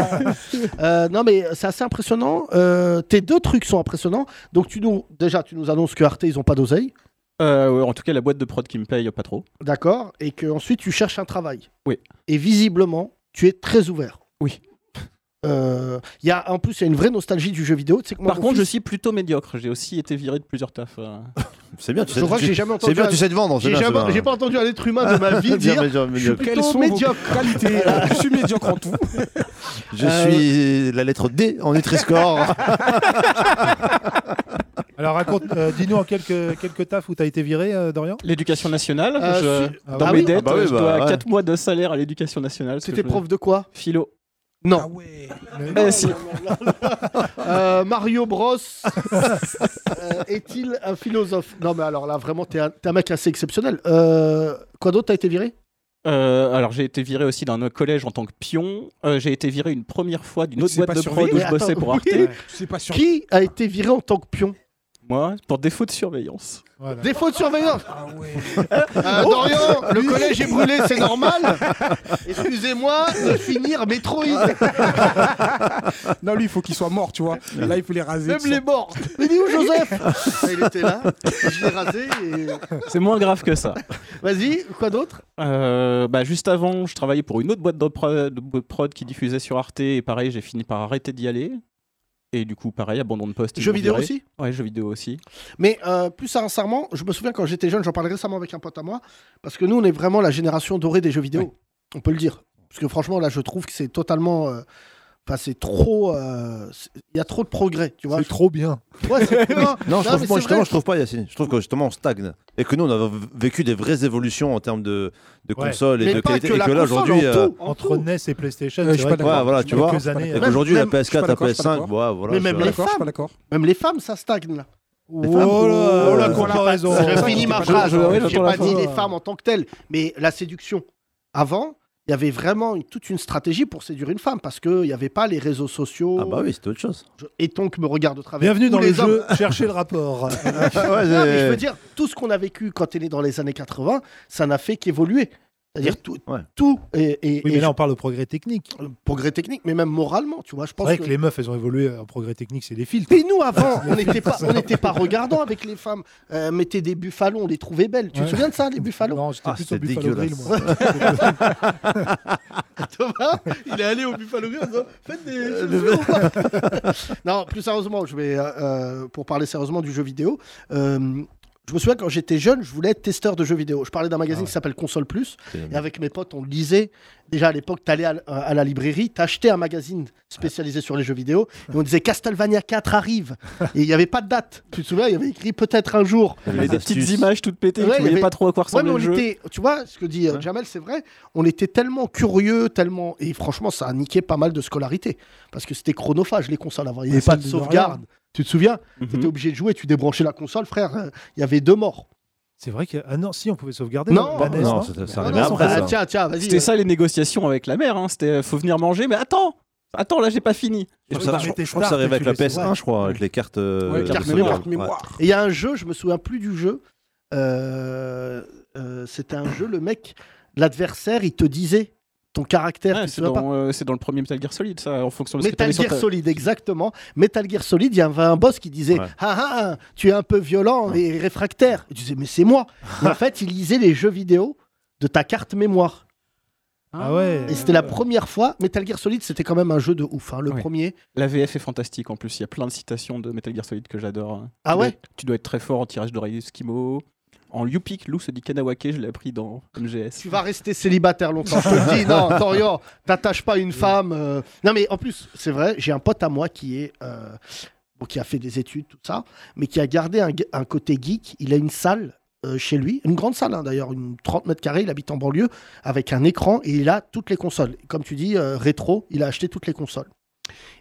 [SPEAKER 3] Euh, non mais c'est assez impressionnant. Euh, tes deux trucs sont impressionnants. Donc tu nous, déjà, tu nous annonces que Arte, ils ont pas d'oseille.
[SPEAKER 9] euh, ouais, en tout cas, la boîte de prod qui me paye euh, pas trop.
[SPEAKER 3] D'accord Et que ensuite tu cherches un travail.
[SPEAKER 9] Oui.
[SPEAKER 3] Et visiblement, tu es très ouvert.
[SPEAKER 9] Oui.
[SPEAKER 3] Euh, il y a, en plus, il y a une vraie nostalgie du jeu vidéo. Tu sais que moi,
[SPEAKER 9] Par
[SPEAKER 3] mon
[SPEAKER 9] contre, je
[SPEAKER 3] fils,
[SPEAKER 9] suis plutôt médiocre. J'ai aussi été viré de plusieurs tafs. euh.
[SPEAKER 5] C'est bien, tu sais.
[SPEAKER 3] je crois que
[SPEAKER 5] tu-
[SPEAKER 3] j'ai jamais
[SPEAKER 5] C'est
[SPEAKER 3] entendu.
[SPEAKER 5] bien,
[SPEAKER 3] un-
[SPEAKER 5] tu sais te vendre. c'est
[SPEAKER 3] J'ai
[SPEAKER 5] bien,
[SPEAKER 3] jamais-
[SPEAKER 5] c'est
[SPEAKER 3] j'ai
[SPEAKER 5] bien.
[SPEAKER 3] pas entendu un être humain de ma vie dire
[SPEAKER 5] Bien, bien, bien,
[SPEAKER 3] Je suis
[SPEAKER 5] bien.
[SPEAKER 3] plutôt médiocre.
[SPEAKER 6] qualités Je suis médiocre en tout.
[SPEAKER 5] Je suis la lettre D en Nutri-Score.
[SPEAKER 4] Alors raconte, euh, dis-nous en quelques, quelques tafs où t'as été viré, euh, Dorian
[SPEAKER 9] L'éducation nationale. je-
[SPEAKER 3] Euh, su-
[SPEAKER 4] Ah
[SPEAKER 9] Dans
[SPEAKER 3] Ah
[SPEAKER 9] mes
[SPEAKER 3] oui,
[SPEAKER 9] dettes,
[SPEAKER 5] Ah bah oui,
[SPEAKER 9] je
[SPEAKER 5] bah,
[SPEAKER 9] dois
[SPEAKER 5] ouais.
[SPEAKER 9] 4 mois de salaire à l'éducation nationale. parce que
[SPEAKER 3] C'était
[SPEAKER 9] je-
[SPEAKER 3] prof de quoi
[SPEAKER 9] Philo.
[SPEAKER 3] Non.
[SPEAKER 6] ouais.
[SPEAKER 9] Eh, si.
[SPEAKER 3] Euh, Mario Bros euh, est-il un philosophe Non, mais alors là, vraiment, t'es un, t'es un mec assez exceptionnel. Euh, quoi d'autre T'as été viré
[SPEAKER 9] Euh, alors j'ai été viré aussi d'un autre collège en tant que pion. Euh, j'ai été viré une première fois d'une
[SPEAKER 6] Mais
[SPEAKER 9] autre
[SPEAKER 6] tu sais
[SPEAKER 9] boîte
[SPEAKER 6] pas
[SPEAKER 9] de prod où
[SPEAKER 6] survivre.
[SPEAKER 9] je bossais pour Arte.
[SPEAKER 3] Oui.
[SPEAKER 6] C'est pas sûr.
[SPEAKER 3] Qui a été viré en tant que pion
[SPEAKER 9] Moi, pour défaut de surveillance.
[SPEAKER 3] Défaut de surveillance Euh,
[SPEAKER 4] Oh.
[SPEAKER 3] Dorian, le collège est brûlé, c'est normal Excusez-moi de finir Metroid
[SPEAKER 4] Ah,
[SPEAKER 6] Non, lui, il faut qu'il soit mort, tu vois. Là, il faut les raser.
[SPEAKER 3] Même
[SPEAKER 6] tout
[SPEAKER 3] les
[SPEAKER 6] ça.
[SPEAKER 3] morts Il est où Joseph Ah, Il était là, je l'ai rasé et...
[SPEAKER 9] C'est moins grave que ça.
[SPEAKER 3] Vas-y, quoi d'autre
[SPEAKER 9] Euh, bah, juste avant, je travaillais pour une autre boîte de prod, de prod qui diffusait sur Arte et pareil, j'ai fini par arrêter d'y aller. Et du coup, pareil, abandon de poste. ils
[SPEAKER 3] Jeux
[SPEAKER 9] m'ont
[SPEAKER 3] vidéo
[SPEAKER 9] viré.
[SPEAKER 3] aussi
[SPEAKER 9] Ouais, jeux vidéo aussi.
[SPEAKER 3] Mais euh, plus sincèrement, je me souviens quand j'étais jeune, j'en parlais récemment avec un pote à moi, parce que nous, on est vraiment la génération dorée des jeux vidéo. On peut le dire. Parce que franchement, là, je trouve que c'est totalement. euh, Enfin, c'est trop. euh, c'est- Il y a trop de progrès, tu vois.
[SPEAKER 4] C'est trop bien.
[SPEAKER 3] Ouais, c'est trop bien.
[SPEAKER 5] Non, je
[SPEAKER 3] mais
[SPEAKER 5] trouve, moi,
[SPEAKER 3] c'est
[SPEAKER 5] justement,
[SPEAKER 3] vrai.
[SPEAKER 5] je trouve pas, Yacine. Je trouve que justement, on stagne. Et que nous, on a v- vécu des vraies évolutions en termes de, de
[SPEAKER 4] Ouais.
[SPEAKER 5] consoles et
[SPEAKER 3] Mais
[SPEAKER 5] de
[SPEAKER 3] pas
[SPEAKER 5] qualité.
[SPEAKER 3] que
[SPEAKER 5] et
[SPEAKER 3] la
[SPEAKER 5] que là,
[SPEAKER 3] console,
[SPEAKER 5] aujourd'hui.
[SPEAKER 3] en
[SPEAKER 5] euh,
[SPEAKER 3] tout, en
[SPEAKER 4] Entre
[SPEAKER 3] tout.
[SPEAKER 4] NES et PlayStation,
[SPEAKER 6] Euh, je
[SPEAKER 4] c'est
[SPEAKER 6] suis
[SPEAKER 4] vrai
[SPEAKER 6] pas
[SPEAKER 4] que-
[SPEAKER 6] d'accord.
[SPEAKER 5] Ouais, voilà, tu vois.
[SPEAKER 4] Quelques années.
[SPEAKER 5] Et qu'aujourd'hui, la
[SPEAKER 6] Même- je suis pas
[SPEAKER 5] PS4, la
[SPEAKER 6] d'accord, je suis pas
[SPEAKER 5] PS5, ouais, voilà.
[SPEAKER 3] Mais
[SPEAKER 5] c'est
[SPEAKER 3] même
[SPEAKER 6] Je suis pas
[SPEAKER 5] vrai.
[SPEAKER 6] d'accord, je suis pas d'accord.
[SPEAKER 3] Même les femmes, ça stagne, là.
[SPEAKER 4] Oh là,
[SPEAKER 7] Oh
[SPEAKER 4] la
[SPEAKER 7] la
[SPEAKER 4] comparaison.
[SPEAKER 3] Je finis ma
[SPEAKER 6] pas
[SPEAKER 3] phrase.
[SPEAKER 9] d'accord. Ouais,
[SPEAKER 3] J'ai
[SPEAKER 9] j'attends
[SPEAKER 3] pas
[SPEAKER 9] la
[SPEAKER 3] dit
[SPEAKER 9] fin.
[SPEAKER 3] les femmes en tant que telles, mais la séduction. Avant, il y avait vraiment une- toute une stratégie pour séduire une femme parce qu'il n'y avait pas les réseaux sociaux.
[SPEAKER 5] Ah, bah oui, c'était autre chose.
[SPEAKER 3] Je- Et donc, me regarde au travers.
[SPEAKER 4] Bienvenue
[SPEAKER 3] Tous
[SPEAKER 4] dans le
[SPEAKER 3] les hommes.
[SPEAKER 4] jeu, cherchez le
[SPEAKER 3] Non,
[SPEAKER 4] rapport.
[SPEAKER 3] mais je veux dire, tout ce qu'on a vécu quand elle est dans les années 80, ça n'a fait qu'évoluer. C'est-à-dire tout,
[SPEAKER 5] Ouais.
[SPEAKER 3] tout et, et-
[SPEAKER 4] Oui,
[SPEAKER 3] et
[SPEAKER 4] mais là, on parle de progrès technique.
[SPEAKER 3] je- Euh, progrès technique, mais même moralement, tu vois. Je
[SPEAKER 4] C'est
[SPEAKER 3] pense
[SPEAKER 4] vrai
[SPEAKER 3] que.
[SPEAKER 4] que les meufs, elles ont évolué en progrès technique, c'est les filtres.
[SPEAKER 3] Mais nous, avant, on n'était pas, on n'était pas regardant avec les femmes. Euh, mettez des buffalons, on les trouvait belles. Tu
[SPEAKER 4] Ouais.
[SPEAKER 3] te souviens de ça, les buffalons
[SPEAKER 4] Non, j'étais
[SPEAKER 5] Ah,
[SPEAKER 4] plutôt
[SPEAKER 5] c'était
[SPEAKER 4] Buffalo Grill,
[SPEAKER 5] dégueulasse.
[SPEAKER 4] moi.
[SPEAKER 3] Thomas, il est allé au Buffalo Grill en disant, Faites des
[SPEAKER 4] Euh,
[SPEAKER 3] chaussures ou
[SPEAKER 4] bah,
[SPEAKER 3] pas Euh, Non, plus sérieusement, je vais, euh, euh, pour parler sérieusement du jeu vidéo, euh, je me souviens quand j'étais jeune, je voulais être testeur de jeux vidéo. Je parlais d'un magazine
[SPEAKER 4] Ah ouais.
[SPEAKER 3] qui s'appelle Console Plus.
[SPEAKER 5] C'est la
[SPEAKER 3] Et avec mes potes, on lisait. Déjà à l'époque, t'allais à, l- à la librairie, t'achetais un magazine spécialisé sur les jeux vidéo. Et on disait Castlevania 4 arrive. Et il n'y avait pas de date. Tu te souviens, il y avait écrit peut-être un jour.
[SPEAKER 9] Il y avait des petites images toutes pétées,
[SPEAKER 3] Ouais, il y
[SPEAKER 9] tu voyais
[SPEAKER 3] avait-
[SPEAKER 9] pas trop à quoi
[SPEAKER 3] Ouais, mais
[SPEAKER 9] ressemblait
[SPEAKER 3] on
[SPEAKER 9] le jeu.
[SPEAKER 3] était, tu vois, ce que dit euh,
[SPEAKER 5] Ouais.
[SPEAKER 3] Jamel, c'est vrai. On était tellement curieux, tellement. Et franchement, ça a niqué pas mal de scolarité. Parce que c'était chronophage, les consoles avant. Il n'y
[SPEAKER 6] Ah,
[SPEAKER 3] avait pas de
[SPEAKER 6] c'est de
[SPEAKER 3] sauvegarde. Tu te souviens
[SPEAKER 9] Mhm.
[SPEAKER 3] T'étais obligé de jouer, tu débranchais la console, frère. euh, Il y avait deux morts.
[SPEAKER 4] C'est vrai que. Ah non, si, on pouvait sauvegarder.
[SPEAKER 3] Non,
[SPEAKER 4] la NES,
[SPEAKER 5] Non, ça- ça
[SPEAKER 4] Ah
[SPEAKER 5] arrivait
[SPEAKER 4] non,
[SPEAKER 5] après,
[SPEAKER 4] bah,
[SPEAKER 5] ça.
[SPEAKER 3] Ah, tiens, tiens, vas-y.
[SPEAKER 9] C'était ça les négociations avec la mère. Hein. C'était euh, faut venir manger, mais attends, attends là j'ai pas fini.
[SPEAKER 5] Je
[SPEAKER 4] Bah,
[SPEAKER 5] crois que ça-
[SPEAKER 4] t'es
[SPEAKER 5] je crois que ça
[SPEAKER 4] star,
[SPEAKER 5] arrive
[SPEAKER 4] t'es
[SPEAKER 5] avec la
[SPEAKER 4] tu laisses-
[SPEAKER 5] PS1, je crois, avec les cartes. euh,
[SPEAKER 6] Ouais,
[SPEAKER 5] de
[SPEAKER 3] carte mémoire,
[SPEAKER 5] sauvegarde. Ouais.
[SPEAKER 6] mémoire.
[SPEAKER 3] Et il y a un jeu, je me souviens plus du jeu. euh, euh, c'était un jeu, le mec, l'adversaire, il te disait ton caractère.
[SPEAKER 9] Ouais,
[SPEAKER 3] tu te
[SPEAKER 9] c'est
[SPEAKER 3] souviens pas
[SPEAKER 9] dans, euh, c'est dans le premier Metal Gear Solid, ça, en fonction de ce que
[SPEAKER 3] Metal
[SPEAKER 9] t'avais sur
[SPEAKER 3] Gear
[SPEAKER 9] ta-
[SPEAKER 3] Solid, exactement. Metal Gear Solid, il y avait un boss qui disait
[SPEAKER 5] Ouais.
[SPEAKER 3] ah, ah, tu es un peu violent et réfractaire. Et tu disais, mais c'est moi. Mais en fait, il lisait les jeux vidéo de ta carte mémoire.
[SPEAKER 4] Ah ouais.
[SPEAKER 3] Et c'était la première fois. Metal Gear Solid, c'était quand même un jeu de ouf, hein, le
[SPEAKER 9] Ouais.
[SPEAKER 3] premier.
[SPEAKER 9] La VF est fantastique en plus, il y a plein de citations de Metal Gear Solid que j'adore. hein.
[SPEAKER 3] Ah
[SPEAKER 9] Tu dois
[SPEAKER 3] ouais
[SPEAKER 9] être- Tu dois être très fort en tirage d'oreille Eskimo. En Yupik, Lou se dit Kanawake, je l'ai appris dans MGS.
[SPEAKER 3] Tu vas rester célibataire longtemps. Je te le dis, non, Dorian, t'attaches pas une femme. euh. Non, mais en plus, c'est vrai, j'ai un pote à moi qui est. euh, bon, qui a fait des études, tout ça, mais qui a gardé un, g- un côté geek. Il a une salle euh, chez lui, une grande salle hein, d'ailleurs, une 30 mètres carrés. Il habite en banlieue avec un écran et il a toutes les consoles. Comme tu dis, euh, rétro, il a acheté toutes les consoles.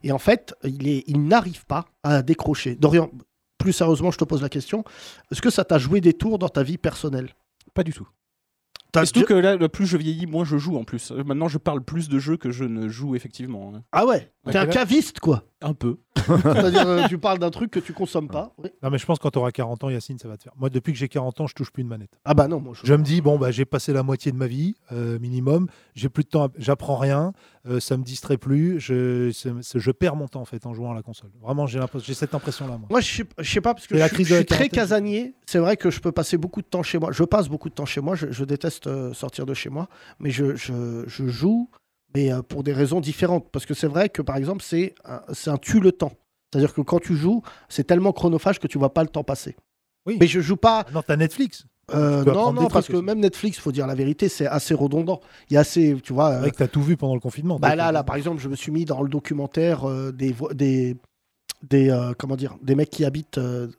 [SPEAKER 3] Et en fait, il, est, il n'arrive pas à décrocher. Dorian, plus sérieusement, je te pose la question. Est-ce que ça t'a joué des tours dans ta vie personnelle
[SPEAKER 9] Pas du tout.
[SPEAKER 3] T'as-
[SPEAKER 9] Et surtout que là, le plus je vieillis, moins je joue en plus. Euh, Maintenant, je parle plus de jeux que je ne joue effectivement. hein.
[SPEAKER 3] Ah ouais,
[SPEAKER 9] Ouais,
[SPEAKER 3] t'es un
[SPEAKER 9] quel âge
[SPEAKER 3] caviste quoi
[SPEAKER 9] Un peu.
[SPEAKER 3] C'est-à-dire, euh, tu parles d'un truc que tu consommes pas. Oui.
[SPEAKER 4] Non, mais je pense quand t'auras 40 ans, Yacine, ça va te faire. Moi, depuis que j'ai 40 ans, je touche plus une manette.
[SPEAKER 3] Ah bah non, moi je.
[SPEAKER 4] Je me dis, bon, bah, j'ai passé la moitié de ma vie, euh, minimum. J'ai plus de temps, à- j'apprends rien, euh, ça me distrait plus. Je, c'est- c'est- je perds mon temps, en fait, en jouant à la console. Vraiment, j'ai l'impression- j'ai cette impression-là, moi.
[SPEAKER 3] Moi, je sais, je sais pas, parce que
[SPEAKER 4] C'est
[SPEAKER 3] je,
[SPEAKER 4] la
[SPEAKER 3] suis-
[SPEAKER 4] crise
[SPEAKER 3] je
[SPEAKER 4] de la
[SPEAKER 3] suis très
[SPEAKER 4] quarantaine.
[SPEAKER 3] casanier. C'est vrai que je peux passer beaucoup de temps chez moi. Je passe beaucoup de temps chez moi. Je, je déteste euh, sortir de chez moi. Mais je, je- je joue, mais euh, pour des raisons différentes. Parce que c'est vrai que, par exemple, c'est un, c'est un tue le temps. C'est-à-dire que quand tu joues, c'est tellement chronophage que tu vois pas le temps passer.
[SPEAKER 4] Oui. Ah
[SPEAKER 3] Mais je joue pas.
[SPEAKER 4] Non, t'as Netflix.
[SPEAKER 3] euh,
[SPEAKER 4] Tu peux
[SPEAKER 3] non,
[SPEAKER 4] apprendre
[SPEAKER 3] non,
[SPEAKER 4] des
[SPEAKER 3] parce que
[SPEAKER 4] trucs aussi.
[SPEAKER 3] même Netflix, faut dire la vérité, c'est assez redondant. Il y a assez, tu vois.
[SPEAKER 4] C'est
[SPEAKER 3] euh,
[SPEAKER 4] vrai que t'as tout vu pendant le confinement.
[SPEAKER 3] Bah
[SPEAKER 4] toi,
[SPEAKER 3] là,
[SPEAKER 4] tu-
[SPEAKER 3] là, par exemple, je me suis mis dans le documentaire euh, des, vo- des, des euh, comment dire, des mecs qui habitent. euh,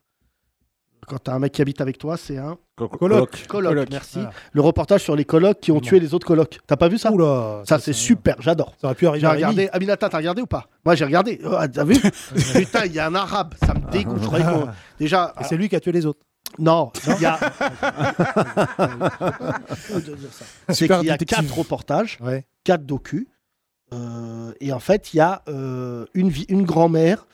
[SPEAKER 3] quand t'as un mec qui habite avec toi, c'est un
[SPEAKER 5] Col-
[SPEAKER 4] Coloc.
[SPEAKER 3] coloc.
[SPEAKER 9] Coloc.
[SPEAKER 3] Merci.
[SPEAKER 4] Voilà.
[SPEAKER 3] Le reportage sur les colocs qui ont
[SPEAKER 4] Non.
[SPEAKER 3] tué les autres colocs. T'as pas vu ça
[SPEAKER 4] Oula,
[SPEAKER 3] Ça, c'est super. J'adore.
[SPEAKER 4] Ça aurait pu arriver
[SPEAKER 3] J'ai
[SPEAKER 4] à
[SPEAKER 3] regardé. Aminata, t'as regardé ou pas Moi, j'ai regardé. Oh, ah, t'as vu Putain, il y a un arabe. Ça me dégoûte. Je croyais qu'on- Déjà,
[SPEAKER 4] Rémi. Ah. Et c'est lui qui a tué les autres.
[SPEAKER 3] non, il y a. De dire ça. C'est
[SPEAKER 6] Super
[SPEAKER 3] qu'il y a
[SPEAKER 6] détective.
[SPEAKER 3] quatre reportages
[SPEAKER 4] Ouais.
[SPEAKER 3] quatre docus. Euh, et en fait, il y a euh, une, vi- une grand-mère,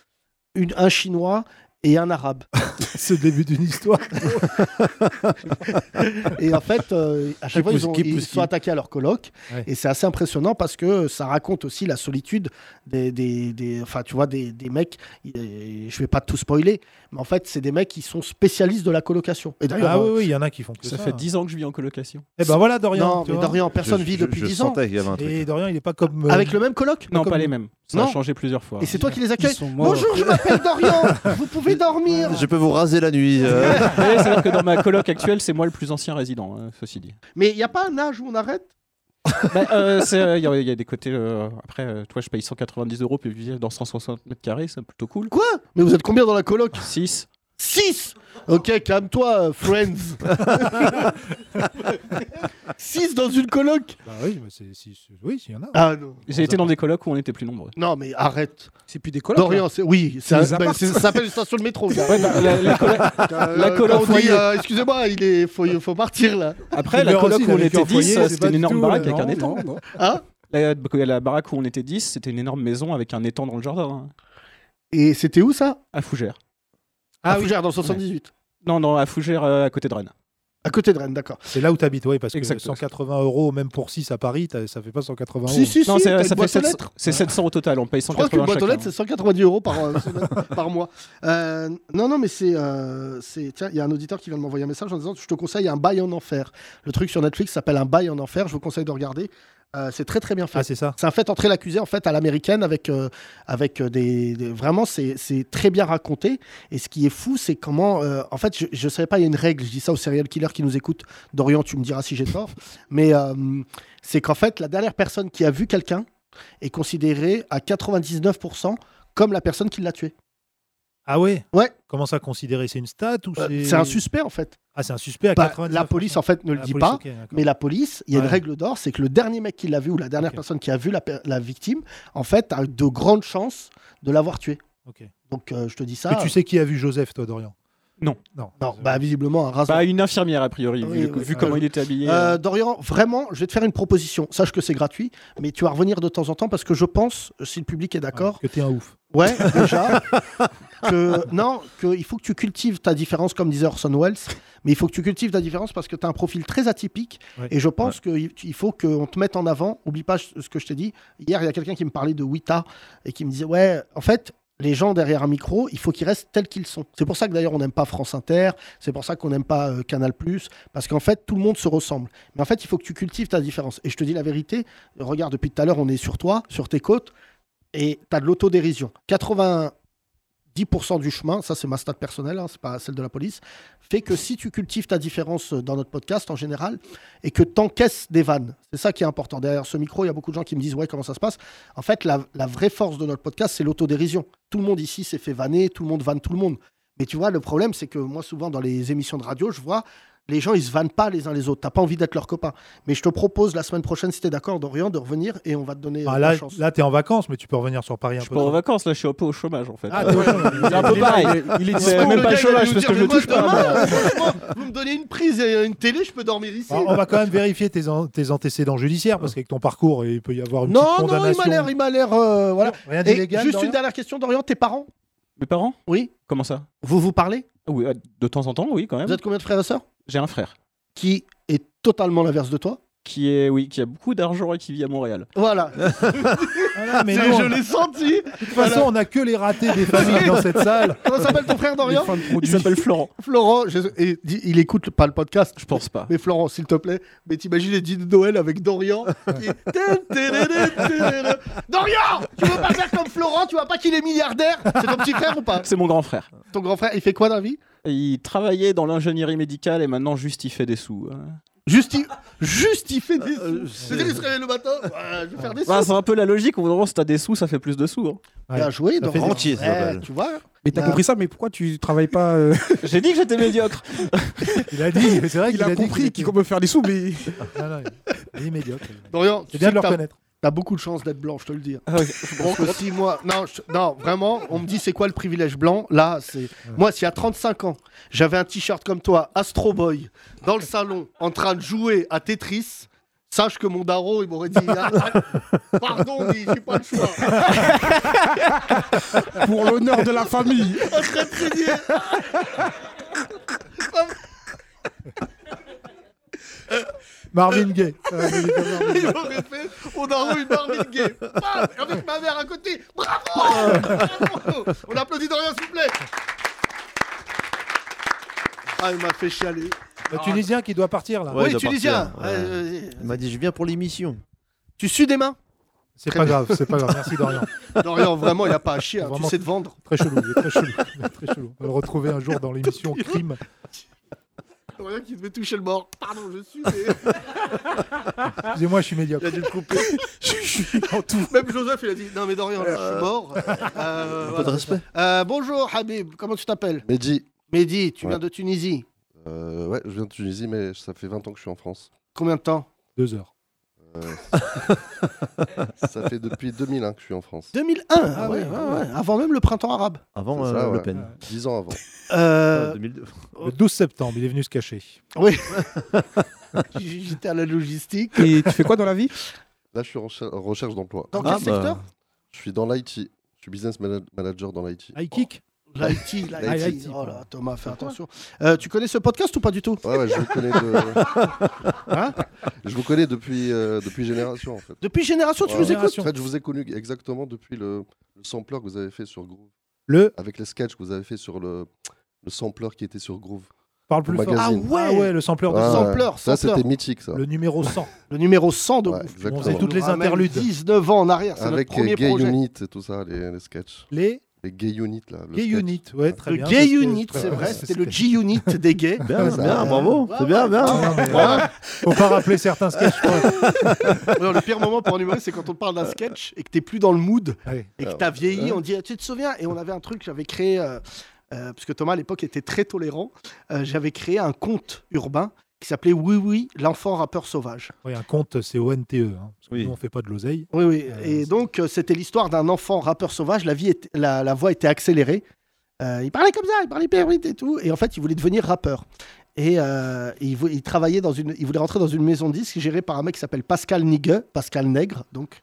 [SPEAKER 3] une- un chinois et un arabe.
[SPEAKER 4] C'est le début d'une histoire.
[SPEAKER 3] et en fait, euh, à
[SPEAKER 4] Qui
[SPEAKER 3] chaque fois,
[SPEAKER 4] pousse-
[SPEAKER 3] ils, ont-
[SPEAKER 4] qui
[SPEAKER 3] ils
[SPEAKER 4] pousse
[SPEAKER 3] sont
[SPEAKER 4] qui
[SPEAKER 3] attaqués à leur colloque.
[SPEAKER 4] Ouais.
[SPEAKER 3] Et c'est assez impressionnant parce que ça raconte aussi la solitude des, des, des- enfin, tu vois, des, des mecs. Et Je vais pas tout spoiler, mais en fait, c'est des mecs qui sont spécialistes de la colocation. Et d'ailleurs,
[SPEAKER 4] Ah
[SPEAKER 3] euh,
[SPEAKER 4] oui, oui, il y en a qui font que ça. hein.
[SPEAKER 9] Ça fait 10 ans que je vis en colocation.
[SPEAKER 4] Eh ben voilà, Dorian.
[SPEAKER 3] Non,
[SPEAKER 4] tu
[SPEAKER 3] mais
[SPEAKER 4] vois.
[SPEAKER 3] Dorian, personne
[SPEAKER 5] Je-
[SPEAKER 3] vit
[SPEAKER 5] je-
[SPEAKER 3] depuis
[SPEAKER 5] je
[SPEAKER 3] 10 ans.
[SPEAKER 5] sentais qu'il y avait un truc.
[SPEAKER 4] Et Dorian, il est pas comme. euh,
[SPEAKER 3] Ah, Avec le même colloque
[SPEAKER 9] Non,
[SPEAKER 4] comme
[SPEAKER 9] pas
[SPEAKER 4] nous.
[SPEAKER 9] les mêmes. Ça a
[SPEAKER 3] Non.
[SPEAKER 9] changé plusieurs
[SPEAKER 4] hein.
[SPEAKER 9] fois. euh,
[SPEAKER 3] Et c'est toi qui les accueilles
[SPEAKER 6] Ils sont morts.
[SPEAKER 3] Bonjour, je m'appelle Dorian Vous pouvez dormir
[SPEAKER 5] Je peux vous raser la nuit. euh.
[SPEAKER 9] Ouais, C'est-à-dire que dans ma coloc actuelle, c'est moi le plus ancien résident, hein, ceci dit.
[SPEAKER 3] Mais il n'y a pas un âge où on arrête
[SPEAKER 9] Bah, euh, c'est, euh, Il y, a- il y a des côtés. euh, après, euh, toi, je paye 190 euros, puis vivre dans 160 mètres carrés, c'est plutôt cool.
[SPEAKER 3] Quoi Mais vous êtes combien dans la coloc
[SPEAKER 9] 6.
[SPEAKER 3] 6 Ok, calme-toi, euh, Friends 6 dans une coloc
[SPEAKER 4] Bah oui, mais c'est- si- si- oui, il y en a.
[SPEAKER 3] Ah non
[SPEAKER 9] J'ai été dans des colocs où on était plus nombreux.
[SPEAKER 3] Non, mais arrête
[SPEAKER 6] C'est plus des colocs.
[SPEAKER 3] Dorian, c'est. Oui, c'est
[SPEAKER 6] Des
[SPEAKER 3] un- ben,
[SPEAKER 6] apparts.
[SPEAKER 3] c'est- ça s'appelle une station de métro. gars.
[SPEAKER 9] la, bah, la- la coloc-
[SPEAKER 3] Euh,
[SPEAKER 9] la
[SPEAKER 3] quand
[SPEAKER 9] coloc
[SPEAKER 3] on dit,
[SPEAKER 9] foyer.
[SPEAKER 3] euh, Excusez-moi, il est... faut, il faut partir là
[SPEAKER 9] Après,
[SPEAKER 4] Il
[SPEAKER 9] la
[SPEAKER 4] meurt
[SPEAKER 9] coloc
[SPEAKER 4] aussi,
[SPEAKER 9] où on
[SPEAKER 4] il a vécu
[SPEAKER 9] était
[SPEAKER 4] en foyer,
[SPEAKER 9] 10, euh,
[SPEAKER 4] c'est
[SPEAKER 9] c'était
[SPEAKER 4] pas
[SPEAKER 9] une
[SPEAKER 4] du
[SPEAKER 9] énorme
[SPEAKER 4] tout,
[SPEAKER 9] baraque
[SPEAKER 4] là,
[SPEAKER 9] avec un
[SPEAKER 4] non,
[SPEAKER 9] étang.
[SPEAKER 6] non.
[SPEAKER 9] Ah.
[SPEAKER 3] Hein
[SPEAKER 9] La, la baraque où on était 10, c'était une énorme maison avec un étang dans le jardin, hein,
[SPEAKER 3] Et c'était où ça
[SPEAKER 9] à Fougères.
[SPEAKER 3] Ah,
[SPEAKER 9] Ah
[SPEAKER 3] à
[SPEAKER 9] oui.
[SPEAKER 3] Fougères, dans le 78.
[SPEAKER 9] Non, non, à Fougères, euh, à côté de Rennes.
[SPEAKER 3] À côté de Rennes, d'accord.
[SPEAKER 4] C'est là où t'habites, oui, parce que
[SPEAKER 9] Exactement.
[SPEAKER 4] 180 euros, même pour 6 à Paris, t'as- ça fait pas 180 euros.
[SPEAKER 3] Si, si,
[SPEAKER 9] non,
[SPEAKER 3] si,
[SPEAKER 9] c'est- euh,
[SPEAKER 3] t'as
[SPEAKER 9] ça
[SPEAKER 3] une
[SPEAKER 9] fait
[SPEAKER 3] boîte aux
[SPEAKER 9] 700,
[SPEAKER 3] lettres.
[SPEAKER 9] c'est 700 au total, on paye
[SPEAKER 3] Je crois qu'une
[SPEAKER 9] 180
[SPEAKER 3] boîte aux
[SPEAKER 9] chacun.
[SPEAKER 3] lettres, c'est 190 euros par, euh, semaine- par mois. Euh, non, non, mais c'est. euh, c'est- tiens, il y a un auditeur qui vient de m'envoyer un message en disant Je te conseille un bail en enfer. Le truc sur Netflix s'appelle Un bail en enfer. Je vous conseille de regarder. Euh, c'est très, très bien fait.
[SPEAKER 4] Ah, c'est ça.
[SPEAKER 3] c'est un fait entrer l'accusé en fait à l'américaine avec euh, avec euh, des, des- vraiment c'est c'est très bien raconté et ce qui est fou c'est comment euh, en fait je, je savais pas il y a une règle je dis ça aux serial killers qui nous écoutent Dorian tu me diras si j'ai tort mais euh, c'est qu'en fait la dernière personne qui a vu quelqu'un est considérée à 99% comme la personne qui l'a tué
[SPEAKER 4] Ah ouais
[SPEAKER 3] Ouais.
[SPEAKER 4] Comment ça considérer C'est une stat ou
[SPEAKER 3] Euh,
[SPEAKER 4] c'est.
[SPEAKER 3] c'est un suspect en fait
[SPEAKER 4] Ah, c'est un suspect à
[SPEAKER 3] Pas-
[SPEAKER 4] 99%.
[SPEAKER 3] la police en fait ne le
[SPEAKER 4] La
[SPEAKER 3] dit
[SPEAKER 4] police,
[SPEAKER 3] pas
[SPEAKER 4] ok, d'accord.
[SPEAKER 3] Mais la police, il y a une
[SPEAKER 4] Ouais.
[SPEAKER 3] règle d'or, c'est que le dernier mec qui l'a vu ou la dernière
[SPEAKER 4] Ok.
[SPEAKER 3] personne qui a vu la, pe- la victime, en fait, a de grandes chances de l'avoir tué.
[SPEAKER 4] Ok.
[SPEAKER 3] Donc euh, je te dis ça.
[SPEAKER 4] Mais tu sais qui a vu Joseph, toi, Dorian
[SPEAKER 9] Non.
[SPEAKER 4] Non.
[SPEAKER 3] Non, bah visiblement un rasoir.
[SPEAKER 9] Bah, une infirmière, a priori,
[SPEAKER 3] Oui,
[SPEAKER 9] vu,
[SPEAKER 3] oui,
[SPEAKER 9] vu
[SPEAKER 3] oui.
[SPEAKER 9] comment il était habillé.
[SPEAKER 3] Euh, Dorian, vraiment, je vais te faire une proposition. Sache que c'est gratuit, mais tu vas revenir de temps en temps parce que je pense, si le public est d'accord,
[SPEAKER 4] Que t'es un ouf.
[SPEAKER 3] ouais, déjà, que non, qu'il faut que tu cultives ta différence comme disait Orson Welles, mais il faut que tu cultives ta différence parce que tu as un profil très atypique
[SPEAKER 4] Ouais.
[SPEAKER 3] et je pense qu'il il faut qu'on te mette en avant. Oublie pas ce que je t'ai dit. Hier, il y a quelqu'un qui me parlait de Wita et qui me disait Ouais, en fait, les gens derrière un micro, il faut qu'ils restent tels qu'ils sont. C'est pour ça que d'ailleurs, on n'aime pas France Inter, c'est pour ça qu'on n'aime pas euh, Canal, parce qu'en fait, tout le monde se ressemble. Mais en fait, il faut que tu cultives ta différence. Et je te dis la vérité regarde, depuis tout à l'heure, on est sur toi, sur tes côtes, et tu as de l'autodérision. 80 10% du chemin, ça c'est ma stat personnelle, hein, c'est pas celle de la police, fait que si tu cultives ta différence euh, dans notre podcast en général et que t'encaisses des vannes, c'est ça qui est important. Derrière ce micro, il y a beaucoup de gens qui me disent ouais comment ça se passe. En fait, la, la vraie force de notre podcast, c'est l'autodérision. Tout le monde ici s'est fait vanner, tout le monde vanne tout le monde. Mais tu vois, le problème, c'est que moi souvent dans les émissions de radio, je vois les gens ils se vannent pas les uns les autres. T'as pas envie d'être leur copain. Mais je te propose la semaine prochaine, si t'es d'accord, Dorian, de revenir et on va te donner euh,
[SPEAKER 4] Ah,
[SPEAKER 3] ta
[SPEAKER 4] là,
[SPEAKER 3] chance.
[SPEAKER 4] là t'es en vacances, mais tu peux revenir sur Paris un
[SPEAKER 9] je suis
[SPEAKER 4] peu.
[SPEAKER 9] pas en vacances, là, je suis un peu au chômage, en fait. Euh,
[SPEAKER 4] vacances.
[SPEAKER 9] c'est un peu pareil. Il est
[SPEAKER 3] Bon,
[SPEAKER 9] même
[SPEAKER 3] le
[SPEAKER 9] pas au
[SPEAKER 3] gars, il va
[SPEAKER 9] chômage
[SPEAKER 3] nous
[SPEAKER 9] parce
[SPEAKER 3] dire,
[SPEAKER 9] que je
[SPEAKER 3] mais
[SPEAKER 9] le
[SPEAKER 3] moi,
[SPEAKER 9] touche pas.
[SPEAKER 3] demain, franchement, Vous me donnez une prise et une télé, je peux dormir ici.
[SPEAKER 4] Bah, on va quand même vérifier tes, an- tes antécédents judiciaires, parce qu'avec ton parcours, il peut y avoir une petite
[SPEAKER 3] Non, non, il
[SPEAKER 4] condamnation.
[SPEAKER 3] m'a l'air, il m'a l'air, euh, voilà.
[SPEAKER 4] Rien
[SPEAKER 3] Et
[SPEAKER 4] d'illégal.
[SPEAKER 3] juste
[SPEAKER 4] Dorian
[SPEAKER 3] une dernière question, Dorian, tes parents
[SPEAKER 9] Mes parents
[SPEAKER 3] Oui.
[SPEAKER 9] Comment ça
[SPEAKER 3] Vous vous parlez
[SPEAKER 9] Ah Oui, euh, de temps en temps, oui, quand
[SPEAKER 3] Vous
[SPEAKER 9] même.
[SPEAKER 3] êtes combien de frères et sœurs
[SPEAKER 9] J'ai un frère
[SPEAKER 3] Qui est totalement l'inverse de toi.
[SPEAKER 9] qui est, oui, qui a beaucoup d'argent et qui vit à Montréal.
[SPEAKER 3] Voilà.
[SPEAKER 4] Ah là, mais
[SPEAKER 3] C'est-
[SPEAKER 4] non,
[SPEAKER 3] je l'ai senti.
[SPEAKER 4] de toute façon, on a que les ratés des familles dans cette salle.
[SPEAKER 3] Comment s'appelle ton frère, Dorian
[SPEAKER 9] Il s'appelle Florent.
[SPEAKER 3] Florent. je- et dis- il écoute le- pas le podcast.
[SPEAKER 9] Je pense pas.
[SPEAKER 3] Mais Florent, s'il te plaît, mais t'imagines les dîners de Noël avec Dorian qui... Dorian Tu veux pas faire comme Florent Tu vois pas qu'il est milliardaire C'est ton petit frère ou pas
[SPEAKER 9] C'est mon grand frère.
[SPEAKER 3] Ton grand frère, il fait quoi dans la vie
[SPEAKER 9] Il travaillait dans l'ingénierie médicale et maintenant juste il fait des sous. hein.
[SPEAKER 3] Justi- Justifier des
[SPEAKER 5] Euh,
[SPEAKER 3] sous.
[SPEAKER 5] euh,
[SPEAKER 3] C'est-à-dire, il se réveille le matin, Ouais, je vais faire des sous.
[SPEAKER 9] Bah, c'est un peu la logique, au bout d'un moment, si t'as des sous, ça fait plus de sous. hein.
[SPEAKER 3] Bien joué,
[SPEAKER 4] Ça fait
[SPEAKER 3] Dorian.
[SPEAKER 5] rentier, ça
[SPEAKER 3] Ouais,
[SPEAKER 5] s'appelle.
[SPEAKER 3] Tu vois
[SPEAKER 6] Mais t'as
[SPEAKER 3] Bah.
[SPEAKER 6] compris ça, mais pourquoi tu travailles pas euh,
[SPEAKER 9] J'ai dit que j'étais médiocre.
[SPEAKER 4] Il a dit, mais c'est vrai
[SPEAKER 6] Il
[SPEAKER 4] qu'il
[SPEAKER 6] a
[SPEAKER 4] dit
[SPEAKER 6] compris
[SPEAKER 4] qu'il
[SPEAKER 6] qu'il peut faire des sous, mais.
[SPEAKER 4] était- Ah, Non, non, il est médiocre.
[SPEAKER 3] Dorian, tu
[SPEAKER 4] C'est bien
[SPEAKER 3] sais
[SPEAKER 4] de le
[SPEAKER 3] que t'as-
[SPEAKER 4] reconnaître.
[SPEAKER 3] t'as beaucoup de chance d'être blanc, je te le dis.
[SPEAKER 9] Ah, ok.
[SPEAKER 3] Parce que si moi, non, je- non, vraiment, on me dit c'est quoi le privilège blanc Là, c'est moi, si à 35 ans, j'avais un t-shirt comme toi, Astro Boy, dans le salon, en train de jouer à Tetris. Sache que mon daron, il m'aurait dit Ah, ah, Pardon, dit, j'ai pas le choix.
[SPEAKER 6] Pour l'honneur de la famille.
[SPEAKER 3] En train de saigner.
[SPEAKER 4] Marvin Gaye. Euh,
[SPEAKER 3] Il m'aurait fait mon daron, une Marvin Gaye. Bam Avec ma mère à côté. Bravo Bravo On applaudit Dorian, s'il vous plaît. Ah, il m'a fait chialer.
[SPEAKER 4] Le Tunisien qui doit partir là.
[SPEAKER 3] Ouais, il doit Euh, partir. Ouais.
[SPEAKER 5] Il m'a dit, je viens pour l'émission.
[SPEAKER 3] Tu sues des mains
[SPEAKER 4] C'est pas grave, c'est pas grave. Merci Dorian.
[SPEAKER 3] Dorian, vraiment, il a pas à chier. hein.
[SPEAKER 4] Vraiment.
[SPEAKER 3] Tu sais te vendre.
[SPEAKER 4] Très chelou, il est très chelou. il est très chelou. On va le retrouver un jour dans l'émission Crime.
[SPEAKER 3] Dorian qui devait toucher le mort. Pardon, je suis. mais-
[SPEAKER 4] Excusez-moi, je suis médiocre.
[SPEAKER 3] Il a dû le couper.
[SPEAKER 6] Je suis en tout.
[SPEAKER 3] Même Joseph, il a dit Non, mais Dorian, là, je suis mort. Euh,
[SPEAKER 5] Un peu de
[SPEAKER 3] voilà.
[SPEAKER 5] respect.
[SPEAKER 3] Euh, bonjour, Habib. Comment tu t'appelles
[SPEAKER 11] Mehdi,
[SPEAKER 3] Mehdi, tu
[SPEAKER 11] Ouais.
[SPEAKER 3] viens de Tunisie.
[SPEAKER 11] euh, ouais, je viens de Tunisie, mais ça fait 20 ans que je suis en France.
[SPEAKER 3] Combien de temps
[SPEAKER 4] Deux heures.
[SPEAKER 11] Euh, ça fait depuis 2001 que je suis en France.
[SPEAKER 3] 2001. Ah, ouais, ouais, ouais. Avant même le printemps arabe.
[SPEAKER 5] Avant
[SPEAKER 11] C'est
[SPEAKER 5] euh,
[SPEAKER 11] ça, ouais.
[SPEAKER 5] Le Pen.
[SPEAKER 11] 10 ans avant.
[SPEAKER 3] Euh,
[SPEAKER 5] 2002.
[SPEAKER 4] Le 12 septembre, il est venu se cacher.
[SPEAKER 3] Oui. J'étais à la logistique.
[SPEAKER 6] Et tu fais quoi dans la vie
[SPEAKER 11] Là, je suis en recher- en recherche d'emploi.
[SPEAKER 3] Dans
[SPEAKER 5] Ah,
[SPEAKER 3] quel secteur
[SPEAKER 11] Je suis dans l'IT. Je suis business mana- manager dans l'IT.
[SPEAKER 4] High kick
[SPEAKER 3] L'IT, l'IT.
[SPEAKER 4] l'IT,
[SPEAKER 3] Oh là, Thomas, fais attention. Euh, tu connais ce podcast ou pas du tout
[SPEAKER 11] Ouais, ouais, je vous connais, de-
[SPEAKER 3] Hein
[SPEAKER 11] je vous connais depuis, euh, depuis Génération, en fait.
[SPEAKER 3] Depuis Génération, tu
[SPEAKER 11] Ouais.
[SPEAKER 3] nous écoutes
[SPEAKER 11] En fait, je vous ai connu exactement depuis le, le sampler que vous avez fait sur Groove.
[SPEAKER 4] Le.
[SPEAKER 11] Avec les sketchs que vous avez fait sur le, le sampler qui était sur Groove.
[SPEAKER 4] Parle plus
[SPEAKER 11] Au
[SPEAKER 4] fort.
[SPEAKER 11] magazine.
[SPEAKER 3] Ah ouais
[SPEAKER 4] Ah ouais, le sampleur de
[SPEAKER 11] euh, Ouais,
[SPEAKER 4] sang.
[SPEAKER 3] Sampler,
[SPEAKER 11] Ça,
[SPEAKER 3] sampler.
[SPEAKER 11] c'était mythique, ça.
[SPEAKER 4] Le numéro 100.
[SPEAKER 3] Le numéro 100 de
[SPEAKER 11] Ouais,
[SPEAKER 3] Groove.
[SPEAKER 4] On
[SPEAKER 11] exactement.
[SPEAKER 4] faisait toutes les
[SPEAKER 3] Nous ramène
[SPEAKER 4] interludes.
[SPEAKER 3] 19 ans en arrière, c'est notre
[SPEAKER 11] Avec
[SPEAKER 3] premier
[SPEAKER 11] les Gay
[SPEAKER 3] projet.
[SPEAKER 11] Unit et tout ça, les, les sketchs.
[SPEAKER 4] Les
[SPEAKER 11] Les Gay Unit, là. le
[SPEAKER 4] gay
[SPEAKER 11] sketch.
[SPEAKER 4] unit. Ouais, très
[SPEAKER 3] Le
[SPEAKER 4] bien.
[SPEAKER 3] Gay
[SPEAKER 4] c'était-
[SPEAKER 3] Unit,
[SPEAKER 4] très-
[SPEAKER 3] c'est vrai,
[SPEAKER 4] ouais,
[SPEAKER 3] c'était le G-Unit des gays.
[SPEAKER 5] Bien,
[SPEAKER 11] ça-
[SPEAKER 3] Ah,
[SPEAKER 5] bien, bravo.
[SPEAKER 3] Euh,
[SPEAKER 5] c'est bien, bien.
[SPEAKER 4] Non, mais, euh, Faut pas rappeler certains sketchs. je crois.
[SPEAKER 3] Non, le pire moment pour un humoriste, c'est quand on parle d'un
[SPEAKER 11] Euh,
[SPEAKER 3] sketch et que t'es plus dans le mood
[SPEAKER 4] Allez.
[SPEAKER 3] et que t'as vieilli. On dit, Ah, tu te souviens Et on avait un truc, j'avais créé, euh, euh, parce que Thomas à l'époque était très tolérant, euh, j'avais créé un conte urbain qui s'appelait Oui, oui, l'enfant rappeur sauvage.
[SPEAKER 4] Ouais, un compte, c'est ONTE. Hein, parce que
[SPEAKER 5] Oui.
[SPEAKER 4] Nous, on fait pas de l'oseille.
[SPEAKER 3] Oui, oui.
[SPEAKER 4] Euh,
[SPEAKER 3] Et
[SPEAKER 4] c'est-
[SPEAKER 3] donc, euh, c'était l'histoire d'un enfant rappeur sauvage. La, vie était- la, la voix était accélérée. Euh, il parlait comme ça, il parlait hyper vite et tout. Et en fait, il voulait devenir rappeur. Et euh, il, vou- il travaillait dans une, il voulait rentrer dans une maison de disques gérée par un mec qui s'appelle Pascal Nigue, Pascal Nègre, donc.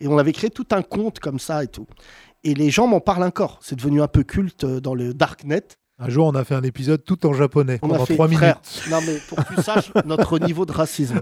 [SPEAKER 3] Et on avait créé tout un conte comme ça et tout. Et les gens m'en parlent encore. C'est devenu un peu culte euh, dans le darknet.
[SPEAKER 4] Un jour, on a fait un épisode tout en japonais
[SPEAKER 3] On
[SPEAKER 4] pendant
[SPEAKER 3] a fait,
[SPEAKER 4] 3 minutes.
[SPEAKER 3] frère, non mais pour que tu saches notre niveau de racisme.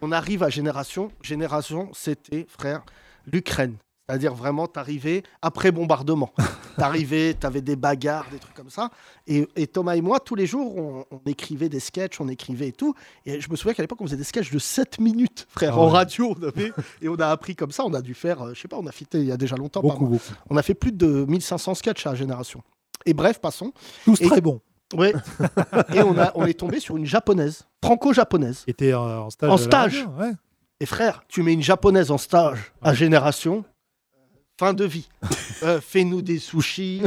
[SPEAKER 3] On arrive à Génération. Génération, c'était, frère, l'Ukraine. C'est-à-dire vraiment, t'arrivais après bombardement. T'arrivais, t'avais des bagarres, des trucs comme ça. Et, et Thomas et moi, tous les jours, on, on écrivait des sketchs, on écrivait et tout. Et je me souviens qu'à l'époque, on faisait des sketchs de 7 minutes, frère,
[SPEAKER 4] Ah
[SPEAKER 3] en
[SPEAKER 4] ouais.
[SPEAKER 3] radio. On avait, et on a appris comme ça, on a dû faire, euh, je sais pas, on a fité il y a déjà longtemps.
[SPEAKER 4] Beaucoup,
[SPEAKER 3] pardon.
[SPEAKER 4] beaucoup.
[SPEAKER 3] On a fait plus de 1500 sketchs à Génération. Et bref, passons.
[SPEAKER 4] Tous
[SPEAKER 3] Et-
[SPEAKER 4] très bons.
[SPEAKER 3] Ouais. Et on, a, on est tombé sur une japonaise, franco-japonaise.
[SPEAKER 4] Qui étaient euh, en stage.
[SPEAKER 3] En
[SPEAKER 4] à la
[SPEAKER 3] stage.
[SPEAKER 4] radio, hein. ouais.
[SPEAKER 3] Et frère, tu mets une japonaise en stage à génération, fin de vie. Euh, Fais-nous des sushis.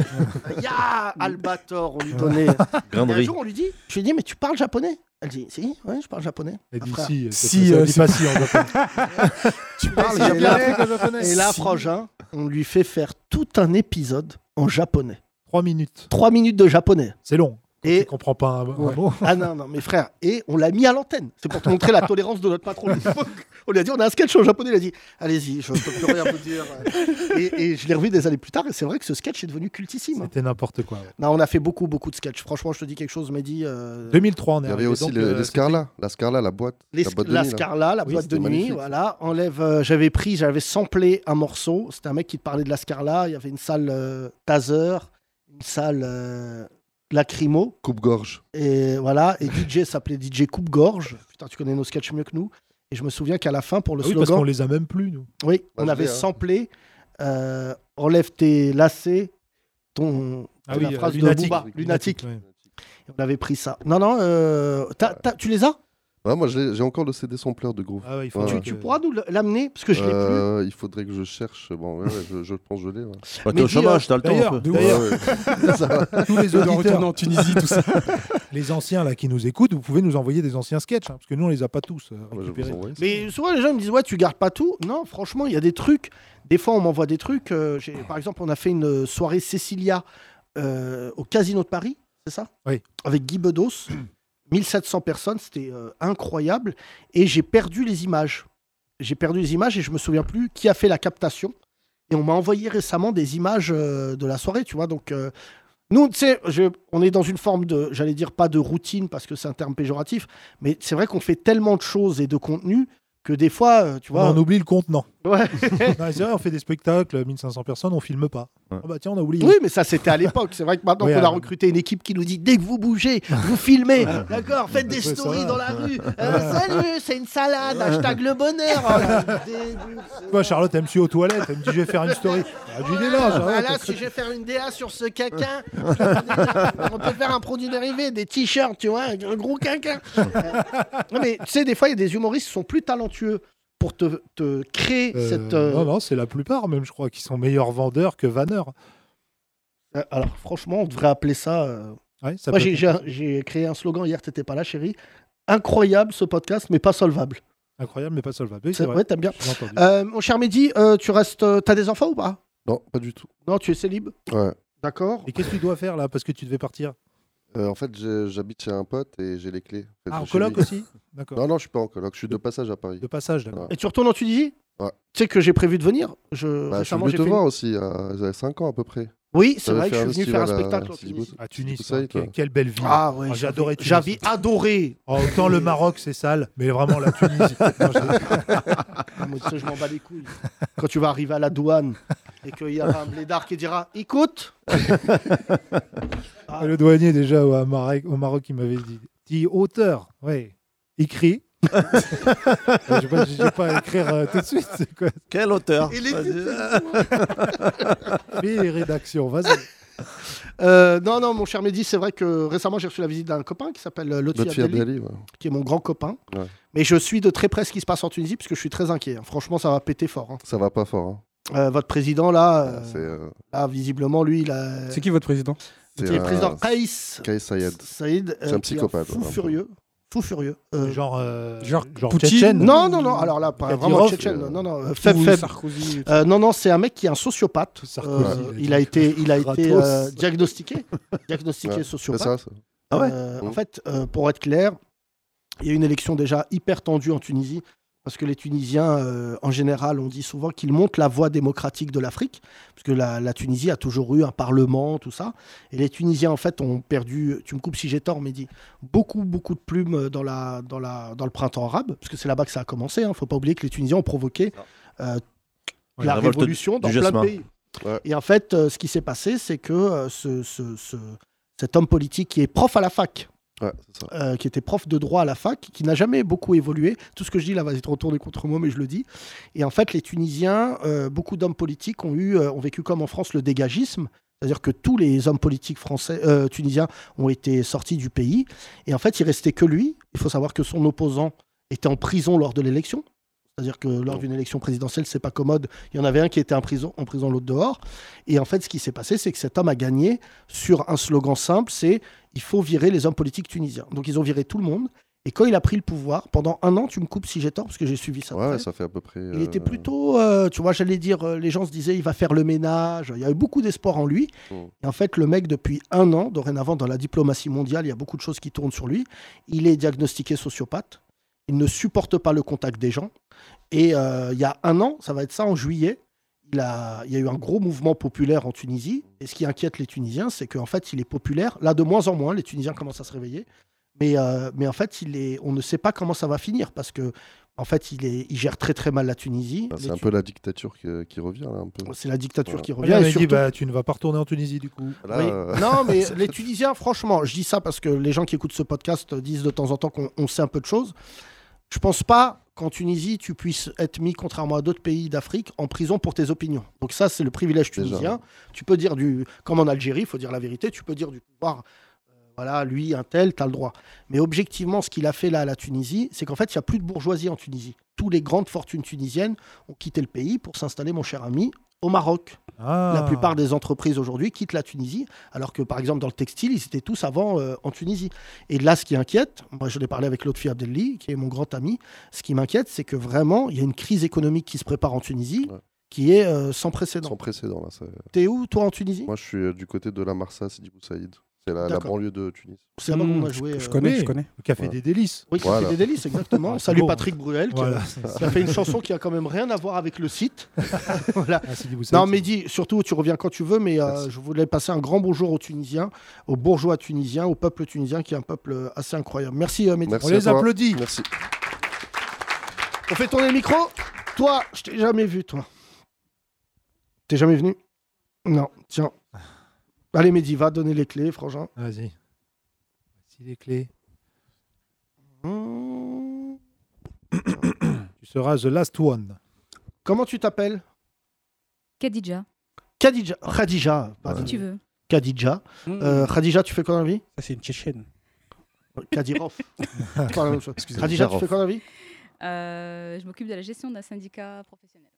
[SPEAKER 3] Ya, Albator, on lui donnait. Et un
[SPEAKER 5] Grainerie.
[SPEAKER 3] jour, on lui dit, je lui dis, mais tu parles japonais Elle dit, si, ouais, je parle japonais. Ah,
[SPEAKER 4] Elle dit
[SPEAKER 3] Après,
[SPEAKER 4] si.
[SPEAKER 6] Si,
[SPEAKER 4] c'est-
[SPEAKER 6] euh,
[SPEAKER 4] elle dit
[SPEAKER 6] c'est-
[SPEAKER 4] pas si en japonais.
[SPEAKER 6] Tu
[SPEAKER 3] parles
[SPEAKER 6] parles
[SPEAKER 3] japonais,
[SPEAKER 6] en japonais.
[SPEAKER 3] Et là,
[SPEAKER 6] Si.
[SPEAKER 3] frangin, on lui fait faire tout un épisode en japonais.
[SPEAKER 4] 3 minutes.
[SPEAKER 3] Trois minutes de japonais.
[SPEAKER 4] C'est long.
[SPEAKER 3] Et
[SPEAKER 4] Tu comprends pas un, un
[SPEAKER 3] Ouais.
[SPEAKER 4] mot.
[SPEAKER 3] Ah non, non, mais frère, et on l'a mis à l'antenne. C'est pour te montrer la tolérance de notre patron. de l'époque. Oh, On lui a dit, on a un sketch en japonais, il a dit, allez-y, je peux plus rien vous dire. Et, et je l'ai revu des années plus tard, et c'est vrai que ce sketch est devenu cultissime.
[SPEAKER 4] C'était n'importe quoi. ouais.
[SPEAKER 3] Non, on a fait beaucoup, beaucoup de sketchs. Franchement, je te dis quelque chose, Mehdi. euh,
[SPEAKER 4] 2003, on est
[SPEAKER 11] Il y avait
[SPEAKER 4] arrivé,
[SPEAKER 11] aussi
[SPEAKER 4] donc,
[SPEAKER 11] le-
[SPEAKER 4] euh,
[SPEAKER 11] les Scarla, la Scarla, la boîte.
[SPEAKER 3] les-
[SPEAKER 11] la boîte de
[SPEAKER 3] la
[SPEAKER 11] nuit, là.
[SPEAKER 3] Scarla, la
[SPEAKER 11] Oui,
[SPEAKER 3] boîte de
[SPEAKER 11] c'était
[SPEAKER 3] nuit,
[SPEAKER 11] magnifique.
[SPEAKER 3] voilà. Enlève, euh, j'avais pris, j'avais samplé un morceau. C'était un mec qui te parlait de la Scarla. Il y avait une salle euh, Taser, une salle euh, Lacrymo,
[SPEAKER 11] Coupe-gorge.
[SPEAKER 3] Et voilà, et DJ s'appelait DJ Coupe-Gorge. Putain, tu connais nos sketchs mieux que nous. Et je me souviens qu'à la fin, pour le
[SPEAKER 4] ah oui, parce
[SPEAKER 3] slogan,
[SPEAKER 4] qu'on les a même plus, nous.
[SPEAKER 3] oui,
[SPEAKER 11] Bah,
[SPEAKER 3] on
[SPEAKER 11] je
[SPEAKER 3] avait
[SPEAKER 11] l'ai, hein.
[SPEAKER 3] samplé euh, Enlève tes lacets, ton.
[SPEAKER 4] Ah
[SPEAKER 3] c'est
[SPEAKER 4] oui,
[SPEAKER 3] la
[SPEAKER 4] euh,
[SPEAKER 3] phrase de
[SPEAKER 4] lunatique.
[SPEAKER 3] Booba, lunatique.
[SPEAKER 4] ouais.
[SPEAKER 3] Et On avait pris ça. Non, non, euh, t'as- t'as- tu les as
[SPEAKER 11] Ouais, moi, j'ai j'ai encore le CD sampleur de Groove.
[SPEAKER 4] Ah ouais, il faut
[SPEAKER 11] Tu-
[SPEAKER 4] que-
[SPEAKER 3] Tu pourras nous l'amener Parce que je l'ai plus.
[SPEAKER 11] Euh, il faudrait que je cherche. Bon, ouais, ouais, je, je pense que je l'ai. ouais.
[SPEAKER 5] Bah,
[SPEAKER 3] Mais
[SPEAKER 5] T'es au
[SPEAKER 3] dis,
[SPEAKER 5] chômage, t'as le temps un
[SPEAKER 4] D'ailleurs,
[SPEAKER 5] peu.
[SPEAKER 4] de- D'ailleurs.
[SPEAKER 11] Ouais, ouais. Ça va.
[SPEAKER 4] tous les
[SPEAKER 6] On doit retourner
[SPEAKER 4] auditeurs,
[SPEAKER 6] en Tunisie, tout ça.
[SPEAKER 4] les anciens là qui nous écoutent, vous pouvez nous envoyer des anciens sketchs, hein, parce que nous on les a pas tous euh,
[SPEAKER 11] Moi, je vous
[SPEAKER 4] récupérés.
[SPEAKER 11] envoie ça.
[SPEAKER 3] Mais souvent les gens ils me disent ouais tu gardes pas tout. Non franchement il y a des trucs. Des fois on m'envoie des trucs. euh, j'ai- par exemple on a fait une euh, soirée Cecilia euh, au Casino de Paris, c'est ça
[SPEAKER 4] Oui.
[SPEAKER 3] Avec Guy Bedos. 1700 personnes, c'était euh, incroyable. Et j'ai perdu les images. J'ai perdu les images et je me souviens plus qui a fait la captation. Et on m'a envoyé récemment des images euh, de la soirée, tu vois. Donc, euh, nous, tu sais, je- on est dans une forme de, j'allais dire pas de routine parce que c'est un terme péjoratif, mais c'est vrai qu'on fait tellement de choses et de contenus que des fois, euh, tu vois.
[SPEAKER 4] On en oublie le contenant.
[SPEAKER 3] Ouais.
[SPEAKER 4] Non, c'est vrai, on fait des spectacles, euh, 1500 personnes, on filme pas. Ah bah tiens, on a oublié.
[SPEAKER 3] Oui, mais ça, c'était à l'époque. C'est vrai que maintenant
[SPEAKER 4] Oui,
[SPEAKER 3] qu'on a
[SPEAKER 4] alors-
[SPEAKER 3] recruté une équipe qui nous dit dès que vous bougez, vous filmez, Euh, d'accord, faites des
[SPEAKER 12] Ouais, ça
[SPEAKER 3] stories
[SPEAKER 12] va.
[SPEAKER 3] dans la rue.
[SPEAKER 12] Ouais.
[SPEAKER 3] Euh, salut, c'est une salade, hashtag le bonheur. Oh là, des-
[SPEAKER 4] Quoi, Charlotte, elle me suit aux toilettes, elle me dit je vais faire une story. Ah, du là, Charlotte.
[SPEAKER 3] Voilà, si je vais faire une DA sur ce caca, on peut faire un produit dérivé, des t-shirts, tu vois, un gros caca. Euh, non, mais tu sais, des fois, il y a des humoristes qui sont plus talentueux pour te, te créer
[SPEAKER 4] Euh,
[SPEAKER 3] cette. euh,
[SPEAKER 4] Non, non, c'est la plupart, même, je crois, qui sont meilleurs vendeurs que vanneurs.
[SPEAKER 3] Euh, Alors, franchement, on devrait appeler ça. euh,
[SPEAKER 4] Ouais, ça
[SPEAKER 3] Moi,
[SPEAKER 4] peut
[SPEAKER 3] j'ai-
[SPEAKER 4] être-
[SPEAKER 3] j'ai j'ai créé un slogan hier, t'étais pas là, chérie. Incroyable ce podcast, mais pas solvable.
[SPEAKER 4] Incroyable, mais pas solvable. Ah bah Oui,
[SPEAKER 3] C'est-
[SPEAKER 4] c'est vrai.
[SPEAKER 3] ouais, t'aimes bien.
[SPEAKER 4] J'ai entendu.
[SPEAKER 3] Euh, mon cher Mehdi, euh, tu restes. euh, T'as des enfants ou pas
[SPEAKER 11] Non, pas du tout.
[SPEAKER 3] Non, tu es célib
[SPEAKER 11] Ouais.
[SPEAKER 3] D'accord.
[SPEAKER 4] Et qu'est-ce que tu dois faire là Parce que tu devais partir.
[SPEAKER 11] Euh, en fait, j'ai- j'habite chez un pote et j'ai les clés.
[SPEAKER 4] Ah, en
[SPEAKER 11] chez
[SPEAKER 4] coloc
[SPEAKER 11] lui.
[SPEAKER 4] aussi D'accord.
[SPEAKER 11] Non, non, je suis pas en coloc. Je suis de passage à Paris. De
[SPEAKER 4] passage,
[SPEAKER 11] d'accord.
[SPEAKER 3] Et tu retournes en Tunisie
[SPEAKER 11] Ouais.
[SPEAKER 3] Tu sais que j'ai prévu de venir
[SPEAKER 11] Bah,
[SPEAKER 3] je...
[SPEAKER 11] je suis
[SPEAKER 3] Euh, Récemment,
[SPEAKER 11] venu
[SPEAKER 3] j'ai
[SPEAKER 11] te
[SPEAKER 3] fait une-
[SPEAKER 11] voir aussi, euh, à- à 5 ans à peu près.
[SPEAKER 3] Oui, c'est
[SPEAKER 11] T'avais
[SPEAKER 3] vrai que
[SPEAKER 11] fait
[SPEAKER 3] je suis venu faire
[SPEAKER 11] festival
[SPEAKER 3] un spectacle en
[SPEAKER 11] Sidi
[SPEAKER 3] Tunis.
[SPEAKER 11] Bouzid.
[SPEAKER 4] À Tunis,
[SPEAKER 11] Tout ça,
[SPEAKER 4] ouais,
[SPEAKER 11] et
[SPEAKER 4] que-
[SPEAKER 11] toi
[SPEAKER 4] quelle belle ville.
[SPEAKER 3] Ah ouais,
[SPEAKER 4] Oh, j'ai adoré Tunis.
[SPEAKER 3] J'avais adoré.
[SPEAKER 4] Oh, autant le Maroc, c'est sale, mais vraiment la Tunisie. Non, je-
[SPEAKER 3] Ah, moi, tu sais, je m'en bats les couilles. Quand tu vas arriver à la douane et qu'il y aura un blédard qui dira Écoute,
[SPEAKER 4] Ah, Le douanier, déjà, au Maroc, au Maroc il m'avait dit, dit auteur, ouais, écrit. je ne vais pas, je vais pas écrire euh, tout de suite. c'est quoi
[SPEAKER 5] Quel auteur
[SPEAKER 3] Il est-
[SPEAKER 4] Mais rédaction, vas-y.
[SPEAKER 3] Euh, non, non, mon cher Mehdi, c'est vrai que récemment j'ai reçu la visite d'un copain qui s'appelle euh, Lotfi
[SPEAKER 11] Lotfi
[SPEAKER 3] Abdelli,
[SPEAKER 11] Abdelli, ouais.
[SPEAKER 3] qui est mon grand copain.
[SPEAKER 11] Ouais.
[SPEAKER 3] Mais je suis de très près ce qui se passe en Tunisie, parce que je suis très inquiet. hein. Franchement, ça va péter fort. hein.
[SPEAKER 11] Ça va pas fort. hein.
[SPEAKER 3] Euh, votre président, là, euh,
[SPEAKER 11] C'est euh,
[SPEAKER 3] là, visiblement, lui, il a.
[SPEAKER 6] C'est qui votre président
[SPEAKER 11] c'est
[SPEAKER 3] Qui est
[SPEAKER 11] un-
[SPEAKER 3] président Kaïs
[SPEAKER 11] Kais Sayed.
[SPEAKER 3] Saïd. euh,
[SPEAKER 11] C'est un
[SPEAKER 3] qui est
[SPEAKER 11] psychopathe.
[SPEAKER 3] Fou
[SPEAKER 11] un peu.
[SPEAKER 3] furieux. Fou furieux. Euh,
[SPEAKER 4] Genre, euh,
[SPEAKER 6] Genre
[SPEAKER 3] Poutine Non, non, non. Alors là, pas vraiment
[SPEAKER 4] Kadyrov,
[SPEAKER 3] tchétchène.
[SPEAKER 4] euh,
[SPEAKER 3] Non, non. euh,
[SPEAKER 4] Ou
[SPEAKER 3] faible, faible.
[SPEAKER 6] Sarkozy, et
[SPEAKER 3] Euh, non, non, c'est un mec qui est un sociopathe.
[SPEAKER 4] Sarkozy,
[SPEAKER 3] Euh,
[SPEAKER 4] il a
[SPEAKER 3] il a
[SPEAKER 4] dit.
[SPEAKER 3] été, il a été
[SPEAKER 4] Ratos.
[SPEAKER 3] euh, diagnostiqué, diagnostiqué
[SPEAKER 11] Ouais,
[SPEAKER 3] sociopathe.
[SPEAKER 11] c'est ça, ça.
[SPEAKER 5] Ah ouais
[SPEAKER 3] Euh, En
[SPEAKER 11] Mm.
[SPEAKER 3] fait, euh, pour être clair, il y a une élection déjà hyper tendue en Tunisie. Parce que les Tunisiens, euh, en général, on dit souvent qu'ils montent la voie démocratique de l'Afrique, parce que la, la Tunisie a toujours eu un parlement, tout ça. Et les Tunisiens, en fait, ont perdu, tu me coupes si j'ai tort, Mehdi, beaucoup, beaucoup de plumes dans, la, dans, la, dans le printemps arabe, parce que c'est là-bas que ça a commencé. Il ne faut pas oublier que les Tunisiens ont provoqué euh,
[SPEAKER 5] Ouais,
[SPEAKER 3] la
[SPEAKER 5] la révolte
[SPEAKER 3] révolution
[SPEAKER 5] du
[SPEAKER 3] dans plein de
[SPEAKER 5] jasmin.
[SPEAKER 3] pays. Et en fait, euh, ce qui s'est passé, c'est que euh, ce- ce- ce- cet homme politique qui est prof à la fac,
[SPEAKER 11] Ouais, c'est ça.
[SPEAKER 3] euh, qui était prof de droit à la fac, qui n'a jamais beaucoup évolué. Tout ce que je dis là va être retourné contre moi, mais je le dis. Et en fait, les Tunisiens, euh, beaucoup d'hommes politiques ont, eu, euh, ont vécu comme en France le dégagisme. C'est-à-dire que tous les hommes politiques français, euh, tunisiens ont été sortis du pays. Et en fait, il restait que lui. Il faut savoir que son opposant était en prison lors de l'élection. C'est-à-dire que lors d'une élection présidentielle, c'est pas commode. Il y en avait un qui était en prison, en prison l'autre dehors. Et en fait, ce qui s'est passé, c'est que cet homme a gagné sur un slogan simple, c'est il faut virer les hommes politiques tunisiens. Donc ils ont viré tout le monde. Et quand il a pris le pouvoir, pendant un an, tu me coupes si j'ai tort, parce que j'ai suivi ça. de
[SPEAKER 11] Ouais,
[SPEAKER 3] près.
[SPEAKER 11] ça fait à peu près.
[SPEAKER 3] Il était
[SPEAKER 11] euh,
[SPEAKER 3] plutôt, euh, tu vois, j'allais dire, euh, les gens se disaient, il va faire le ménage. Il y avait beaucoup d'espoir en lui.
[SPEAKER 11] Mm.
[SPEAKER 3] Et en fait, le mec, depuis un an, dorénavant, dans la diplomatie mondiale, il y a beaucoup de choses qui tournent sur lui. Il est diagnostiqué sociopathe. Il ne supporte pas le contact des gens. Et euh, il y a un an, ça va être ça, en juillet, il, a, il y a eu un gros mouvement populaire en Tunisie. Et ce qui inquiète les Tunisiens, c'est qu'en fait, il est populaire. Là, de moins en moins, les Tunisiens commencent à se réveiller. Mais, euh, mais en fait, il est, on ne sait pas comment ça va finir parce que en fait, il, est, il gère très très mal la Tunisie.
[SPEAKER 11] bah,
[SPEAKER 3] Les
[SPEAKER 11] c'est un peu la dictature qui, euh, qui revient là, un peu.
[SPEAKER 3] C'est la dictature
[SPEAKER 11] Voilà.
[SPEAKER 3] qui
[SPEAKER 4] Là,
[SPEAKER 3] revient.
[SPEAKER 4] il
[SPEAKER 3] et
[SPEAKER 4] m'a dit
[SPEAKER 3] surtout-
[SPEAKER 4] bah, tu ne vas pas retourner en Tunisie du coup.
[SPEAKER 11] Là,
[SPEAKER 3] Oui.
[SPEAKER 11] euh,
[SPEAKER 3] Non, mais les Tunisiens, franchement, je dis ça parce que les gens qui écoutent ce podcast disent de temps en temps qu'on on sait un peu de choses. Je pense pas qu'en Tunisie, tu puisses être mis, contrairement à d'autres pays d'Afrique, en prison pour tes opinions. Donc ça, c'est le privilège
[SPEAKER 11] Déjà.
[SPEAKER 3] tunisien. Tu peux dire du... Comme en Algérie, il faut dire la vérité, tu peux dire du pouvoir... euh, Voilà, lui, un tel, t'as le droit. Mais objectivement, ce qu'il a fait là à la Tunisie, c'est qu'en fait, il n'y a plus de bourgeoisie en Tunisie. Toutes les grandes fortunes tunisiennes ont quitté le pays pour s'installer, mon cher ami, au Maroc.
[SPEAKER 4] Ah.
[SPEAKER 3] La plupart des entreprises aujourd'hui quittent la Tunisie, alors que par exemple dans le textile, ils étaient tous avant euh, en Tunisie. Et là, ce qui inquiète, moi je l'ai parlé avec Lotfi Abdelli, qui est mon grand ami, ce qui m'inquiète, c'est que vraiment, il y a une crise économique qui se prépare en Tunisie, qui est euh, sans précédent.
[SPEAKER 11] Sans précédent là. ça-
[SPEAKER 3] T'es où toi en Tunisie
[SPEAKER 11] Moi, je suis euh, du côté de la Marsa, Sidi Boussaïd. C'est la, la
[SPEAKER 3] D'accord.
[SPEAKER 11] banlieue de Tunis.
[SPEAKER 3] C'est là-bas
[SPEAKER 5] Hmm,
[SPEAKER 3] qu'on a joué. euh, oui.
[SPEAKER 4] Le café
[SPEAKER 11] Voilà.
[SPEAKER 4] des délices.
[SPEAKER 3] Oui, Café des délices, exactement.
[SPEAKER 4] c'est
[SPEAKER 3] Salut
[SPEAKER 4] beau,
[SPEAKER 3] Patrick
[SPEAKER 4] hein.
[SPEAKER 3] Bruel, qui, a-
[SPEAKER 4] Voilà.
[SPEAKER 3] qui a fait une chanson qui a quand même rien à voir avec le site. voilà.
[SPEAKER 4] Ah, vous savez
[SPEAKER 3] Non,
[SPEAKER 4] que-
[SPEAKER 3] Mehdi, surtout, tu reviens quand tu veux, mais euh, je voulais passer un grand bonjour aux Tunisiens, aux bourgeois tunisiens, au peuple tunisien, qui est un peuple euh, assez incroyable. Merci, euh, Mehdi.
[SPEAKER 11] Merci à toi.
[SPEAKER 3] Merci. On fait tourner le micro. Toi, je t'ai jamais vu, toi. T'es jamais venu Non, tiens.
[SPEAKER 4] Ah.
[SPEAKER 3] Allez, Mehdi, va donner les clés, frangin.
[SPEAKER 4] Vas-y. Voici Ah, les clés. tu seras the last one.
[SPEAKER 3] Comment tu t'appelles
[SPEAKER 13] Khadija.
[SPEAKER 3] Khadija. Khadija. pardon.
[SPEAKER 13] Si tu veux.
[SPEAKER 3] Khadija.
[SPEAKER 4] Hmm.
[SPEAKER 3] Euh, Khadija, tu fais quoi dans la vie
[SPEAKER 6] Ça, c'est une Tchétchène.
[SPEAKER 3] Kadirov. C'est pas la même chose.
[SPEAKER 6] Excusez-moi.
[SPEAKER 3] euh, Khadija, tu fais quoi dans la vie
[SPEAKER 13] Euh, je m'occupe de la gestion d'un syndicat professionnel.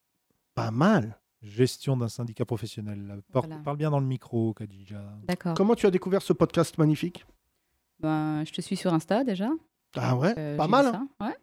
[SPEAKER 3] Pas mal.
[SPEAKER 4] Gestion d'un syndicat professionnel. Par-
[SPEAKER 13] Voilà.
[SPEAKER 4] Parle bien dans le micro, Khadija.
[SPEAKER 13] D'accord.
[SPEAKER 3] Comment tu as découvert ce podcast magnifique
[SPEAKER 13] Ben, je te suis sur Insta déjà.
[SPEAKER 3] Ah ouais,
[SPEAKER 13] Euh,
[SPEAKER 3] pas
[SPEAKER 13] j'ai
[SPEAKER 3] mal.
[SPEAKER 13] vu
[SPEAKER 3] hein.
[SPEAKER 13] ça, ouais.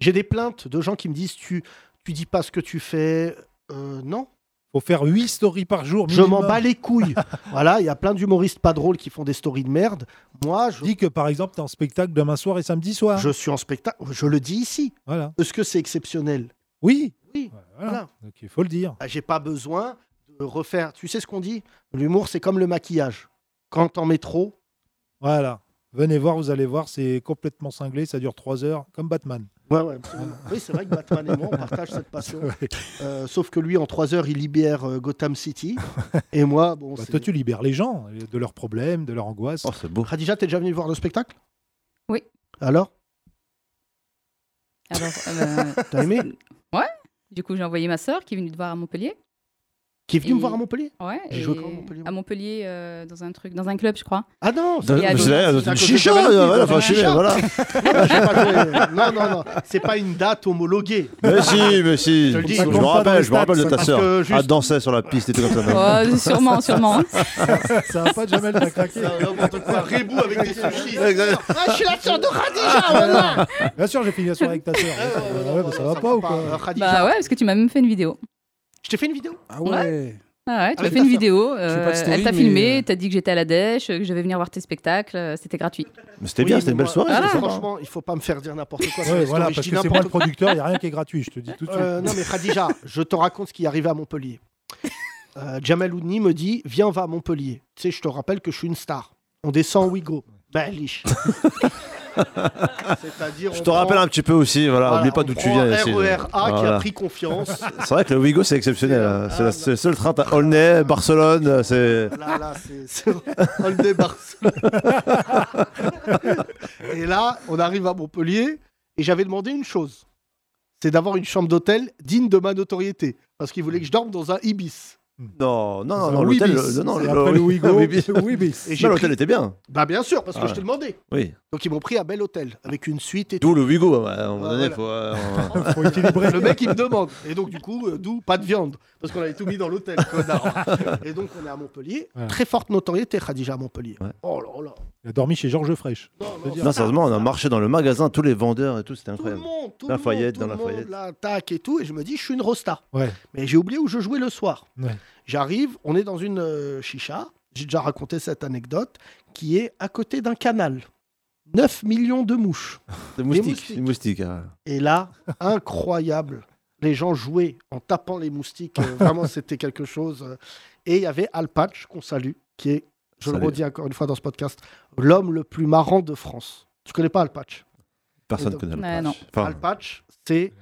[SPEAKER 3] J'ai des plaintes de gens qui me disent tu tu dis pas ce que tu fais. Euh, non.
[SPEAKER 4] Faut faire 8 stories par jour.
[SPEAKER 3] Je m'en
[SPEAKER 4] minimum.
[SPEAKER 3] bats les couilles. voilà, il y a plein d'humoristes pas drôles qui font des stories de merde. Moi, je
[SPEAKER 4] dis que par exemple, tu es en spectacle demain soir et samedi soir.
[SPEAKER 3] Je suis en spectacle. Je le dis ici.
[SPEAKER 4] Voilà.
[SPEAKER 3] Est-ce que c'est exceptionnel
[SPEAKER 4] Oui.
[SPEAKER 3] Oui. Voilà.
[SPEAKER 4] Donc il faut le dire.
[SPEAKER 3] Bah, J'ai pas besoin de refaire. Tu sais ce qu'on dit L'humour, c'est comme le maquillage. Quand t'en mets trop,
[SPEAKER 4] Voilà. Venez voir, vous allez voir, c'est complètement cinglé, ça dure 3 heures, comme Batman.
[SPEAKER 3] Ouais, ouais, absolument. Oui, c'est vrai que Batman et moi, on partage cette passion. Euh, sauf que lui, en trois heures, il libère euh, Gotham City. Et moi, bon.
[SPEAKER 4] Bah,
[SPEAKER 3] c'est-
[SPEAKER 4] toi, tu libères les gens euh, de leurs problèmes, de leur angoisse. Oh,
[SPEAKER 5] c'est beau.
[SPEAKER 3] Khadija, t'es déjà venu voir le spectacle
[SPEAKER 13] Oui.
[SPEAKER 3] Alors
[SPEAKER 13] Alors, euh,
[SPEAKER 3] T'as aimé
[SPEAKER 13] Ouais. Du coup, j'ai envoyé ma sœur qui est venue te voir à Montpellier.
[SPEAKER 3] Qui est venue me
[SPEAKER 13] Et-
[SPEAKER 3] voir à Montpellier
[SPEAKER 13] Ouais.
[SPEAKER 3] J'ai
[SPEAKER 13] et
[SPEAKER 3] joué quand à Montpellier
[SPEAKER 13] À Montpellier, euh, dans un truc, dans un club, je crois.
[SPEAKER 3] Ah non
[SPEAKER 13] Et à
[SPEAKER 5] Mais
[SPEAKER 13] Deauville.
[SPEAKER 5] c'est- c'est
[SPEAKER 3] à
[SPEAKER 5] une
[SPEAKER 3] côté
[SPEAKER 5] chicha,
[SPEAKER 3] de Valence,
[SPEAKER 5] euh, voilà,
[SPEAKER 3] c'est
[SPEAKER 5] enfin, chier,
[SPEAKER 3] un
[SPEAKER 5] voilà.
[SPEAKER 3] Non, Ah, j'ai pas joué. non, non, non. C'est pas une date homologuée.
[SPEAKER 5] Mais si, mais si.
[SPEAKER 3] Je
[SPEAKER 5] Je
[SPEAKER 3] te le dis.
[SPEAKER 5] me rappelle, je me rappelle de ta
[SPEAKER 3] Parce que
[SPEAKER 5] sœur.
[SPEAKER 3] juste-
[SPEAKER 5] Elle dansait sur la piste et tout comme ça.
[SPEAKER 13] Oh, sûrement, sûrement.
[SPEAKER 4] Ça va pas, Jamel, t'as craqué.
[SPEAKER 3] Rébou avec des sushis. Ah, je suis la sœur de Khadija, voilà.
[SPEAKER 4] Bien sûr, j'ai fini la soirée avec ta sœur.
[SPEAKER 3] Ah,
[SPEAKER 4] Euh, ouais, bah, ça va pas ou quoi
[SPEAKER 13] Bah ouais, parce que tu m'as même fait une vidéo.
[SPEAKER 3] Je t'ai fait une vidéo
[SPEAKER 6] Ah
[SPEAKER 13] ouais. Ah ouais, tu m'as
[SPEAKER 6] Avec
[SPEAKER 13] fait
[SPEAKER 6] ta
[SPEAKER 13] une
[SPEAKER 6] sœur.
[SPEAKER 13] vidéo.
[SPEAKER 6] Je fais pas de
[SPEAKER 13] euh,
[SPEAKER 6] story,
[SPEAKER 13] elle t'a
[SPEAKER 6] mais-
[SPEAKER 13] filmé, t'as dit que j'étais à la dèche, que je vais venir voir tes spectacles, euh, c'était gratuit.
[SPEAKER 5] Mais c'était bien, c'était une belle
[SPEAKER 3] moi, ah,
[SPEAKER 5] soirée.
[SPEAKER 13] Voilà.
[SPEAKER 5] c'était sympa.
[SPEAKER 3] Franchement, il faut pas me faire dire n'importe quoi. sur
[SPEAKER 4] Ouais,
[SPEAKER 3] les
[SPEAKER 4] voilà,
[SPEAKER 3] stories. Je
[SPEAKER 4] parce
[SPEAKER 3] dis
[SPEAKER 4] que c'est moi le
[SPEAKER 3] n'importe quoi.
[SPEAKER 4] producteur, il n'y a rien qui est gratuit, je te dis tout de suite.
[SPEAKER 3] Euh, non mais Khadija, je te raconte ce qui est arrivé à Montpellier. Euh, Jamal Oudni me dit viens on va à Montpellier. Tu sais je te rappelle que je suis une star. On descend au Wigo. Ben liche. C'est-à-dire
[SPEAKER 5] Je
[SPEAKER 3] on
[SPEAKER 5] te rappelle
[SPEAKER 3] prend-
[SPEAKER 5] un petit peu aussi, voilà,
[SPEAKER 3] Voilà,
[SPEAKER 5] oublie pas
[SPEAKER 3] on
[SPEAKER 5] d'où tu
[SPEAKER 3] prend
[SPEAKER 5] viens. ici.
[SPEAKER 3] RER A qui a
[SPEAKER 5] Voilà.
[SPEAKER 3] pris confiance.
[SPEAKER 5] C'est vrai que le Wigo c'est exceptionnel. hein. C'est la- c'est le seul train à Aulnay, Barcelone, euh, c'est.
[SPEAKER 3] Là, là, c'est- c'est Holiday Barcelone. et là, on arrive à Montpellier et j'avais demandé une chose c'est d'avoir une chambre d'hôtel digne de ma notoriété. Parce qu'il voulait que je dorme dans un Ibis.
[SPEAKER 5] Non, non, non,
[SPEAKER 3] un
[SPEAKER 5] non, l'hôtel,
[SPEAKER 3] Euh, Wibis.
[SPEAKER 5] le- non,
[SPEAKER 3] C'est après le Wigo,
[SPEAKER 5] Wibis.
[SPEAKER 3] le Wibis. Et j'ai
[SPEAKER 5] Non, l'hôtel
[SPEAKER 3] pris-
[SPEAKER 5] était bien.
[SPEAKER 3] Bah, bien sûr, parce que
[SPEAKER 5] Ouais.
[SPEAKER 3] je te demandais.
[SPEAKER 5] Ah. Oui.
[SPEAKER 3] Donc, ils m'ont pris un bel hôtel avec une suite et tout.
[SPEAKER 5] D'où le Wigo, ouais, à un moment
[SPEAKER 3] voilà.
[SPEAKER 5] donné, faut. euh, on-
[SPEAKER 3] Faut équilibrer. Le mec, il me demande. Et donc, du coup, euh, d'où pas de viande. Parce qu'on avait tout mis dans l'hôtel, connard. Et donc, on est à Montpellier.
[SPEAKER 4] Ouais.
[SPEAKER 3] Très forte notoriété, Khadija, à Montpellier. Oh là là.
[SPEAKER 4] Il a dormi chez Georges Fraîche.
[SPEAKER 5] Non, sérieusement, on a marché dans le magasin, tous les vendeurs et tout, c'était incroyable.
[SPEAKER 3] monde, tout
[SPEAKER 5] la
[SPEAKER 3] le
[SPEAKER 5] Fayette,
[SPEAKER 3] monde,
[SPEAKER 5] dans
[SPEAKER 3] tout
[SPEAKER 5] la
[SPEAKER 3] le monde,
[SPEAKER 5] Fayette.
[SPEAKER 3] là, tac et tout. Et je me dis, je suis une rosta.
[SPEAKER 4] Ouais.
[SPEAKER 3] Mais j'ai oublié où je jouais le soir.
[SPEAKER 4] Ouais.
[SPEAKER 3] J'arrive, on est dans une euh, chicha. J'ai déjà raconté cette anecdote qui est à côté d'un canal. 9 millions de mouches.
[SPEAKER 5] Des
[SPEAKER 3] Des
[SPEAKER 5] moustiques, des moustiques. hein.
[SPEAKER 3] Et là, incroyable. Les gens jouaient en tapant les moustiques. Euh, vraiment, c'était quelque chose. euh. Et il y avait Alpatch, qu'on salue, qui est, je le
[SPEAKER 5] Salut.
[SPEAKER 3] redis encore une fois dans ce podcast, l'homme le plus marrant de France. Tu connais pas Alpatch
[SPEAKER 5] Personne
[SPEAKER 3] Et donc-
[SPEAKER 5] connaît le
[SPEAKER 13] Ouais, non.
[SPEAKER 5] Enfin,
[SPEAKER 3] Alpatch, c'est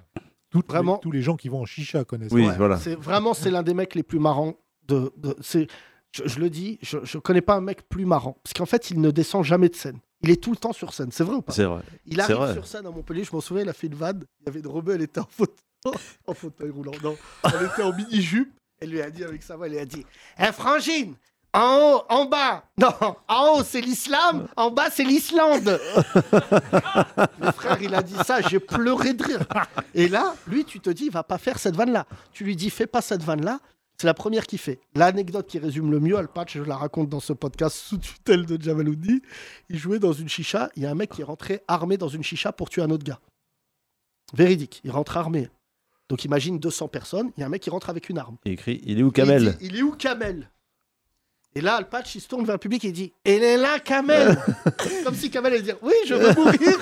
[SPEAKER 4] vraiment. tous les gens qui vont en chicha connaissent.
[SPEAKER 5] Oui, voilà.
[SPEAKER 3] c'est vraiment c'est l'un des mecs les plus marrants de, de- c'est je, je le dis je, je connais pas un mec plus marrant parce qu'en fait il ne descend jamais de scène il est tout le temps sur scène c'est vrai ou pas
[SPEAKER 5] C'est vrai.
[SPEAKER 3] Ah. il
[SPEAKER 5] C'est vrai.
[SPEAKER 3] arrive sur scène à Montpellier je m'en souviens il a fait une vanne il y avait une rebelle elle était en fauteuil en fauteuil roulant non elle était en mini jupe elle lui a dit avec sa voix elle lui a dit Eh, frangine en haut, en bas, non, en haut c'est l'islam, en bas c'est l'Islande. Le frère, il a dit ça, j'ai pleuré de rire. Et là, lui, tu te dis, il va pas faire cette vanne-là. Tu lui dis, fais pas cette vanne-là. C'est la première qu'il fait. L'anecdote qui résume le mieux, Alpatch, je la raconte dans ce podcast sous tutelle de Jamaloudi. Il jouait dans une chicha. Il y a un mec qui est rentré armé dans une chicha pour tuer un autre gars. Véridique, il rentre armé. Donc imagine 200 personnes. Il y a un mec qui rentre avec une arme.
[SPEAKER 5] Il écrit Il est où
[SPEAKER 3] Et il
[SPEAKER 5] Kamel
[SPEAKER 3] dit, Il est où Kamel Et là, le patch, il se tourne vers le public et il dit Elle est là, Kamel Comme si Kamel allait dire Oui, je veux mourir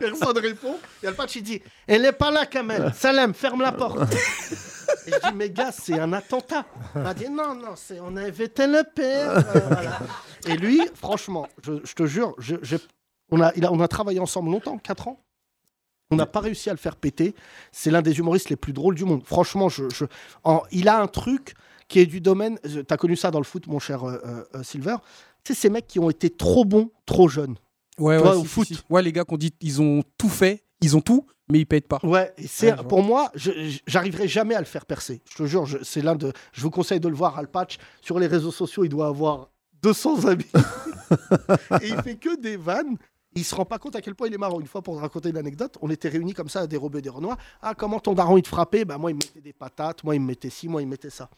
[SPEAKER 3] Personne ne répond. Et le patch, il dit Elle n'est pas là, Kamel Salem, ferme la porte Et je dis Mais gars, c'est un attentat Il m'a dit Non, non, c'est, on a invité le père euh, voilà. Et lui, franchement, je, je te jure, je- j'ai- on, a, il a- on a travaillé ensemble longtemps, 4 ans. On n'a pas réussi à le faire péter. C'est l'un des humoristes les plus drôles du monde. Franchement, je, je- en- il a un truc qui est du domaine. euh, T'as connu ça dans le foot, mon cher euh, euh, euh, Silver. Tu sais, ces mecs qui ont été trop bons, trop jeunes.
[SPEAKER 6] Ouais, ouais,
[SPEAKER 3] Tu vois,
[SPEAKER 6] si,
[SPEAKER 3] au
[SPEAKER 6] si,
[SPEAKER 3] foot.
[SPEAKER 6] si. Ouais, les gars qu'on dit, ils ont tout fait, ils ont tout, mais ils pètent pas.
[SPEAKER 3] Ouais, et c'est pour moi, je- je- j'arriverai jamais à le faire percer. Je te jure, je- c'est l'un de. Je vous conseille de le voir, Al Patch. Sur les réseaux sociaux, il doit avoir 200 amis. et il fait que des vannes. Il se rend pas compte à quel point il est marrant. Une fois, pour raconter une anecdote, on était réunis comme ça à des robes et des Renois. Ah, comment ton daron il te frappait Bah moi, il me mettait des patates, moi, il me mettait ci, moi, il me mettait ça.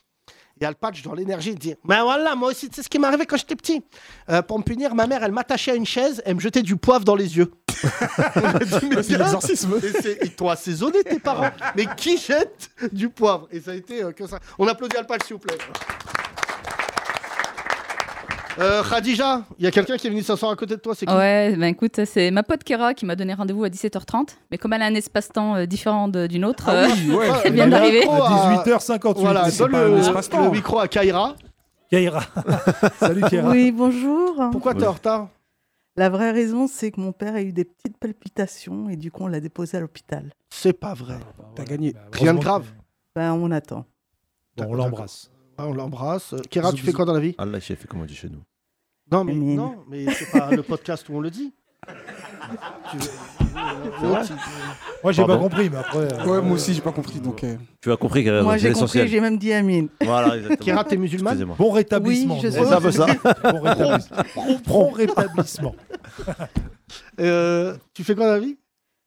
[SPEAKER 3] Et Al Patch, dans l'énergie, il dit Ben voilà, moi aussi, c'est ce qui m'arrivait quand j'étais petit. Euh, pour me punir, ma mère, elle m'attachait à une chaise, elle me jetait du poivre dans les yeux. On a dit, Mais
[SPEAKER 6] C'est
[SPEAKER 3] gars,
[SPEAKER 6] l'exorcisme.
[SPEAKER 3] et c'est- Ils t'ont assaisonné, tes parents. Mais qui jette du poivre Et ça a été euh, que ça. On applaudit Al Patch, s'il vous plaît. Euh, Khadija, il y a quelqu'un qui est venu s'asseoir à côté de toi, c'est qui
[SPEAKER 13] Ouais, ben écoute, c'est ma pote Kera qui m'a donné rendez-vous à 17h30, mais comme elle a un espace-temps euh, différent de- d'une autre,
[SPEAKER 3] Ah oui,
[SPEAKER 13] euh,
[SPEAKER 3] ouais.
[SPEAKER 13] elle vient
[SPEAKER 3] Le
[SPEAKER 13] d'arriver.
[SPEAKER 3] micro à-
[SPEAKER 4] 18h58,
[SPEAKER 3] Voilà,
[SPEAKER 4] c'est
[SPEAKER 3] donne
[SPEAKER 4] pas
[SPEAKER 3] le,
[SPEAKER 4] un espace-temps.
[SPEAKER 3] le micro à Kaira.
[SPEAKER 4] Kaira. Salut Kaira.
[SPEAKER 14] Oui, bonjour.
[SPEAKER 3] Pourquoi t'es en retard
[SPEAKER 14] La vraie raison, c'est que mon père a eu des petites palpitations et du coup, on l'a déposé à l'hôpital.
[SPEAKER 3] C'est pas vrai.
[SPEAKER 6] T'as gagné.
[SPEAKER 3] Rien de grave.
[SPEAKER 14] Ben, on attend.
[SPEAKER 4] Bon, on l'embrasse.
[SPEAKER 3] Ah, on l'embrasse. Euh, Kera, tu fais quoi dans la vie
[SPEAKER 5] Ah là, chef, comment on dit chez nous
[SPEAKER 3] Non, mais, non, mais c'est pas le podcast où on le dit. Tu-
[SPEAKER 4] Moi, j'ai pas
[SPEAKER 5] Pardon
[SPEAKER 4] compris, mais après. euh,
[SPEAKER 6] Ouais, moi aussi, j'ai pas compris. Donc, euh,
[SPEAKER 5] Tu as compris qu'elle
[SPEAKER 14] Moi, j'ai
[SPEAKER 5] l'essentiel.
[SPEAKER 14] compris, j'ai même dit Amine.
[SPEAKER 5] Voilà, exactement.
[SPEAKER 3] Kéra, t'es musulmane
[SPEAKER 5] Excusez-moi.
[SPEAKER 4] Bon rétablissement.
[SPEAKER 14] Oui, je
[SPEAKER 5] C'est un peu ça.
[SPEAKER 4] Bon rétablissement. Prompt rétablissement.
[SPEAKER 3] Euh, tu fais quoi dans la vie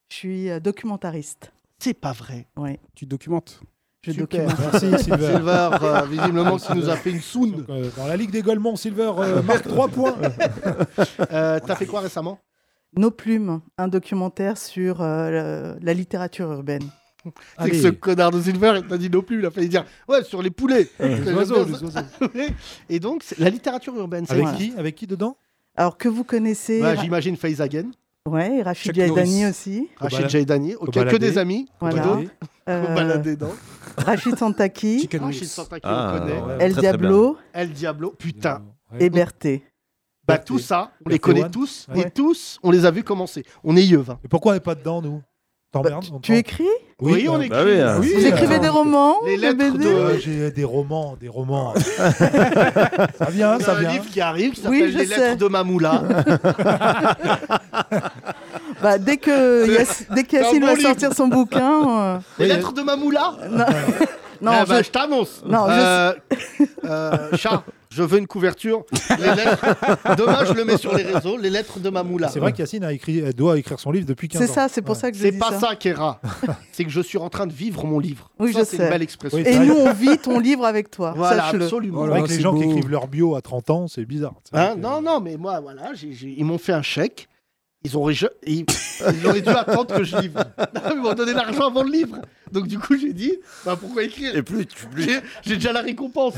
[SPEAKER 14] Je suis euh, documentariste.
[SPEAKER 3] C'est pas vrai.
[SPEAKER 14] Ouais.
[SPEAKER 6] tu documentes.
[SPEAKER 14] Je
[SPEAKER 3] Super.
[SPEAKER 14] documente.
[SPEAKER 3] Merci, Silver. Silver, euh, visiblement, qui nous a fait une soune.
[SPEAKER 4] euh, Dans la Ligue des Golemons, Silver euh, marque 3 points.
[SPEAKER 3] Euh, T'as fait quoi récemment
[SPEAKER 14] Nos plumes, un documentaire sur euh, le- la littérature urbaine.
[SPEAKER 3] C'est que ce connard de Silver, il t'a dit non plus, il a failli dire Ouais, sur les poulets.
[SPEAKER 14] Euh,
[SPEAKER 3] Parce que
[SPEAKER 14] les
[SPEAKER 3] j'aime
[SPEAKER 14] oiseaux,
[SPEAKER 3] bien
[SPEAKER 14] les
[SPEAKER 3] ça. Ouais. Et donc, c'est la littérature urbaine, c'est
[SPEAKER 14] Avec
[SPEAKER 3] quoi
[SPEAKER 14] qui
[SPEAKER 4] Avec qui dedans
[SPEAKER 14] Alors que vous connaissez.
[SPEAKER 3] Bah, J'imagine Faizagen.
[SPEAKER 14] Ouais, Rachid Jaidani aussi.
[SPEAKER 3] Rachid Jaidani, ok, que des amis.
[SPEAKER 14] Voilà. Euh,
[SPEAKER 3] D'autres Faut balader, non
[SPEAKER 14] Rachid Santaki.
[SPEAKER 3] Rachid Santaki,
[SPEAKER 14] Ah,
[SPEAKER 3] on connaît.
[SPEAKER 14] ouais, El très, très Diablo.
[SPEAKER 3] El Diablo, putain.
[SPEAKER 14] Et Berthé.
[SPEAKER 3] Bah, tout ça, on les
[SPEAKER 4] Berthé
[SPEAKER 3] connaît
[SPEAKER 4] One.
[SPEAKER 3] tous,
[SPEAKER 4] Ouais.
[SPEAKER 3] et tous, on les a vus commencer. On est yeux, hein.
[SPEAKER 4] Et pourquoi on n'est pas dedans, nous T'emmerdes on
[SPEAKER 14] Bah, Tu
[SPEAKER 4] t'en-
[SPEAKER 14] écris
[SPEAKER 3] Oui, on écrit.
[SPEAKER 5] bah oui, hein.
[SPEAKER 4] Ah Oui,
[SPEAKER 14] Vous écrivez des romans
[SPEAKER 3] Les
[SPEAKER 14] des
[SPEAKER 3] lettres
[SPEAKER 14] BD
[SPEAKER 4] Euh, J'ai des romans, des romans. ça vient,
[SPEAKER 3] Il y a
[SPEAKER 4] Ah, ça
[SPEAKER 3] un
[SPEAKER 4] vient.
[SPEAKER 3] Ah. livre qui arrive qui
[SPEAKER 14] Oui,
[SPEAKER 3] s'appelle
[SPEAKER 14] je
[SPEAKER 3] Les
[SPEAKER 14] sais.
[SPEAKER 3] lettres de Mamoula.
[SPEAKER 14] Bah, dès que Yass- dès que
[SPEAKER 3] C'est un
[SPEAKER 14] Yacine
[SPEAKER 3] bon
[SPEAKER 14] va
[SPEAKER 3] livre.
[SPEAKER 14] sortir son bouquin. euh,
[SPEAKER 3] Les lettres de Mamoula
[SPEAKER 14] Non, non,
[SPEAKER 3] Ah bah,
[SPEAKER 14] je-
[SPEAKER 3] je t'annonce.
[SPEAKER 14] Non, je-
[SPEAKER 3] Euh, euh, chat, je veux une couverture. Les lettres- Demain, je le mets sur les réseaux. Les lettres de Mamoula.
[SPEAKER 4] C'est vrai qu'Yacine a écrit, elle doit écrire son livre depuis 15 ans.
[SPEAKER 14] C'est ça, c'est pour ça que je
[SPEAKER 3] C'est
[SPEAKER 14] dis
[SPEAKER 3] pas
[SPEAKER 14] ça.
[SPEAKER 3] ça, Kéra. C'est que je suis en train de vivre mon livre.
[SPEAKER 14] Oui,
[SPEAKER 3] Ça,
[SPEAKER 14] je
[SPEAKER 3] c'est
[SPEAKER 14] sais.
[SPEAKER 3] une belle expression.
[SPEAKER 14] Et nous, on vit ton livre avec toi.
[SPEAKER 3] Voilà,
[SPEAKER 14] sache-le.
[SPEAKER 3] absolument.
[SPEAKER 4] Oh
[SPEAKER 3] Oh,
[SPEAKER 4] C'est vrai que les gens qui écrivent leur bio à 30 ans, c'est bizarre.
[SPEAKER 3] Hein, non, non, mais moi, voilà, j'ai- j'ai- ils m'ont fait un chèque. Ils auraient, je- ils... ils auraient dû attendre que je livre. Non, ils m'ont donné l'argent avant le livre. Donc, du coup, j'ai dit, bah, pourquoi écrire
[SPEAKER 5] Et plus, tu- plus.
[SPEAKER 3] J'ai- J'ai déjà la récompense.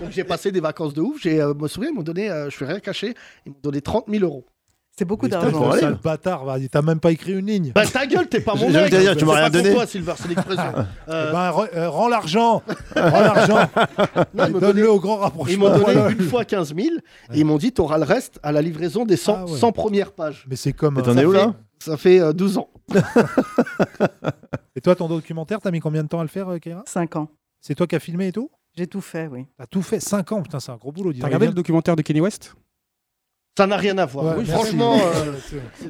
[SPEAKER 3] Donc, j'ai passé des vacances de ouf. J'ai, euh, me souviens, ils m'ont donné, euh, je suis rien caché, ils m'ont donné 30 000 euros.
[SPEAKER 14] C'est beaucoup
[SPEAKER 4] Putain,
[SPEAKER 14] d'argent.
[SPEAKER 4] le sale bâtard, va, t'as même pas écrit une ligne.
[SPEAKER 3] Ah, Bah, ta gueule, t'es pas mon
[SPEAKER 4] J'ai envie
[SPEAKER 3] mec.
[SPEAKER 4] de dire, tu
[SPEAKER 3] C'est
[SPEAKER 4] m'as
[SPEAKER 3] pas
[SPEAKER 4] rien
[SPEAKER 3] pour
[SPEAKER 4] donné.
[SPEAKER 3] toi, Silver, c'est l'expression.
[SPEAKER 4] Eh ben, re- euh, rends l'argent Rends l'argent
[SPEAKER 3] Non, ils m'ont
[SPEAKER 4] Donne-le
[SPEAKER 3] donné-
[SPEAKER 4] au grand rapprochement.
[SPEAKER 3] Ils m'ont donné une fois 15 000 et ils m'ont dit t'auras le reste à la livraison des 100,
[SPEAKER 4] Ah ouais.
[SPEAKER 3] 100 premières pages.
[SPEAKER 4] Mais c'est comme.
[SPEAKER 5] Et t'en
[SPEAKER 4] euh,
[SPEAKER 5] es où,
[SPEAKER 3] Ça
[SPEAKER 5] là
[SPEAKER 3] fait- Ça fait euh, 12 ans.
[SPEAKER 4] Et toi, ton documentaire, t'as mis combien de temps à le faire, euh, Kéra
[SPEAKER 14] 5 ans.
[SPEAKER 4] C'est toi qui as filmé et tout
[SPEAKER 14] J'ai tout fait, oui.
[SPEAKER 4] T'as tout fait 5 ans, putain, c'est un gros boulot. dis
[SPEAKER 6] T'as
[SPEAKER 4] donc.
[SPEAKER 6] regardé
[SPEAKER 4] Il
[SPEAKER 6] le documentaire de Kenny West
[SPEAKER 3] Ça n'a rien à voir.
[SPEAKER 4] Ouais,
[SPEAKER 3] Oui,
[SPEAKER 4] merci.
[SPEAKER 3] franchement, euh,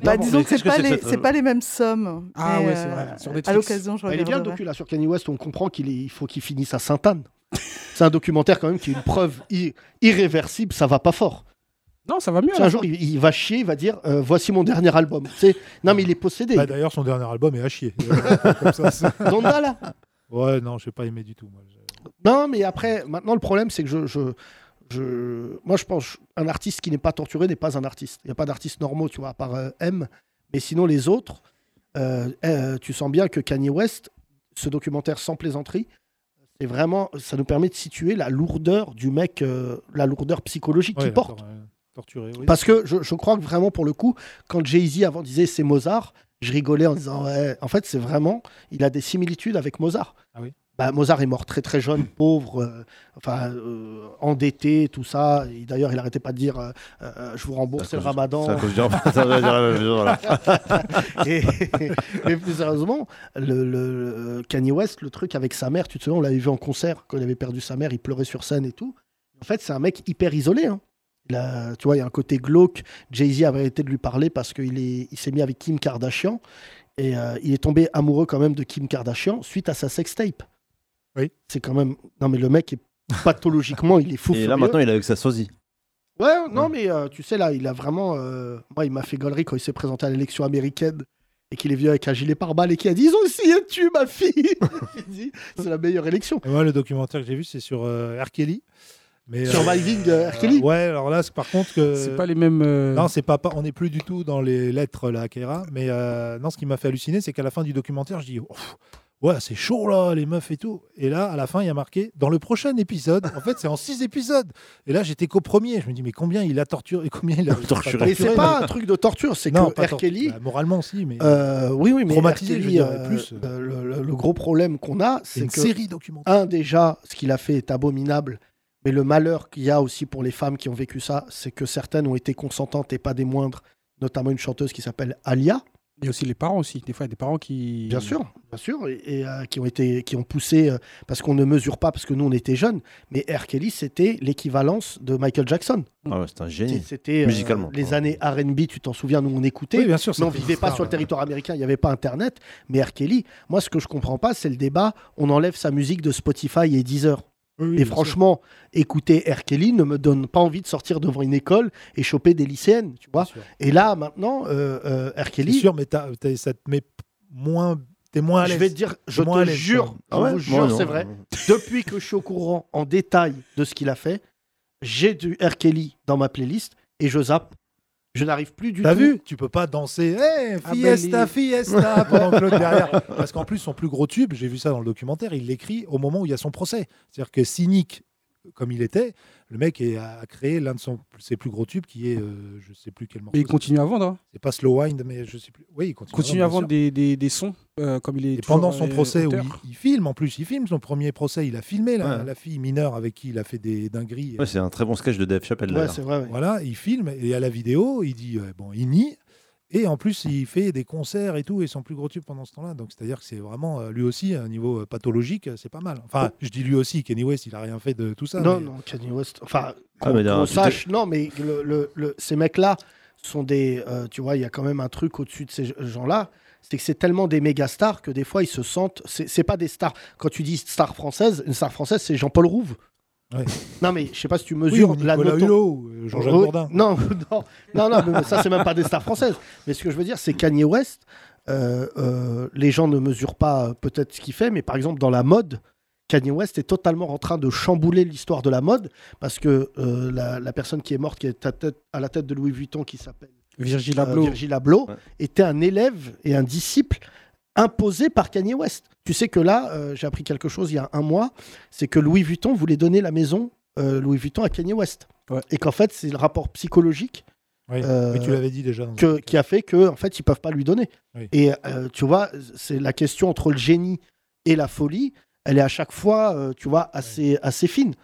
[SPEAKER 14] Bah,
[SPEAKER 3] non,
[SPEAKER 14] disons
[SPEAKER 3] mais
[SPEAKER 14] que c'est euh,
[SPEAKER 3] qu'est-ce que
[SPEAKER 14] pas,
[SPEAKER 3] c'est que
[SPEAKER 14] les-
[SPEAKER 3] cette-
[SPEAKER 6] euh,
[SPEAKER 14] c'est pas les mêmes sommes.
[SPEAKER 6] Ah
[SPEAKER 14] mais,
[SPEAKER 6] ouais, c'est vrai,
[SPEAKER 14] euh,
[SPEAKER 6] sur Netflix.
[SPEAKER 14] À l'occasion, je
[SPEAKER 3] Il est bien le
[SPEAKER 14] regarderai.
[SPEAKER 3] docu là sur Kanye West, on comprend qu'il est- il faut qu'il finisse à Sainte-Anne. C'est un documentaire quand même qui est une preuve i- irréversible, ça va pas fort.
[SPEAKER 6] Non, ça va mieux.
[SPEAKER 3] Tu sais, Un jour, il, il va chier, il va dire euh, voici mon dernier album. Tu sais, non, mais il est possédé.
[SPEAKER 4] Bah, D'ailleurs, son dernier album est à chier. Euh, comme ça, c'est-
[SPEAKER 3] Donda, là
[SPEAKER 4] Ouais, non, j'ai pas aimé du tout. Moi.
[SPEAKER 3] Non, mais après, maintenant, le problème, c'est que je, je, je- Moi, je pense un artiste qui n'est pas torturé n'est pas un artiste. Il n'y a pas d'artistes normaux, tu vois, à part euh, M. Mais sinon, les autres, euh, euh, tu sens bien que Kanye West, ce documentaire sans plaisanterie, c'est vraiment, ça nous permet de situer la lourdeur du mec, euh, la lourdeur psychologique
[SPEAKER 4] Ouais,
[SPEAKER 3] qu'il porte.
[SPEAKER 4] encore, euh, torturé, oui.
[SPEAKER 3] Parce que je, je crois que vraiment, pour le coup, quand Jay-Z avant disait c'est Mozart, je rigolais en disant ouais, en fait, c'est vraiment, il a des similitudes avec Mozart.
[SPEAKER 4] Ah oui.
[SPEAKER 3] Bah, Mozart est mort très très jeune,
[SPEAKER 5] Mm.
[SPEAKER 3] pauvre, euh, enfin euh, endetté, tout ça. Et D'ailleurs, il n'arrêtait pas de dire euh, euh, je vous rembourse
[SPEAKER 5] C'est
[SPEAKER 3] le
[SPEAKER 5] à cause-
[SPEAKER 3] ramadan.
[SPEAKER 5] c'est à cause du ramadan, j'allais dire la même chose, voilà.
[SPEAKER 3] Et- mais plus sérieusement, le, le- le Kanye West, le truc avec sa mère, tu te souviens, on l'avait vu en concert quand il avait perdu sa mère, il pleurait sur scène et tout. En fait, c'est un mec hyper isolé. hein. Il a- tu vois, il y a un côté glauque. Jay-Z avait arrêté de lui parler parce qu'il est- il s'est mis avec Kim Kardashian. Et euh, il est tombé amoureux quand même de Kim Kardashian suite à sa sextape.
[SPEAKER 4] Oui.
[SPEAKER 3] C'est quand même. Non, mais le mec est pathologiquement, il est fou.
[SPEAKER 5] Et là,
[SPEAKER 3] furieux.
[SPEAKER 5] maintenant, il est avec sa sosie.
[SPEAKER 3] Ouais, non, mais euh, tu sais, là, il a vraiment. euh, Moi, il m'a fait gaulerie quand il s'est présenté à l'élection américaine et qu'il est venu avec un gilet pare-balles et qu'il a dit Ils ont essayé de tuer ma fille J'ai dit, C'est la meilleure élection.
[SPEAKER 4] Et moi, le documentaire que j'ai vu, c'est sur euh, R. Kelly. Mais, euh,
[SPEAKER 3] Surviving, euh, R. Kelly
[SPEAKER 4] euh, Ouais, alors là, c'est- par contre. que-
[SPEAKER 6] C'est pas les mêmes, euh,
[SPEAKER 4] Non, c'est pas, pas- on n'est plus du tout dans les lettres, là, à Kera. Mais euh, non, ce qui m'a fait halluciner, c'est qu'à la fin du documentaire, je dis Ouf, Ouais, c'est chaud, là, les meufs et tout. Et là, à la fin, il y a marqué Dans le prochain épisode. En fait, c'est en six épisodes. Et là, j'étais qu'au premier. Je me dis Mais combien il a torturé Combien il a
[SPEAKER 3] Mais c'est pas un truc de torture, c'est
[SPEAKER 4] Non,
[SPEAKER 3] que
[SPEAKER 4] pas
[SPEAKER 3] R. Kelly.
[SPEAKER 4] torture. Bah, moralement, si, mais.
[SPEAKER 3] Euh, oui, oui, mais R.
[SPEAKER 4] Traumatisé, je veux
[SPEAKER 3] Kelly,
[SPEAKER 4] dire, et
[SPEAKER 3] euh,
[SPEAKER 4] plus.
[SPEAKER 3] euh, le, le- le gros problème qu'on a, c'est
[SPEAKER 4] une
[SPEAKER 3] que
[SPEAKER 4] série
[SPEAKER 3] un déjà, ce qu'il a fait est abominable, mais le malheur qu'il y a aussi pour les femmes qui ont vécu ça, c'est que certaines ont été consentantes et pas des moindres, notamment une chanteuse qui s'appelle Alia.
[SPEAKER 6] Il y a aussi les parents aussi. Des fois, il y a des parents qui.
[SPEAKER 3] Bien sûr, bien sûr, et, et, euh, qui ont été, qui ont poussé euh, parce qu'on ne mesure pas, parce que nous on était jeunes, mais R. Kelly c'était l'équivalence de Michael Jackson.
[SPEAKER 5] Ah ouais, c'est un génie.
[SPEAKER 3] C'était euh,
[SPEAKER 5] musicalement.
[SPEAKER 3] les années R&B, tu t'en souviens, nous on écoutait,
[SPEAKER 4] Oui, bien sûr,
[SPEAKER 3] mais on
[SPEAKER 4] c'était
[SPEAKER 3] vivait
[SPEAKER 4] une
[SPEAKER 3] pas
[SPEAKER 4] star,
[SPEAKER 3] sur le
[SPEAKER 4] ouais.
[SPEAKER 3] territoire américain, il n'y avait pas Internet. Mais R. Kelly, moi ce que je comprends pas, c'est le débat, on enlève sa musique de Spotify et Deezer.
[SPEAKER 4] Oui, oui,
[SPEAKER 3] et
[SPEAKER 4] bien sûr.
[SPEAKER 3] franchement, écouter R. Kelly ne me donne pas envie de sortir devant une école et choper des lycéennes, tu vois. Et là maintenant, euh, euh, R. Kelly,
[SPEAKER 4] C'est sûr, mais t'as- t'as- ça te met p- moins. T'es moins à
[SPEAKER 3] je
[SPEAKER 4] l'aise.
[SPEAKER 3] vais te dire,
[SPEAKER 4] T'es
[SPEAKER 3] je
[SPEAKER 4] moins à
[SPEAKER 3] te
[SPEAKER 4] l'aise,
[SPEAKER 3] jure,
[SPEAKER 4] quoi. Ah
[SPEAKER 3] je vous jure, c'est vrai. Depuis que je suis au courant en détail de ce qu'il a fait, j'ai du R. Kelly dans ma playlist et je zappe. Je n'arrive plus du tout.
[SPEAKER 4] T'as vu Tu peux pas danser. Eh, Hey,
[SPEAKER 3] Ah,
[SPEAKER 6] ben,
[SPEAKER 4] fiesta,
[SPEAKER 3] Benny.
[SPEAKER 4] fiesta pendant que l'autre derrière. Parce qu'en plus, son plus gros tube, j'ai vu ça dans le documentaire, il l'écrit au moment où il y a son procès. C'est-à-dire que cynique comme il était, le mec est- a créé l'un de son, ses plus gros tubes qui est, euh, je sais plus quel morceau.
[SPEAKER 6] Mais il continue à vendre. hein.
[SPEAKER 4] C'est pas Slow Wind, mais je sais plus. Oui, il continue,
[SPEAKER 6] Continue à
[SPEAKER 4] bien sûr.
[SPEAKER 6] vendre des, des, des sons euh, comme il est.
[SPEAKER 4] Et pendant
[SPEAKER 6] toujours,
[SPEAKER 4] son
[SPEAKER 6] euh,
[SPEAKER 4] procès, où
[SPEAKER 6] auteur.
[SPEAKER 4] il, il filme en plus, il filme son premier procès, il a filmé la,
[SPEAKER 5] Ouais.
[SPEAKER 4] la fille mineure avec qui il a fait des dingueries.
[SPEAKER 5] Ouais, c'est un très bon sketch de Dave Chappelle. d'ailleurs.
[SPEAKER 4] Voilà, il filme et à la vidéo, il dit euh, bon, il nie. Et en plus, il fait des concerts et tout, et son plus gros tube pendant ce temps-là. Donc, c'est-à-dire que c'est vraiment, euh, lui aussi, à un niveau euh, pathologique, euh, c'est pas mal. Enfin, je dis lui aussi, Kenny West, il a rien fait de tout ça.
[SPEAKER 3] non,
[SPEAKER 4] mais-
[SPEAKER 3] non, Kanye West. Enfin,
[SPEAKER 4] Ah,
[SPEAKER 3] qu'on
[SPEAKER 4] mais non,
[SPEAKER 3] qu'on
[SPEAKER 4] tu
[SPEAKER 3] sache, non, mais le- le- le- ces mecs-là sont des. euh, tu vois, il y a quand même un truc au-dessus de ces gens-là. C'est que c'est tellement des méga stars que des fois ils se sentent. C'est c'est pas des stars. Quand tu dis star française, une star française, c'est Jean-Paul Rouve. Non, mais je sais pas si tu mesures
[SPEAKER 4] ou
[SPEAKER 3] la
[SPEAKER 4] Nicolas
[SPEAKER 3] noto-
[SPEAKER 4] Hulot, euh, Jean-Jacques
[SPEAKER 3] Oh,
[SPEAKER 4] Bourdin.
[SPEAKER 3] Non, non, non, non, mais ça, c'est même pas des stars françaises. Mais ce que je veux dire, c'est Kanye West, euh, euh, les gens ne mesurent pas euh, peut-être ce qu'il fait, mais par exemple, dans la mode, Kanye West est totalement en train de chambouler l'histoire de la mode parce que euh, la, la personne qui est morte, qui est à, tête- à la tête de Louis Vuitton, qui s'appelle
[SPEAKER 6] Virgil
[SPEAKER 3] euh,
[SPEAKER 6] Abloh.
[SPEAKER 3] Virgil Abloh, était un élève et un disciple imposé par Kanye West. Tu sais que là, euh, j'ai appris quelque chose il y a un mois, c'est que Louis Vuitton voulait donner la maison euh, Louis Vuitton à Kanye West. Et qu'en fait, c'est le rapport psychologique
[SPEAKER 4] Oui,
[SPEAKER 3] euh,
[SPEAKER 4] mais tu l'avais dit déjà. dans-
[SPEAKER 3] que- qui a fait que en fait, ils peuvent pas lui donner.
[SPEAKER 4] Oui.
[SPEAKER 3] Et euh, tu vois, c'est la question entre le génie et la folie, elle est à chaque fois, euh, tu vois, assez, assez fine.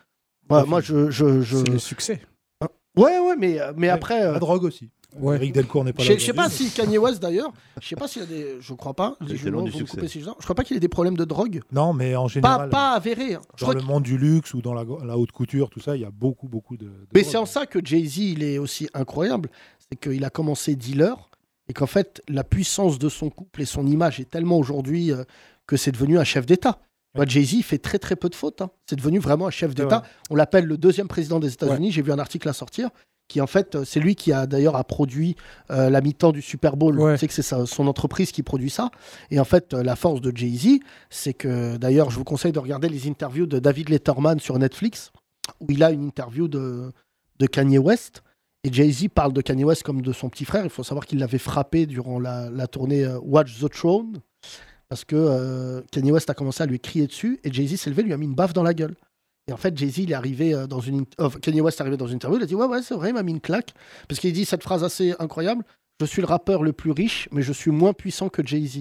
[SPEAKER 3] Moi, moi, je... je, je...
[SPEAKER 6] C'est le succès.
[SPEAKER 3] Hein Ouais, ouais, mais, mais après... euh,
[SPEAKER 4] La drogue aussi. Eric Delcourt n'est pas
[SPEAKER 3] je
[SPEAKER 4] là.
[SPEAKER 3] je sais pas si Kanye West d'ailleurs, je sais pas s'il y a des, je crois pas,
[SPEAKER 4] Il était
[SPEAKER 3] je,
[SPEAKER 4] loin
[SPEAKER 3] vous
[SPEAKER 4] du
[SPEAKER 3] me
[SPEAKER 4] succès.
[SPEAKER 3] coupez si je, je crois pas qu'il ait des problèmes de drogue,
[SPEAKER 4] Non, mais
[SPEAKER 3] pas,
[SPEAKER 4] en général,
[SPEAKER 3] pas avérés. hein. Je
[SPEAKER 4] dans
[SPEAKER 3] crois
[SPEAKER 4] le
[SPEAKER 3] que-
[SPEAKER 4] monde du luxe ou dans la, la haute couture, tout ça, il y a beaucoup, beaucoup de. de
[SPEAKER 3] mais
[SPEAKER 4] drogue.
[SPEAKER 3] c'est en ça que Jay Z il est aussi incroyable, c'est qu'il a commencé dealer et qu'en fait la puissance de son couple et son image est tellement aujourd'hui euh, que c'est devenu un chef d'État. Jay Z fait très très peu de fautes, hein. c'est devenu vraiment un chef d'État.
[SPEAKER 4] vrai.
[SPEAKER 3] On l'appelle le deuxième président des États-Unis. J'ai vu un article à sortir qui en fait euh, c'est lui qui a d'ailleurs a produit euh, la mi-temps du Super Bowl. Tu sais que c'est sa- son entreprise qui produit ça. Et en fait euh, la force de Jay Z, c'est que d'ailleurs je vous conseille de regarder les interviews de David Letterman sur Netflix où il a une interview de de Kanye West. Et Jay-Z parle de Kanye West comme de son petit frère. Il faut savoir qu'il l'avait frappé durant la, la tournée euh, Watch the Throne parce que euh, Kanye West a commencé à lui crier dessus et Jay-Z s'est levé, lui a mis une baffe dans la gueule. Et en fait, Jay-Z, il est arrivé euh, dans une. int- euh, Kanye West est arrivé dans une interview, il a dit Ouais, ouais, c'est vrai, il m'a mis une claque. Parce qu'il dit cette phrase assez incroyable Je suis le rappeur le plus riche, mais je suis moins puissant que Jay-Z.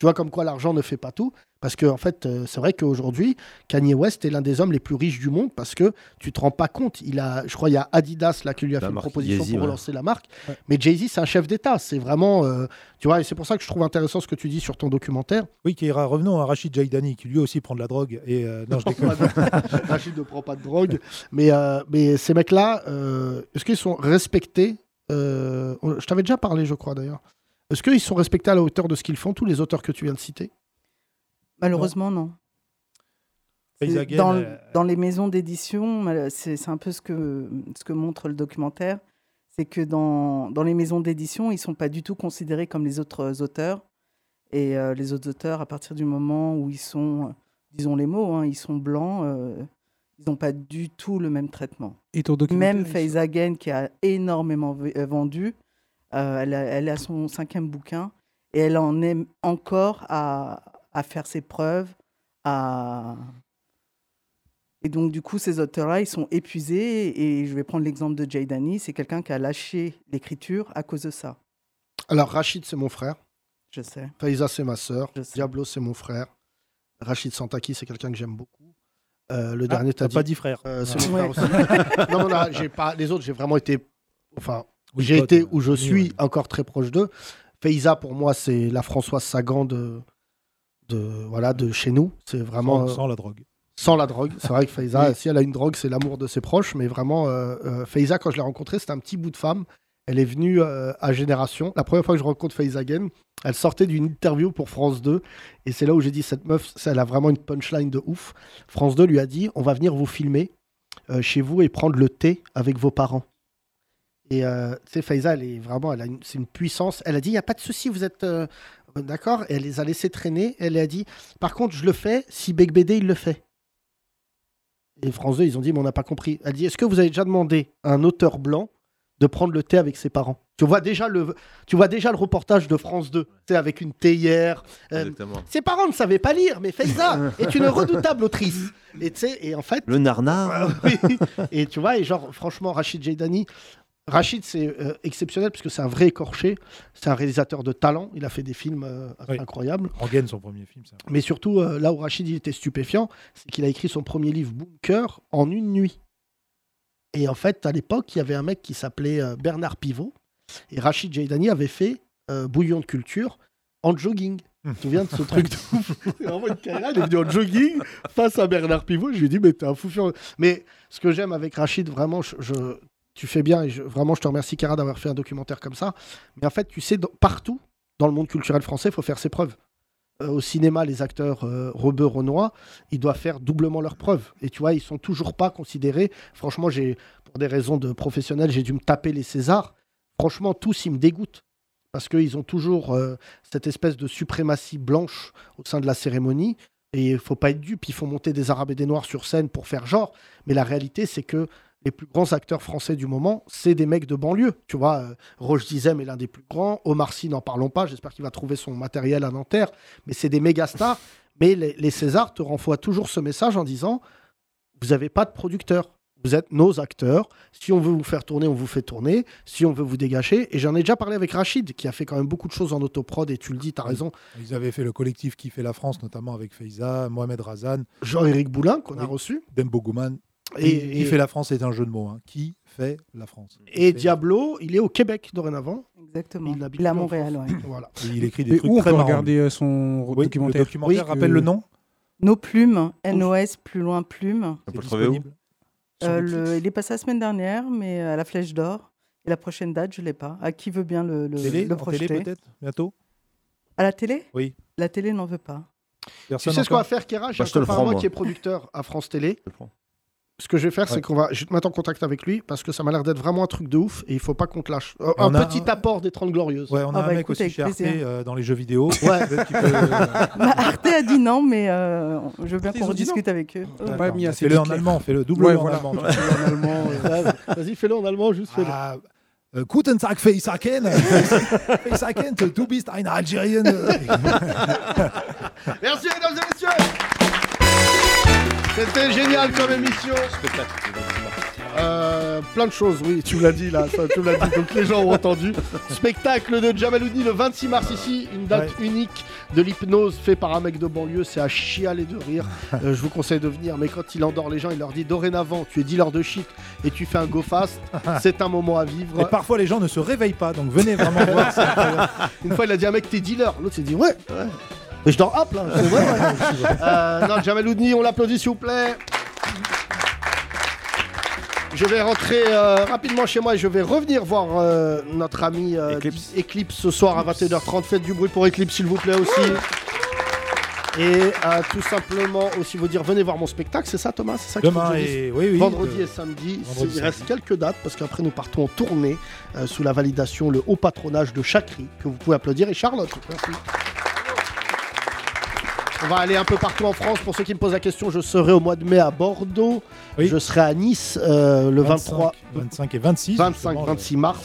[SPEAKER 3] Tu vois, comme quoi l'argent ne fait pas tout. Parce que, en fait, euh, c'est vrai qu'aujourd'hui, Kanye West est l'un des hommes les plus riches du monde parce que tu te rends pas compte. Il a, je crois qu'il y a Adidas là, qui lui a
[SPEAKER 5] La
[SPEAKER 3] fait une
[SPEAKER 5] marque
[SPEAKER 3] proposition
[SPEAKER 5] Yeezy,
[SPEAKER 3] pour
[SPEAKER 5] ouais.
[SPEAKER 3] relancer la marque. Mais Jay-Z, c'est un chef d'État. C'est vraiment. euh, tu vois, et c'est pour ça que je trouve intéressant ce que tu dis sur ton documentaire.
[SPEAKER 4] Oui, qui ira. Revenons à Rachid Jaidani, qui lui aussi prend de la drogue. Et euh, non, je déconne.
[SPEAKER 3] Rachid ne prend pas de drogue. Mais, euh, mais ces mecs-là, euh, est-ce qu'ils sont respectés Euh, on- Je t'avais déjà parlé, je crois d'ailleurs. Est-ce qu'ils sont respectés à la hauteur de ce qu'ils font, tous les auteurs que tu viens de citer
[SPEAKER 14] Malheureusement, non. C'est
[SPEAKER 4] Faïzagen,
[SPEAKER 14] Dans,
[SPEAKER 4] euh,
[SPEAKER 14] dans les maisons d'édition, euh, c'est c'est un peu ce que, ce que montre le documentaire, c'est que dans, dans les maisons d'édition, ils ne sont pas du tout considérés comme les autres euh, auteurs. Et euh, les autres auteurs, à partir du moment où ils sont, euh, disons les mots, hein, ils sont blancs, euh, ils n'ont pas du tout le même traitement.
[SPEAKER 6] Et ton documentaire,
[SPEAKER 14] Même
[SPEAKER 6] il-
[SPEAKER 14] Faizagen, qui a énormément v- euh, vendu, euh, elle, a, elle a son cinquième bouquin et elle en est m- encore à, à faire ses preuves. À... Et donc, du coup, ces auteurs-là, ils sont épuisés. Et je vais prendre l'exemple de Jay Dani. C'est quelqu'un qui a lâché l'écriture à cause de ça.
[SPEAKER 3] Alors, Rachid, c'est mon frère.
[SPEAKER 14] Je sais.
[SPEAKER 3] Faiza, c'est ma sœur. Diablo, c'est mon frère. Rachid Santaki, c'est quelqu'un que j'aime beaucoup. Euh, le
[SPEAKER 4] Ah,
[SPEAKER 3] dernier, t'as
[SPEAKER 4] t'as pas
[SPEAKER 3] dit-
[SPEAKER 4] dit frère.
[SPEAKER 3] Euh, c'est
[SPEAKER 4] Ah.
[SPEAKER 3] mon frère aussi. non, non, là, j'ai pas. Les autres, j'ai vraiment été. Enfin,
[SPEAKER 4] Oui,
[SPEAKER 3] j'ai
[SPEAKER 4] pote,
[SPEAKER 3] été
[SPEAKER 4] euh,
[SPEAKER 3] où je
[SPEAKER 4] oui,
[SPEAKER 3] suis encore très proche d'eux. Faiza, pour moi, c'est la Françoise Sagan de, de voilà de chez nous. C'est vraiment
[SPEAKER 4] Sans- sans la
[SPEAKER 3] euh,
[SPEAKER 4] drogue.
[SPEAKER 3] Sans la drogue. C'est vrai que Faiza,
[SPEAKER 4] Oui.
[SPEAKER 3] si elle a une drogue, c'est l'amour de ses proches. Mais vraiment, euh, euh, Faiza, quand je l'ai rencontrée, c'était un petit bout de femme. Elle est venue euh, à Génération. La première fois que je rencontre Faiza Again, elle sortait d'une interview pour France 2. Et c'est là où j'ai dit cette meuf, ça, elle a vraiment une punchline de ouf. France 2 lui a dit on va venir vous filmer euh, chez vous et prendre le thé avec vos parents. Et euh, tu sais, Faiza, elle est vraiment, elle a une- c'est une puissance. Elle a dit, il n'y a pas de souci, vous êtes euh, d'accord. Et elle les a laissés traîner. Elle a dit, par contre, je le fais si Big BD, il le fait. Et France 2, ils ont dit, mais on n'a pas compris. Elle dit, est-ce que vous avez déjà demandé à un auteur blanc de prendre le thé avec ses parents tu vois, déjà le, tu vois déjà le reportage de France 2, tu sais, avec une théière. euh,
[SPEAKER 5] Exactement.
[SPEAKER 3] ses parents ne savaient pas lire, mais Faiza est une redoutable autrice. Et tu sais, et en fait,
[SPEAKER 5] Le narnard.
[SPEAKER 3] oui. Et tu vois, et genre, franchement, Rachid Jaidani, Rachid, c'est euh, exceptionnel parce que c'est un vrai écorché. C'est un réalisateur de talent. Il a fait des films euh, incroyables.
[SPEAKER 4] Rengaine, son premier film, ça.
[SPEAKER 3] Mais surtout, euh, là où Rachid il était stupéfiant, c'est qu'il a écrit son premier livre, Bunker, en une nuit. Et en fait, à l'époque, il y avait un mec qui s'appelait euh, Bernard Pivot. Et Rachid Jaidani avait fait euh, Bouillon de culture en jogging. Tu te souviens de ce truc de ouf C'est vraiment une carrière, il est venu en jogging face à Bernard Pivot. Je lui ai dit, mais t'es un fou furieux. Mais ce que j'aime avec Rachid, vraiment, je, je- tu fais bien. Et je- vraiment, je te remercie, Cara, d'avoir fait un documentaire comme ça. Mais en fait, tu sais, dans- partout dans le monde culturel français, il faut faire ses preuves. Euh, au cinéma, les acteurs euh, Rebeu, Renoir, ils doivent faire doublement leurs preuves. Et tu vois, ils sont toujours pas considérés. Franchement, j'ai, pour des raisons de professionnel, j'ai dû me taper les Césars. Franchement, tous, ils me dégoûtent. Parce qu'ils ont toujours euh, cette espèce de suprématie blanche au sein de la cérémonie. Et il faut pas être dupe. Ils font monter des Arabes et des Noirs sur scène pour faire genre. Mais la réalité, c'est que les plus grands acteurs français du moment, c'est des mecs de banlieue. Tu vois, euh, Roche Dizem est l'un des plus grands. Omar Sy, n'en parlons pas. J'espère qu'il va trouver son matériel à Nanterre. Mais c'est des méga stars. Mais les, les Césars te renvoient toujours ce message en disant vous n'avez pas de producteur. Vous êtes nos acteurs. Si on veut vous faire tourner, on vous fait tourner. Si on veut vous dégager, et j'en ai déjà parlé avec Rachid, qui a fait quand même beaucoup de choses en autoprod, et tu le dis, tu as raison.
[SPEAKER 4] Ils avaient fait le collectif qui fait la France, notamment avec Faiza, Mohamed Razan.
[SPEAKER 3] Jean-Éric Boulin, qu'on a reçu.
[SPEAKER 4] Dembo Gouman.
[SPEAKER 3] Et-
[SPEAKER 4] Et, qui
[SPEAKER 3] et-
[SPEAKER 4] fait la France est un jeu de mots. hein. Qui fait la France
[SPEAKER 3] Et Diablo, il est au Québec dorénavant.
[SPEAKER 14] Exactement.
[SPEAKER 3] Il, habite
[SPEAKER 14] Il est à
[SPEAKER 3] plus en
[SPEAKER 14] Montréal,
[SPEAKER 3] France.
[SPEAKER 14] ouais.
[SPEAKER 3] Voilà.
[SPEAKER 4] Et il écrit des
[SPEAKER 6] Mais
[SPEAKER 4] trucs
[SPEAKER 6] où on
[SPEAKER 4] très
[SPEAKER 6] peut
[SPEAKER 4] marrants,
[SPEAKER 6] regarder
[SPEAKER 4] lui.
[SPEAKER 6] euh, son
[SPEAKER 4] Oui,
[SPEAKER 6] documentaire
[SPEAKER 4] Le documentaire
[SPEAKER 6] Oui,
[SPEAKER 4] rappelle
[SPEAKER 6] euh,
[SPEAKER 4] le nom
[SPEAKER 14] Nos plumes, NOS, plus loin, plume.
[SPEAKER 4] On peut le trouver où disponible
[SPEAKER 14] Euh, le- Il est passé la semaine dernière, mais euh, à la Flèche d'Or. Et la prochaine date, je ne l'ai pas. À qui veut bien le, le, Euh, le
[SPEAKER 4] Télé, en télé
[SPEAKER 14] projeter
[SPEAKER 4] peut-être bientôt.
[SPEAKER 14] À la télé
[SPEAKER 4] Oui.
[SPEAKER 14] La télé n'en veut pas.
[SPEAKER 3] Tu
[SPEAKER 4] Personne
[SPEAKER 3] sais ce qu'on va
[SPEAKER 4] encore
[SPEAKER 3] faire, Kera J'ai
[SPEAKER 4] Bah,
[SPEAKER 3] un
[SPEAKER 4] je te le
[SPEAKER 3] copain à
[SPEAKER 4] prends,
[SPEAKER 3] moi,
[SPEAKER 4] moi.
[SPEAKER 3] qui est producteur à France Télé. Ce que je vais faire, c'est qu'on va. Je vais te mettre en contact avec lui parce que ça m'a l'air d'être vraiment un truc de ouf et il faut pas qu'on te lâche. Euh,
[SPEAKER 4] Et
[SPEAKER 3] un
[SPEAKER 4] on a
[SPEAKER 3] petit apport des 30 Glorieuses.
[SPEAKER 4] Ouais, on
[SPEAKER 14] Ah
[SPEAKER 4] a un mec aussi chez Arte euh, dans les jeux vidéo.
[SPEAKER 3] Ouais.
[SPEAKER 4] Peut-être qu'il peut- euh,
[SPEAKER 14] Bah, Arte a dit non, mais euh, je veux bien qu'on
[SPEAKER 6] Arte, ils ont dit
[SPEAKER 14] rediscute avec eux.
[SPEAKER 6] Ils ont
[SPEAKER 4] D'accord.
[SPEAKER 6] pas mis assez
[SPEAKER 4] Fais-le en
[SPEAKER 6] d'Hitler.
[SPEAKER 4] allemand, fais-le double
[SPEAKER 6] Ouais,
[SPEAKER 4] en
[SPEAKER 6] voilà.
[SPEAKER 4] allemand.
[SPEAKER 6] Fais-le en allemand,
[SPEAKER 3] Vas-y, fais-le en allemand, juste fais-le.
[SPEAKER 4] Ah, euh, Guten Tag, Feisaken. Feisaken, du bist ein Algérien.
[SPEAKER 3] Merci, mesdames et messieurs C'était génial comme émission Euh, plein de choses, oui, tu me l'as dit là, ça, tu me l'as dit, donc les gens ont entendu. Spectacle de Jamaloudi le 26 mars ici, une date unique de l'hypnose fait par un mec de banlieue, c'est à chialer de rire. Euh, je vous conseille de venir, mais quand il endort les gens, il leur dit dorénavant, tu es dealer de shit et tu fais un go fast, c'est un moment à vivre.
[SPEAKER 4] Et parfois, les gens ne se réveillent pas, donc venez vraiment voir.
[SPEAKER 3] Une fois, il a dit à un mec, t'es dealer. L'autre s'est dit, ouais. ouais. Et je dors hop là. Je fais, ouais, ouais, non, je suis vrai. Euh, non, Jamel Oudni, on l'applaudit s'il vous plaît. Je vais rentrer euh, rapidement chez moi et je vais revenir voir euh, notre ami euh, Eclipse. ce soir à 21h30. Faites du bruit pour Eclipse s'il vous plaît aussi. Et euh, tout simplement aussi vous dire, venez voir mon spectacle, c'est ça Thomas C'est ça qu'il faut
[SPEAKER 4] Demain
[SPEAKER 3] que je dise
[SPEAKER 4] et- oui, oui,
[SPEAKER 3] Vendredi
[SPEAKER 4] de-
[SPEAKER 3] et samedi,
[SPEAKER 4] vendredi,
[SPEAKER 3] c'est- il
[SPEAKER 4] samedi.
[SPEAKER 3] reste quelques dates parce qu'après nous partons en tournée euh, sous la validation, le haut patronage de Chakri que vous pouvez applaudir et Charlotte. Merci. On va aller un peu partout en France. Pour ceux qui me posent la question, je serai au mois de mai à Bordeaux. Je serai à Nice euh, le 23.
[SPEAKER 4] 25 et euh, 26.
[SPEAKER 3] 25, 26 mars.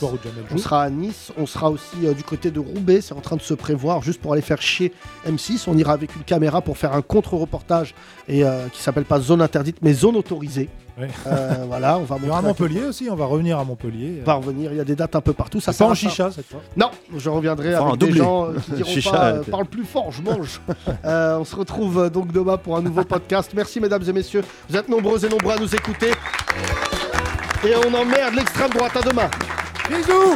[SPEAKER 3] On sera à Nice. On sera aussi euh, du côté de Roubaix. C'est en train de se prévoir juste pour aller faire chier M6. On ira avec une caméra pour faire un contre-reportage et euh, qui s'appelle pas zone interdite mais zone autorisée. Euh, voilà, on va
[SPEAKER 4] Il y aura
[SPEAKER 3] montrer à quel
[SPEAKER 4] Montpellier aussi, on va revenir à Montpellier.
[SPEAKER 3] On va revenir, il y a des dates un peu partout. Ça
[SPEAKER 4] C'est pas
[SPEAKER 3] sert à ça.
[SPEAKER 4] en chicha cette fois.
[SPEAKER 3] Non, je reviendrai
[SPEAKER 4] Hein. Enfin, un
[SPEAKER 3] avec des
[SPEAKER 4] doublé.
[SPEAKER 3] gens euh, qui diront
[SPEAKER 4] Chicha,
[SPEAKER 3] pas euh,
[SPEAKER 4] arrêtez.
[SPEAKER 3] parle plus fort, je mange. Euh, on se retrouve euh, donc demain pour un nouveau podcast. Merci mesdames et messieurs, vous êtes nombreux et nombreux à nous écouter. Et on emmerde l'extrême droite à demain. Bisous